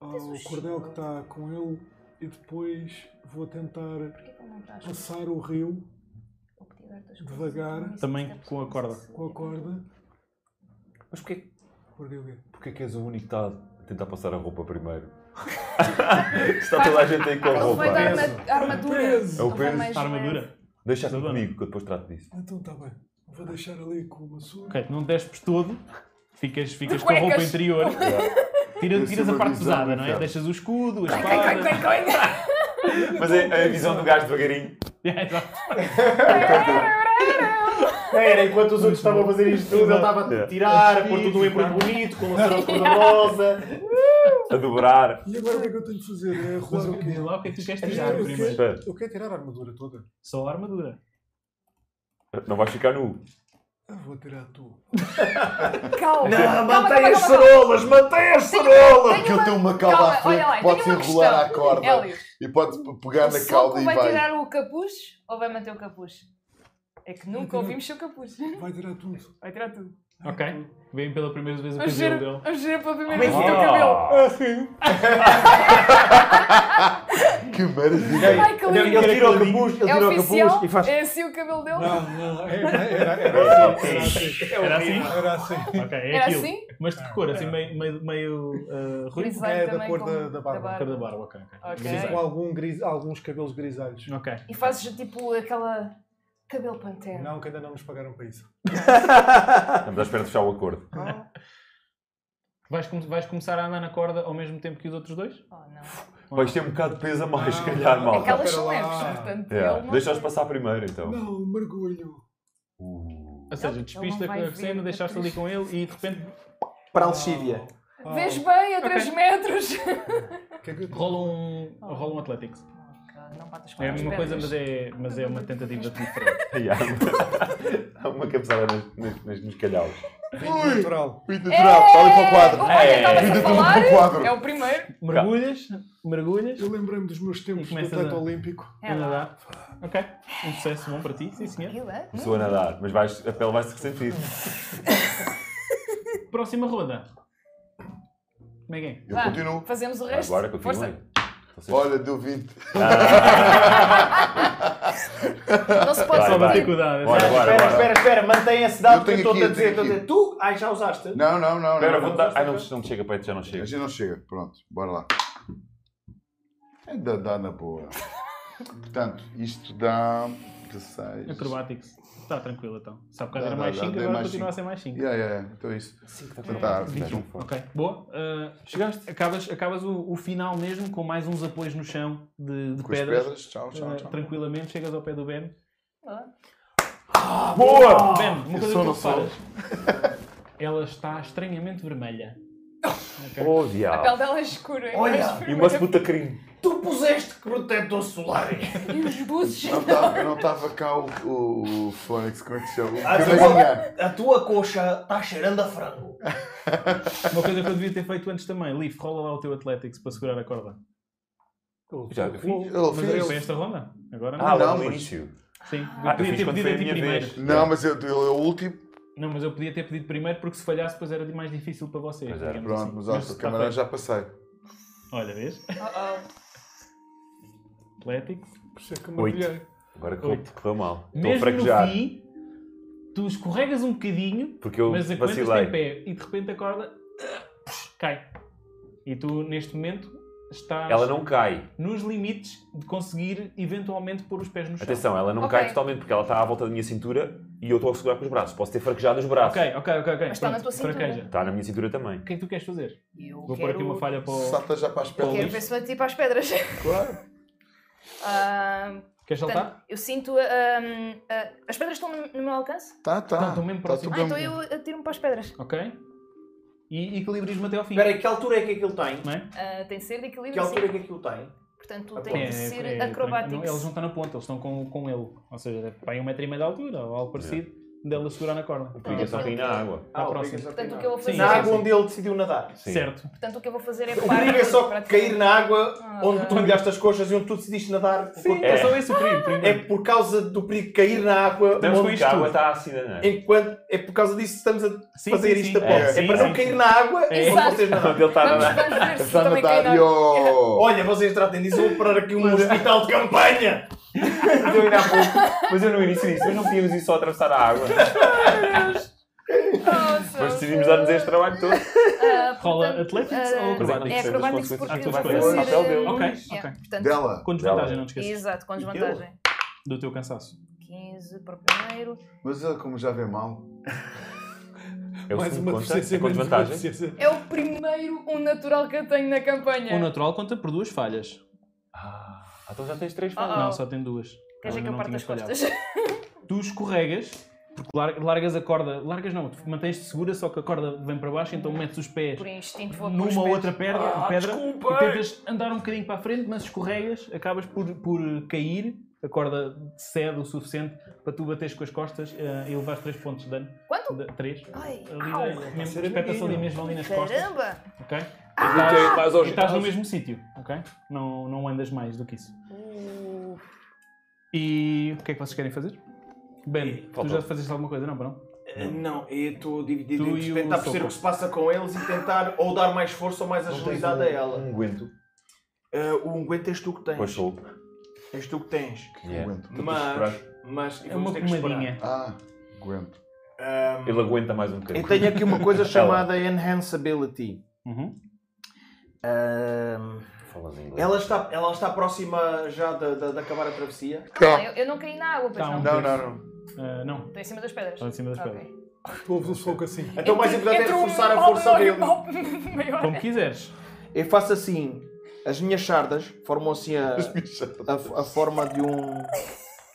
Speaker 11: ao cordel que está com ele e depois vou tentar passar o rio devagar
Speaker 4: é
Speaker 1: Também com a corda.
Speaker 11: com a corda.
Speaker 12: Mas porquê,
Speaker 11: Porque o quê?
Speaker 12: porquê que és o único que está a tentar passar a roupa primeiro? está toda a gente aí com a
Speaker 4: Ele
Speaker 12: roupa.
Speaker 4: vai Ah, dar arma- armadura.
Speaker 12: É o
Speaker 4: Ele vai
Speaker 12: peso.
Speaker 4: mais leve.
Speaker 12: Deixa aqui comigo que eu depois trato disso.
Speaker 8: Então
Speaker 11: tá
Speaker 8: está bem. Vou deixar ali com uma sua.
Speaker 1: Ok, não despes todo, ficas, ficas
Speaker 8: De
Speaker 1: com a roupa
Speaker 8: cuecas.
Speaker 1: interior. Tira,
Speaker 12: Eu
Speaker 1: tiras
Speaker 12: sou
Speaker 1: a
Speaker 12: uma
Speaker 1: parte
Speaker 12: visão
Speaker 1: pesada, não é?
Speaker 12: inferno.
Speaker 1: Deixas o escudo, a
Speaker 12: Coi, coi, coi,
Speaker 1: espada.
Speaker 12: Mas é a visão do gajo devagarinho.
Speaker 3: Era enquanto os outros estavam a fazer isto tudo, ele estava
Speaker 12: É.
Speaker 3: a tirar, a pôr tudo em preto bonito, com lançarão de cor-de-rosa.
Speaker 12: A dobrar.
Speaker 8: E agora o que é que eu tenho de fazer? É rolar
Speaker 1: o que- lá o que é que tu queres
Speaker 8: Eu
Speaker 1: tirar
Speaker 8: quero-
Speaker 1: primeiro?
Speaker 8: Eu quero tirar a armadura toda.
Speaker 1: Só a armadura.
Speaker 12: Não vais ficar nu.
Speaker 11: Ah,
Speaker 8: Eu vou tirar tu.
Speaker 4: Calma.
Speaker 8: Não,
Speaker 4: mantém
Speaker 3: um
Speaker 4: as
Speaker 2: cerolas, mantém as
Speaker 4: cerolas!
Speaker 2: Que eu tenho uma
Speaker 4: Calma,
Speaker 2: cauda à frente
Speaker 4: olha lá,
Speaker 2: que pode se
Speaker 4: tenho uma
Speaker 2: enrolar à
Speaker 4: questão.
Speaker 2: corda
Speaker 4: Hélio.
Speaker 2: e pode pegar na
Speaker 4: o
Speaker 2: cauda
Speaker 4: Soco
Speaker 2: e
Speaker 4: vai
Speaker 2: vai.
Speaker 4: tirar o capuz ou vai manter o capuz? É que nunca ouvimos seu capuz.
Speaker 8: Vai tirar tudo.
Speaker 4: Vai tirar tudo.
Speaker 1: Ok. Vem pela primeira vez o
Speaker 4: Vamos ver,
Speaker 1: cabelo dele.
Speaker 4: vamos ver pela primeira
Speaker 1: Como
Speaker 4: vez
Speaker 1: é
Speaker 4: o
Speaker 1: que
Speaker 4: teu
Speaker 1: é?
Speaker 4: cabelo.
Speaker 1: Ah,
Speaker 2: Que maravilha!
Speaker 4: Ai, que lindo.
Speaker 3: Ele tira o capuz, ele
Speaker 4: é
Speaker 3: tira o
Speaker 4: oficial?
Speaker 3: capuz e faz.
Speaker 4: É assim o cabelo dele?
Speaker 8: não, era, era assim.
Speaker 1: Era
Speaker 8: Era assim.
Speaker 1: assim?
Speaker 8: Era assim.
Speaker 1: Ok, é
Speaker 4: Era
Speaker 1: aquilo.
Speaker 4: assim?
Speaker 1: Mas de que cor? Assim meio, meio, meio uh, ruivo?
Speaker 4: Grisalho É, da também cor com- da- da barba. da
Speaker 1: Da cor da barba, ok.
Speaker 4: Ok.
Speaker 1: Grisalho.
Speaker 24: Com algum gris- alguns cabelos grisalhos.
Speaker 1: Ok.
Speaker 4: E fazes tipo aquela. cabelo pantera.
Speaker 24: Não, que ainda não nos pagaram para isso.
Speaker 12: Estamos à espera de fechar o acordo.
Speaker 1: Vais, com- vais começar a andar na corda ao mesmo tempo que os outros dois?
Speaker 4: Oh, não.
Speaker 12: Vais ter um bocado de peso a mais,
Speaker 1: Ah,
Speaker 12: se calhar, mal.
Speaker 4: Aquelas são leves, portanto.
Speaker 12: Yeah.
Speaker 4: ele não-
Speaker 12: Deixa-os passar primeiro, então. Uh,
Speaker 8: Não, mergulho.
Speaker 1: Ou seja, despiste
Speaker 4: vai
Speaker 1: a
Speaker 4: ver
Speaker 1: cena, deixaste ali com ele e de repente. ah,
Speaker 3: Para a lexívia.
Speaker 4: Vês bem a 3 metros.
Speaker 8: é
Speaker 1: Rola um.
Speaker 4: Oh.
Speaker 1: Rola um Athletics.
Speaker 4: Não batas com
Speaker 1: É a
Speaker 4: as
Speaker 1: mesma coisa,
Speaker 4: pernas.
Speaker 1: mas é, mas é uma tentativa diferente.
Speaker 12: Yeah. Há uma cabeçada nas- nas- nas- nos calhaus.
Speaker 2: Ui, natural.
Speaker 4: natural, está ali para o quadro.
Speaker 12: olha, É. estava-se a
Speaker 2: Vida tudo
Speaker 4: falar,
Speaker 2: para o quadro.
Speaker 4: é o primeiro.
Speaker 1: Mergulhas, mergulhas.
Speaker 8: Eu lembrei-me dos meus tempos de atleta olímpico.
Speaker 4: É
Speaker 1: A nadar. Ok. Um sucesso bom para ti, sim senhor.
Speaker 4: é?
Speaker 12: Começou a nadar, mas vais- a pele vai-se ressentir.
Speaker 1: Próxima ronda. Como é que é?
Speaker 2: Eu Vá, continuo.
Speaker 4: Fazemos o resto.
Speaker 12: Agora continuem.
Speaker 4: Força.
Speaker 2: Olha, deu 20.
Speaker 4: Não se
Speaker 3: pode
Speaker 12: Vai, vai.
Speaker 3: sentir.
Speaker 1: é
Speaker 12: Bora, bora,
Speaker 3: espera,
Speaker 12: bora.
Speaker 3: espera, espera, mantém esse dado
Speaker 2: Eu
Speaker 3: que eu
Speaker 2: tenho
Speaker 3: estou-te
Speaker 2: aqui,
Speaker 3: a
Speaker 2: eu tenho
Speaker 3: dizer. estou-te a dizer. Tu? Ai, já usaste?
Speaker 2: Não, não, não.
Speaker 12: Espera,
Speaker 2: não,
Speaker 12: vou dar. Ah, não, isto não chega para ti, já não chega.
Speaker 2: A gente não chega, pronto, bora lá. Ainda dá na boa. Portanto, isto dá
Speaker 1: É
Speaker 2: 16.
Speaker 1: Acrobatics. Está tranquilo então. Se há bocado
Speaker 2: Dá,
Speaker 1: era
Speaker 2: dá,
Speaker 1: mais
Speaker 2: dá,
Speaker 1: 5,
Speaker 2: dei
Speaker 1: agora
Speaker 2: mais
Speaker 1: continua a
Speaker 2: cinco.
Speaker 1: ser mais 5.
Speaker 2: Yeah, yeah, yeah, então é isso. Então tá, 21.
Speaker 1: Ok, boa. Ah,
Speaker 2: Chegaste.
Speaker 1: Acabas, acabas o, o final mesmo com mais uns apoios no chão de, de
Speaker 2: Com as
Speaker 1: pedras.
Speaker 2: pedras, tchau, tchau,
Speaker 1: Ah,
Speaker 2: tchau.
Speaker 1: Tranquilamente chegas ao pé do Ben.
Speaker 2: Ah, boa!
Speaker 1: Ben, uma
Speaker 2: Eu
Speaker 1: coisa
Speaker 2: sou
Speaker 1: que
Speaker 2: no
Speaker 1: tu
Speaker 2: sol.
Speaker 1: reparas. Ela está estranhamente vermelha. Ok.
Speaker 12: Oh,
Speaker 4: A pele dela é escura.
Speaker 12: Olha, e uma puta crime.
Speaker 3: Tu puseste protetor solar.
Speaker 4: E os buzes.
Speaker 2: Não estava cá o, o, o Fónix, como é que se chama? O
Speaker 3: Ah,
Speaker 2: Cavalinhar.
Speaker 3: A tua coxa está cheirando a frango.
Speaker 1: Uma coisa que eu devia ter feito antes também. Leaf, rola lá o teu Athletics para segurar a corda.
Speaker 12: Já, eu fiz.
Speaker 2: Eu
Speaker 1: Mas
Speaker 2: fiz.
Speaker 1: era para esta ronda? Agora não.
Speaker 12: Ah,
Speaker 2: não,
Speaker 12: lá no
Speaker 2: mas-
Speaker 12: início.
Speaker 1: Sim,
Speaker 12: Ah,
Speaker 1: eu
Speaker 12: eu
Speaker 1: podia
Speaker 12: fiz
Speaker 1: ter
Speaker 12: quando
Speaker 1: pedido
Speaker 12: foi
Speaker 1: a
Speaker 12: a
Speaker 1: ti
Speaker 12: minha
Speaker 1: primeiro.
Speaker 12: vez.
Speaker 2: Não, mas eu, eu, é o último.
Speaker 1: Não, mas eu podia ter pedido primeiro porque se falhasse depois era de mais difícil para vocês.
Speaker 2: Mas era.
Speaker 1: digamos
Speaker 2: Pronto,
Speaker 1: assim.
Speaker 2: mas olha, o
Speaker 1: está
Speaker 2: camarada
Speaker 1: feito.
Speaker 2: já passei.
Speaker 1: Olha, vês? Athletics.
Speaker 8: Por isso é que eu
Speaker 12: Oito.
Speaker 8: mergulhei.
Speaker 12: Agora correu
Speaker 1: Oito.
Speaker 12: correu mal. Estou a
Speaker 1: Mesmo no
Speaker 12: fraquejar.
Speaker 1: fim, tu escorregas um bocadinho,
Speaker 12: Porque eu
Speaker 1: mas aguentas-te
Speaker 12: vacilei.
Speaker 1: em pé e de repente a corda uh, psh, cai. E tu, neste momento, estás
Speaker 12: Ela não cai.
Speaker 1: nos limites de conseguir eventualmente pôr os pés no chão.
Speaker 12: Atenção, ela não
Speaker 1: Ok.
Speaker 12: cai totalmente porque ela está à volta da minha cintura e eu estou a segurar com os braços. Posso ter fraquejado os braços.
Speaker 1: Ok, ok, ok. ok.
Speaker 4: Mas está na
Speaker 1: Pronto,
Speaker 4: tua cintura.
Speaker 1: fraqueja.
Speaker 12: Está Tá na minha cintura também.
Speaker 1: O que é que tu queres fazer?
Speaker 4: Eu
Speaker 1: Vou pôr
Speaker 4: quero-
Speaker 1: aqui uma falha para o.
Speaker 2: Salta já para as
Speaker 1: para o
Speaker 4: Eu quero
Speaker 1: Leaf.
Speaker 4: ver se bati para as pedras.
Speaker 2: Claro.
Speaker 4: Ah,
Speaker 1: Então Queres saltar?
Speaker 4: eu sinto. ahm, ah, as pedras estão no, no meu alcance?
Speaker 2: Tá, tá.
Speaker 1: Estão mesmo
Speaker 2: Tá tudo
Speaker 1: próximos.
Speaker 4: Ah, então eu atiro-me para as pedras.
Speaker 1: Ok. E equilibrismo até ao fim.
Speaker 3: Espera aí, que altura é que aquilo tem?
Speaker 1: Não é?
Speaker 4: Ah, tem de ser de equilíbrio.
Speaker 3: Que altura é
Speaker 4: sim.
Speaker 3: que aquilo tem?
Speaker 1: Ah,
Speaker 4: Portanto, tem de ser acrobatics.
Speaker 1: é, não, eles não estão na ponta, eles estão com, com ele. Ou seja, é para aí um metro e meio de altura ou algo parecido, dela segurar na corda.
Speaker 3: Tá
Speaker 4: Então,
Speaker 12: Obrigação para ir na água.
Speaker 1: Está próximo.
Speaker 4: Portanto, o que eu vou fazer
Speaker 1: Sim,
Speaker 3: Na
Speaker 1: sim,
Speaker 3: água
Speaker 1: sim.
Speaker 3: onde ele decidiu nadar.
Speaker 1: Certo.
Speaker 4: Portanto, o que eu vou fazer é
Speaker 3: Obriga só a cair na água
Speaker 4: Ah,
Speaker 3: onde
Speaker 4: ok.
Speaker 3: tu molhaste as coxas e onde tu decidiste nadar.
Speaker 1: Sim, é só esse o perigo, primeiro.
Speaker 3: É por causa do perigo de cair na água.
Speaker 12: Estamos com
Speaker 3: onde
Speaker 12: isto. A água
Speaker 3: tu-
Speaker 12: está ácida, não é?
Speaker 3: Enquanto é por causa disso que estamos a
Speaker 1: Sim,
Speaker 3: fazer
Speaker 1: sim,
Speaker 3: isto
Speaker 1: sim.
Speaker 3: a pó.
Speaker 12: É,
Speaker 3: É,
Speaker 12: sim,
Speaker 3: para não
Speaker 12: sim,
Speaker 3: cair
Speaker 12: sim.
Speaker 3: na água e
Speaker 4: Exato.
Speaker 3: vocês nadarem.
Speaker 12: Ele tá está a nadar.
Speaker 4: Vamos ver se
Speaker 2: Está
Speaker 4: também
Speaker 2: nadar,
Speaker 4: cai na
Speaker 2: yo!
Speaker 3: Olha, vocês tratem disso, eu vou parar aqui um hospital de campanha.
Speaker 12: Eu ainda há pouco, mas eu no início disse, mas não podíamos ir só atravessar a água. Mas decidimos dar-nos este trabalho todo. É
Speaker 1: Rola Athletics
Speaker 4: ah,
Speaker 1: ou Acrobatics?
Speaker 4: é Acrobatics porque
Speaker 1: Ah, tu
Speaker 4: vai
Speaker 1: escolhes.
Speaker 4: fazer,
Speaker 12: Papel dele.
Speaker 4: ah,
Speaker 1: Ok,
Speaker 4: yeah,
Speaker 1: ok.
Speaker 4: portanto-
Speaker 2: Dela.
Speaker 1: Com desvantagem, não te esqueças.
Speaker 4: Exato, com
Speaker 1: E eu?
Speaker 4: desvantagem.
Speaker 1: Do teu cansaço.
Speaker 25: 15 para o primeiro.
Speaker 2: Mas ele, como já vê mal.
Speaker 12: É o cinco conta? É com desvantagem?
Speaker 25: É o primeiro um natural que eu tenho na campanha.
Speaker 1: O natural conta por duas falhas.
Speaker 12: Ah, então já tens três
Speaker 4: Oh,
Speaker 25: falhas.
Speaker 1: Não, só tem duas.
Speaker 25: Quer dizer
Speaker 1: Ela
Speaker 25: que eu
Speaker 1: não
Speaker 25: parto
Speaker 1: tinha
Speaker 25: as
Speaker 1: falhado.
Speaker 25: costas.
Speaker 1: Tu escorregas, porque lar- largas a corda. Largas não, tu mantens-te segura, só que a corda vem para baixo, então metes os pés
Speaker 25: Por instinto vou com os
Speaker 1: numa
Speaker 25: pés.
Speaker 1: outra pedra,
Speaker 25: Ah,
Speaker 1: pedra
Speaker 25: desculpa.
Speaker 1: e tentas andar um bocadinho para a frente, mas escorregas, acabas por, por cair, a corda cede o suficiente para tu bateres com as costas eh, e levares 3 pontos de dano.
Speaker 25: Quanto?
Speaker 1: 3.
Speaker 25: Ai, au.
Speaker 1: Ali, eh, mesmo, espeta-se ali mesmo ali nas costas.
Speaker 25: Caramba!
Speaker 1: Ok?
Speaker 25: Ah! Tem mais
Speaker 1: e
Speaker 25: hoje.
Speaker 1: estás no mesmo sítio, ok? Não, não andas mais do que isso.
Speaker 25: Uh,
Speaker 1: E o que é que vocês querem fazer? Ben, tu
Speaker 12: falta-
Speaker 1: já fazeste alguma coisa, não? Não.
Speaker 3: Eh, Não, eu estou dividido
Speaker 1: Tu e
Speaker 3: entre
Speaker 1: o
Speaker 3: tentar perceber
Speaker 1: Soco.
Speaker 3: o que se passa com eles e tentar ou dar mais força ou mais
Speaker 12: Não tens
Speaker 3: agilidade
Speaker 12: um-
Speaker 3: a ela.
Speaker 12: um unguento?
Speaker 3: Eh, o unguento és tu que tens.
Speaker 12: Pois sou. É.
Speaker 3: És tu que tens.
Speaker 12: Yeah. Unguento, tu tens
Speaker 3: Mas,
Speaker 12: que
Speaker 3: mas
Speaker 1: É uma pomadinha.
Speaker 2: Ah, aguento.
Speaker 3: Ah,
Speaker 12: Ele aguenta mais um bocadinho.
Speaker 3: Eu tenho aqui uma coisa
Speaker 12: Ela.
Speaker 3: chamada Enhanceability. Ah, Ahm,
Speaker 12: Falas inglês.
Speaker 3: ela, está, ela está próxima já de, de- de acabar a travessia?
Speaker 4: Calma, eu, eu não caí na água, pois não.
Speaker 1: não. Ah, não.
Speaker 4: Estou em cima das pedras.
Speaker 1: Está Tá, em cima das pedras.
Speaker 26: Tu
Speaker 8: um
Speaker 26: ouves o soco assim.
Speaker 3: Então o mais importante é
Speaker 4: Entre um
Speaker 3: reforçar a
Speaker 4: pau
Speaker 3: força
Speaker 4: maior e
Speaker 3: dele.
Speaker 4: um pau maior.
Speaker 1: quiseres.
Speaker 3: Eu faço assim. As minhas sardas formam assim a, a, a forma de um.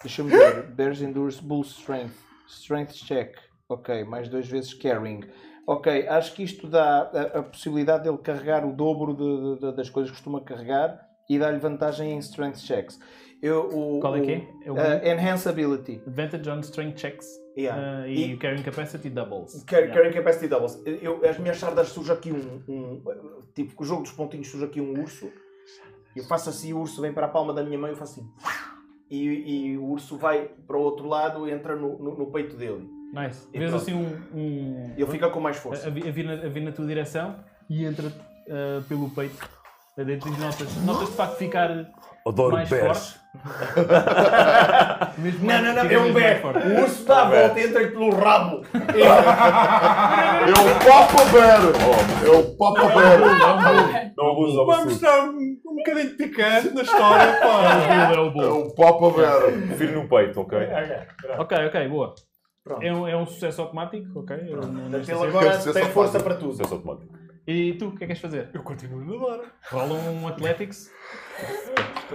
Speaker 3: Deixa-me ver. Bears Endurance Bull Strength. Strength check. Ok, mais duas vezes carrying. Ok, acho que isto dá a, a possibilidade dele carregar o dobro de- de- de- das coisas que costuma carregar e dá-lhe vantagem em Strength checks. Eu, o,
Speaker 1: Qual é que é? É
Speaker 3: O,
Speaker 1: o-
Speaker 3: eh, enhance Ability.
Speaker 1: Advantage on strength checks
Speaker 3: Yeah.
Speaker 1: eh, e, carrying capacity doubles.
Speaker 3: Car
Speaker 1: Yeah.
Speaker 3: Carrying Capacity Doubles. Eu, as minhas sardas surge aqui um, um- Tipo, com o jogo dos pontinhos surge aqui um urso. Eu faço assim, o urso vem para a palma da minha mão e eu faço assim. E, e o urso vai para o outro lado e entra no, no, no peito dele.
Speaker 1: Nice.
Speaker 3: E
Speaker 1: Vês
Speaker 3: pronto.
Speaker 1: assim um. um...
Speaker 3: Ele fica com mais força.
Speaker 1: A, a, vi- a vir na, a vir na tua direção e entra-te eh, pelo peito. Adentro e notas, notas de facto ficar
Speaker 12: Adoro
Speaker 1: mais
Speaker 12: bears.
Speaker 1: forte. Mesmo
Speaker 3: Não,
Speaker 1: mais-
Speaker 3: não, não,
Speaker 1: fica
Speaker 3: é um
Speaker 1: mesmo mais
Speaker 3: bear.
Speaker 1: forte.
Speaker 3: O urso dá a volta e entra-lhe pelo rabo.
Speaker 2: É o Papa Bear! É o Papa Bear!
Speaker 12: Não abuso, não
Speaker 8: Vamos
Speaker 12: abuso.
Speaker 8: dar um, um bocadinho de picante na história, pá.
Speaker 1: É o
Speaker 2: É
Speaker 1: bolo.
Speaker 2: o Papa Bear!
Speaker 12: Prefiro no peito, ok?
Speaker 1: Ok, ok, boa.
Speaker 3: Pronto.
Speaker 1: É um, é um sucesso automático, ok? Eu não- não sei
Speaker 3: Ele
Speaker 1: se-
Speaker 3: agora
Speaker 2: Esse é
Speaker 3: tem
Speaker 2: só
Speaker 3: força
Speaker 2: fácil.
Speaker 3: para tudo.
Speaker 12: Sucesso automático.
Speaker 1: E tu, o que é que queres fazer?
Speaker 8: Eu continuo a nadar.
Speaker 1: Rola um Athletics.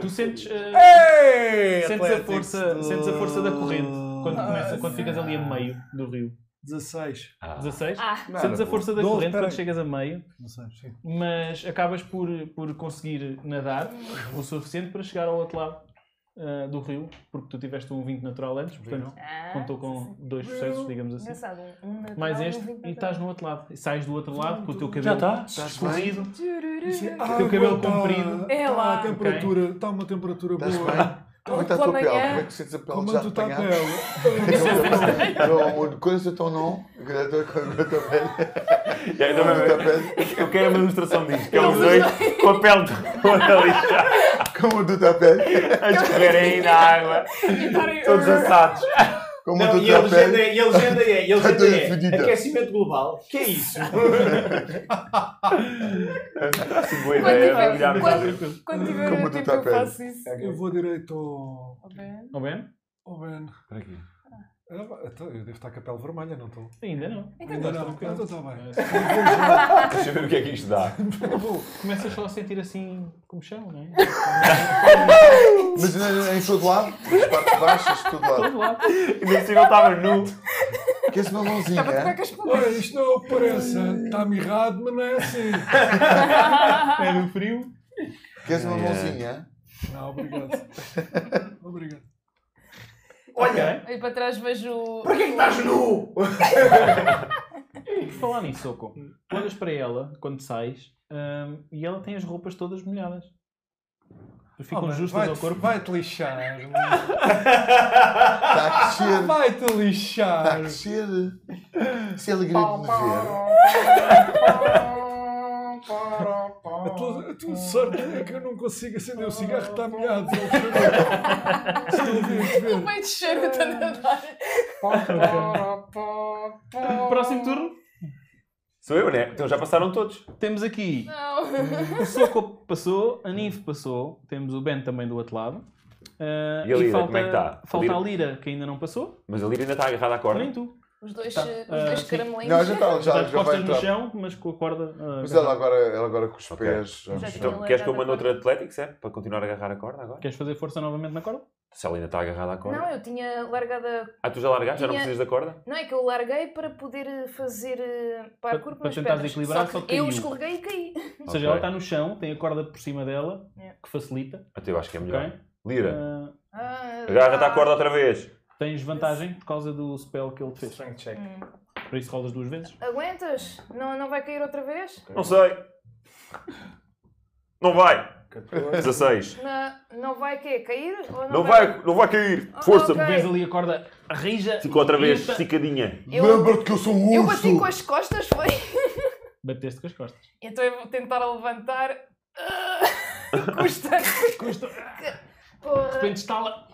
Speaker 1: tu sentes, eh,
Speaker 3: É,
Speaker 8: Ei,
Speaker 1: sentes, a
Speaker 8: Atlético
Speaker 1: força,
Speaker 8: do-
Speaker 1: sentes a força da corrente quando, começa, quando ficas ali a meio do rio.
Speaker 8: 16.
Speaker 12: Ah.
Speaker 1: 16?
Speaker 4: Ah.
Speaker 1: sentes a força da
Speaker 8: Doze,
Speaker 1: corrente
Speaker 8: peraí.
Speaker 1: quando chegas a meio,
Speaker 8: 16, sim.
Speaker 1: mas acabas por, por conseguir nadar o suficiente para chegar ao outro lado ah, do rio, porque tu tiveste um 20 natural antes, portanto
Speaker 4: Ah,
Speaker 1: contou com dois sucessos, digamos assim.
Speaker 4: Engraçado, um natural
Speaker 1: Mais
Speaker 4: e um
Speaker 1: este,
Speaker 4: vinte
Speaker 1: e tá-
Speaker 4: natural.
Speaker 1: estás no outro lado. E sais do outro lado com o teu cabelo
Speaker 8: tá?
Speaker 2: tá?
Speaker 1: tá escorrido.
Speaker 8: Água
Speaker 1: cabelo
Speaker 8: tá-
Speaker 1: comprido.
Speaker 8: tá
Speaker 4: É lá.
Speaker 8: a temperatura, está uma temperatura
Speaker 2: Estás
Speaker 8: boa.
Speaker 2: bem? Como é que está a tua pele? Como é que sentes a pele?
Speaker 8: Como
Speaker 2: Já
Speaker 8: tu está a
Speaker 2: apanhaste?
Speaker 8: pele?
Speaker 2: Meu amor, qual é o seu teu nome? Qual é a tua cor? Qual é a tua pele?
Speaker 12: E aí também-
Speaker 2: Qual é a tua pele?
Speaker 12: então Eu quero uma ilustração disto, que é os dois com a pele toda lixada,
Speaker 2: Como tu tá está a pele?
Speaker 12: a escorrerem aí na água,
Speaker 4: tá
Speaker 12: todos
Speaker 4: uh,
Speaker 12: assados.
Speaker 2: Como
Speaker 3: Não,
Speaker 2: tu tá
Speaker 3: e
Speaker 2: está
Speaker 3: a
Speaker 2: a
Speaker 3: legenda
Speaker 2: pele?
Speaker 3: é, e a legenda é, e a
Speaker 2: Tá
Speaker 3: legenda
Speaker 2: tudo
Speaker 3: é,
Speaker 2: fedido.
Speaker 3: aquecimento global. Que é isso?
Speaker 12: Que
Speaker 4: Quando
Speaker 12: boa ideia, é mergulhar
Speaker 4: tiver,
Speaker 12: no
Speaker 4: quando,
Speaker 12: rio.
Speaker 4: quando tiver um
Speaker 2: Como tu
Speaker 4: tempo
Speaker 2: tá
Speaker 4: eu
Speaker 2: bem.
Speaker 4: faço isso.
Speaker 8: Eu vou direito ao,
Speaker 4: Tá bem?
Speaker 1: Não bem?
Speaker 8: ao Ben.
Speaker 12: Espera aqui.
Speaker 8: Ah, vá, então, Eu devo estar com a pele vermelha, não estou?
Speaker 1: Ainda não.
Speaker 8: Ainda não,
Speaker 1: tranquilo.
Speaker 8: então está bem.
Speaker 12: Deixa eu ver o que é que isto dá.
Speaker 1: Começas só a sentir assim como chão, não é?
Speaker 2: Mas em- em todo lado? As partes baixas, todo lado.
Speaker 12: Ainda assim eu estava nu.
Speaker 2: Que esse meu mãozinho,
Speaker 4: Estava a tocar
Speaker 2: é?
Speaker 4: com as palavras.
Speaker 8: Olha, isto não aparece. Está-me errado, mas não é assim.
Speaker 1: Era o frio.
Speaker 2: Que esse meu mãozinho, é?
Speaker 8: Não, obrigado. Obrigado.
Speaker 1: Olha!
Speaker 4: Olho para trás vejo.
Speaker 3: Para que é
Speaker 1: tá?
Speaker 3: que estás nu?
Speaker 1: Por falar nisso, Soco,
Speaker 2: Hum.
Speaker 1: tu olhas para ela quando sais hum, e ela tem as roupas todas molhadas. Ficam
Speaker 8: Oh,
Speaker 1: justas
Speaker 8: vai-te-
Speaker 1: ao corpo.
Speaker 8: Vai-te lixar. Ah,
Speaker 2: Está Tá a crescer.
Speaker 8: Vai-te
Speaker 2: Está a
Speaker 8: lixar.
Speaker 2: crescer. Isso é alegria de me ver.
Speaker 8: A tua, a tua sorte é que eu não consigo acender o cigarro, está molhado.
Speaker 4: O peito cheiro está
Speaker 1: é
Speaker 4: a
Speaker 1: tá?
Speaker 4: nadar.
Speaker 1: Próximo turno,
Speaker 12: Sou eu, né? Então já passaram todos.
Speaker 1: temos aqui
Speaker 4: Não.
Speaker 1: o Soco passou, a Nive passou, temos o Ben também do outro lado. Ah,
Speaker 12: E a Lira,
Speaker 1: falta,
Speaker 12: como é que tá?
Speaker 1: Falta
Speaker 12: A
Speaker 1: a
Speaker 12: Lira-
Speaker 1: Lira, que ainda não passou.
Speaker 12: Mas a Lira ainda está agarrada à corda.
Speaker 1: Nem tu.
Speaker 4: Os dois,
Speaker 1: Tá.
Speaker 4: eh, os
Speaker 1: Ah,
Speaker 4: dois
Speaker 1: sim.
Speaker 4: caramelinhos.
Speaker 2: Não, tá já
Speaker 1: Está
Speaker 2: está, já,
Speaker 1: de
Speaker 2: já vai
Speaker 1: costas no
Speaker 2: entrar.
Speaker 1: chão, mas com a corda. ah,
Speaker 2: Mas ela
Speaker 1: agarrada.
Speaker 2: agora, ela agora com os
Speaker 12: Ok.
Speaker 2: pés. já no chão.
Speaker 12: Então, queres que eu mande outra Athletics, é? Para continuar a agarrar a corda agora?
Speaker 1: Queres fazer força novamente na corda?
Speaker 12: Se ela ainda está agarrada à corda.
Speaker 4: Não, eu tinha largado a.
Speaker 12: Ah, tu já largaste? Já não
Speaker 4: Tinha-
Speaker 12: precisas da corda?
Speaker 4: Não, é que eu larguei para poder eh, fazer eh, parkour
Speaker 1: Para- para
Speaker 4: com as
Speaker 1: tentar
Speaker 4: pernas.
Speaker 1: desequilibrar, só que
Speaker 4: eu
Speaker 1: caiu.
Speaker 4: escorreguei e caí.
Speaker 1: Ou seja,
Speaker 12: Ok.
Speaker 1: ela está no chão, tem a corda por cima dela,
Speaker 4: Yeah.
Speaker 1: que facilita.
Speaker 12: Até eu acho que é melhor.
Speaker 1: Ok?
Speaker 12: Lira,
Speaker 1: Ah,
Speaker 4: Ah,
Speaker 12: agarra-te à corda outra vez.
Speaker 1: tens vantagem por causa do spell que ele fez.
Speaker 27: check.
Speaker 1: Por isso rolas duas vezes.
Speaker 4: hum. Aguentas? Não, não vai cair outra vez?
Speaker 12: Não sei. Não vai. 16.
Speaker 4: Não, não vai quê? Cair? Ou não,
Speaker 12: Não vai, não vai cair.
Speaker 4: Ah,
Speaker 12: Força.
Speaker 4: ok.
Speaker 1: Vês ali a corda rija.
Speaker 12: Fica outra vez,
Speaker 1: Eita.
Speaker 12: esticadinha.
Speaker 4: Eu-
Speaker 2: Lembra-te que eu sou um
Speaker 4: Eu
Speaker 2: urso!
Speaker 4: bati com as costas, foi?
Speaker 1: Bateste com as costas.
Speaker 28: Então eu vou tentar levantar. Custa.
Speaker 1: Custa.
Speaker 4: Porra,
Speaker 1: De repente estala.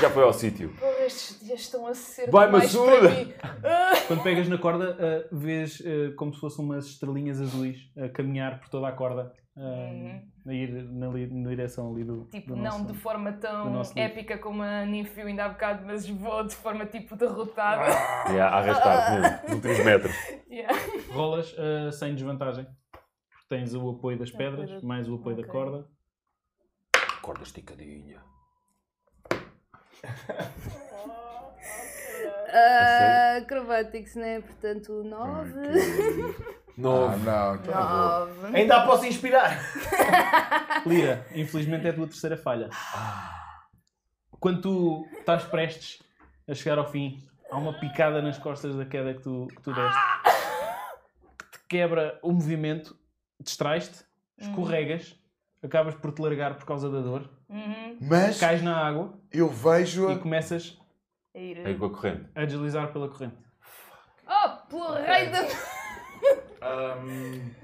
Speaker 12: Já foi ao sítio.
Speaker 4: porra, estes dias estão a ser.
Speaker 12: Vai,
Speaker 4: demais para
Speaker 12: Massuda!
Speaker 4: mim. Ah,
Speaker 1: Quando pegas na corda, ah, vês ah, como se fossem umas estrelinhas azuis a caminhar por toda a corda. ah,
Speaker 4: Uhum.
Speaker 1: A ir na, li- na direção ali do.
Speaker 28: Tipo,
Speaker 1: do
Speaker 28: não
Speaker 1: nosso-
Speaker 28: de forma
Speaker 1: do
Speaker 28: tão
Speaker 1: nosso livro.
Speaker 28: épica como a Ninfio ainda há bocado, mas vou de forma tipo derrotada.
Speaker 1: Ah.
Speaker 12: É, a
Speaker 4: Ah,
Speaker 12: arrastar mesmo, nos últimos metros.
Speaker 28: Yeah.
Speaker 1: Rolas ah, sem desvantagem. Porque tens o apoio das
Speaker 4: O apoio
Speaker 1: pedras,
Speaker 4: da-
Speaker 1: mais o apoio da
Speaker 4: ok.
Speaker 1: corda.
Speaker 12: Corda esticadinha.
Speaker 4: Ah, acrobatics, né? Portanto, 9.
Speaker 2: Ah, não, então eu vou.
Speaker 4: 9.
Speaker 3: Ainda a posso inspirar.
Speaker 1: Lira, infelizmente é a tua terceira falha. Quando tu estás prestes a chegar ao fim, há uma picada nas costas da queda que tu, que tu deste. Que te quebra o movimento, distrais-te, escorregas, acabas por te largar por causa da dor,
Speaker 4: Uhum.
Speaker 2: Mas
Speaker 1: cais na água
Speaker 2: eu vejo.
Speaker 1: e começas
Speaker 4: É ir.
Speaker 12: É com a corrente.
Speaker 1: a deslizar pela corrente.
Speaker 28: Oh, pelo rei da.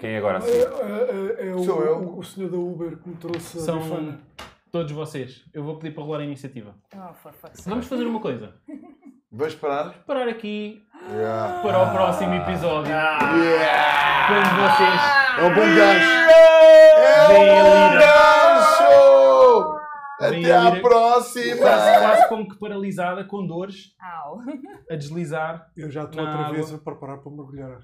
Speaker 12: Quem é agora
Speaker 8: Ah,
Speaker 12: assim?
Speaker 8: é- é- é o,
Speaker 2: Sou eu.
Speaker 8: o- o senhor da Uber que me trouxe
Speaker 1: São
Speaker 8: a bifana.
Speaker 1: todos vocês. Eu vou pedir para rolar a iniciativa.
Speaker 4: Oh, for fuck's sake.
Speaker 1: Vamos fazer uma coisa.
Speaker 2: Vais parar?
Speaker 1: Parar aqui
Speaker 2: Yeah.
Speaker 1: para o próximo episódio.
Speaker 2: Ah! Yeah.
Speaker 1: Quando vocês
Speaker 2: É um bom gancho!
Speaker 1: Vem
Speaker 2: É um
Speaker 1: a
Speaker 2: bom
Speaker 1: Lira.
Speaker 2: gancho!
Speaker 1: Vem
Speaker 2: Até
Speaker 1: a
Speaker 2: à
Speaker 1: Lira.
Speaker 2: próxima!
Speaker 1: É quase, quase como que paralisada, com dores,
Speaker 28: Au.
Speaker 1: a deslizar
Speaker 8: Eu já estou
Speaker 1: Na
Speaker 8: outra vez
Speaker 1: água.
Speaker 8: a preparar para mergulhar.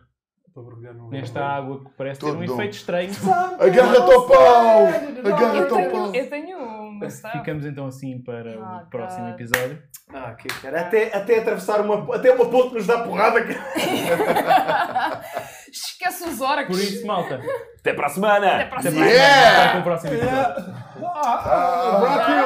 Speaker 8: Para mergulhar no
Speaker 1: nesta água que parece ter
Speaker 2: Uhum. Todo
Speaker 1: um
Speaker 2: dom.
Speaker 1: efeito estranho.
Speaker 2: Agarra-te ao pau!
Speaker 28: Eu
Speaker 2: Agarra-te ao
Speaker 28: tenho,
Speaker 2: pau!
Speaker 28: eu tenho uma sabe?
Speaker 1: Ficamos então assim para
Speaker 4: Ah,
Speaker 1: o próximo
Speaker 4: God.
Speaker 1: episódio.
Speaker 3: Ah, que cara. Até, até atravessar uma. Até uma ponte nos dá porrada, cara.
Speaker 28: Esquece os orcs.
Speaker 1: Por isso, malta,
Speaker 12: Até para a semana!
Speaker 2: Assim é.
Speaker 28: Até para a semana.
Speaker 1: até
Speaker 2: Yeah!
Speaker 1: para o próximo episódio.
Speaker 8: Ah, Rocky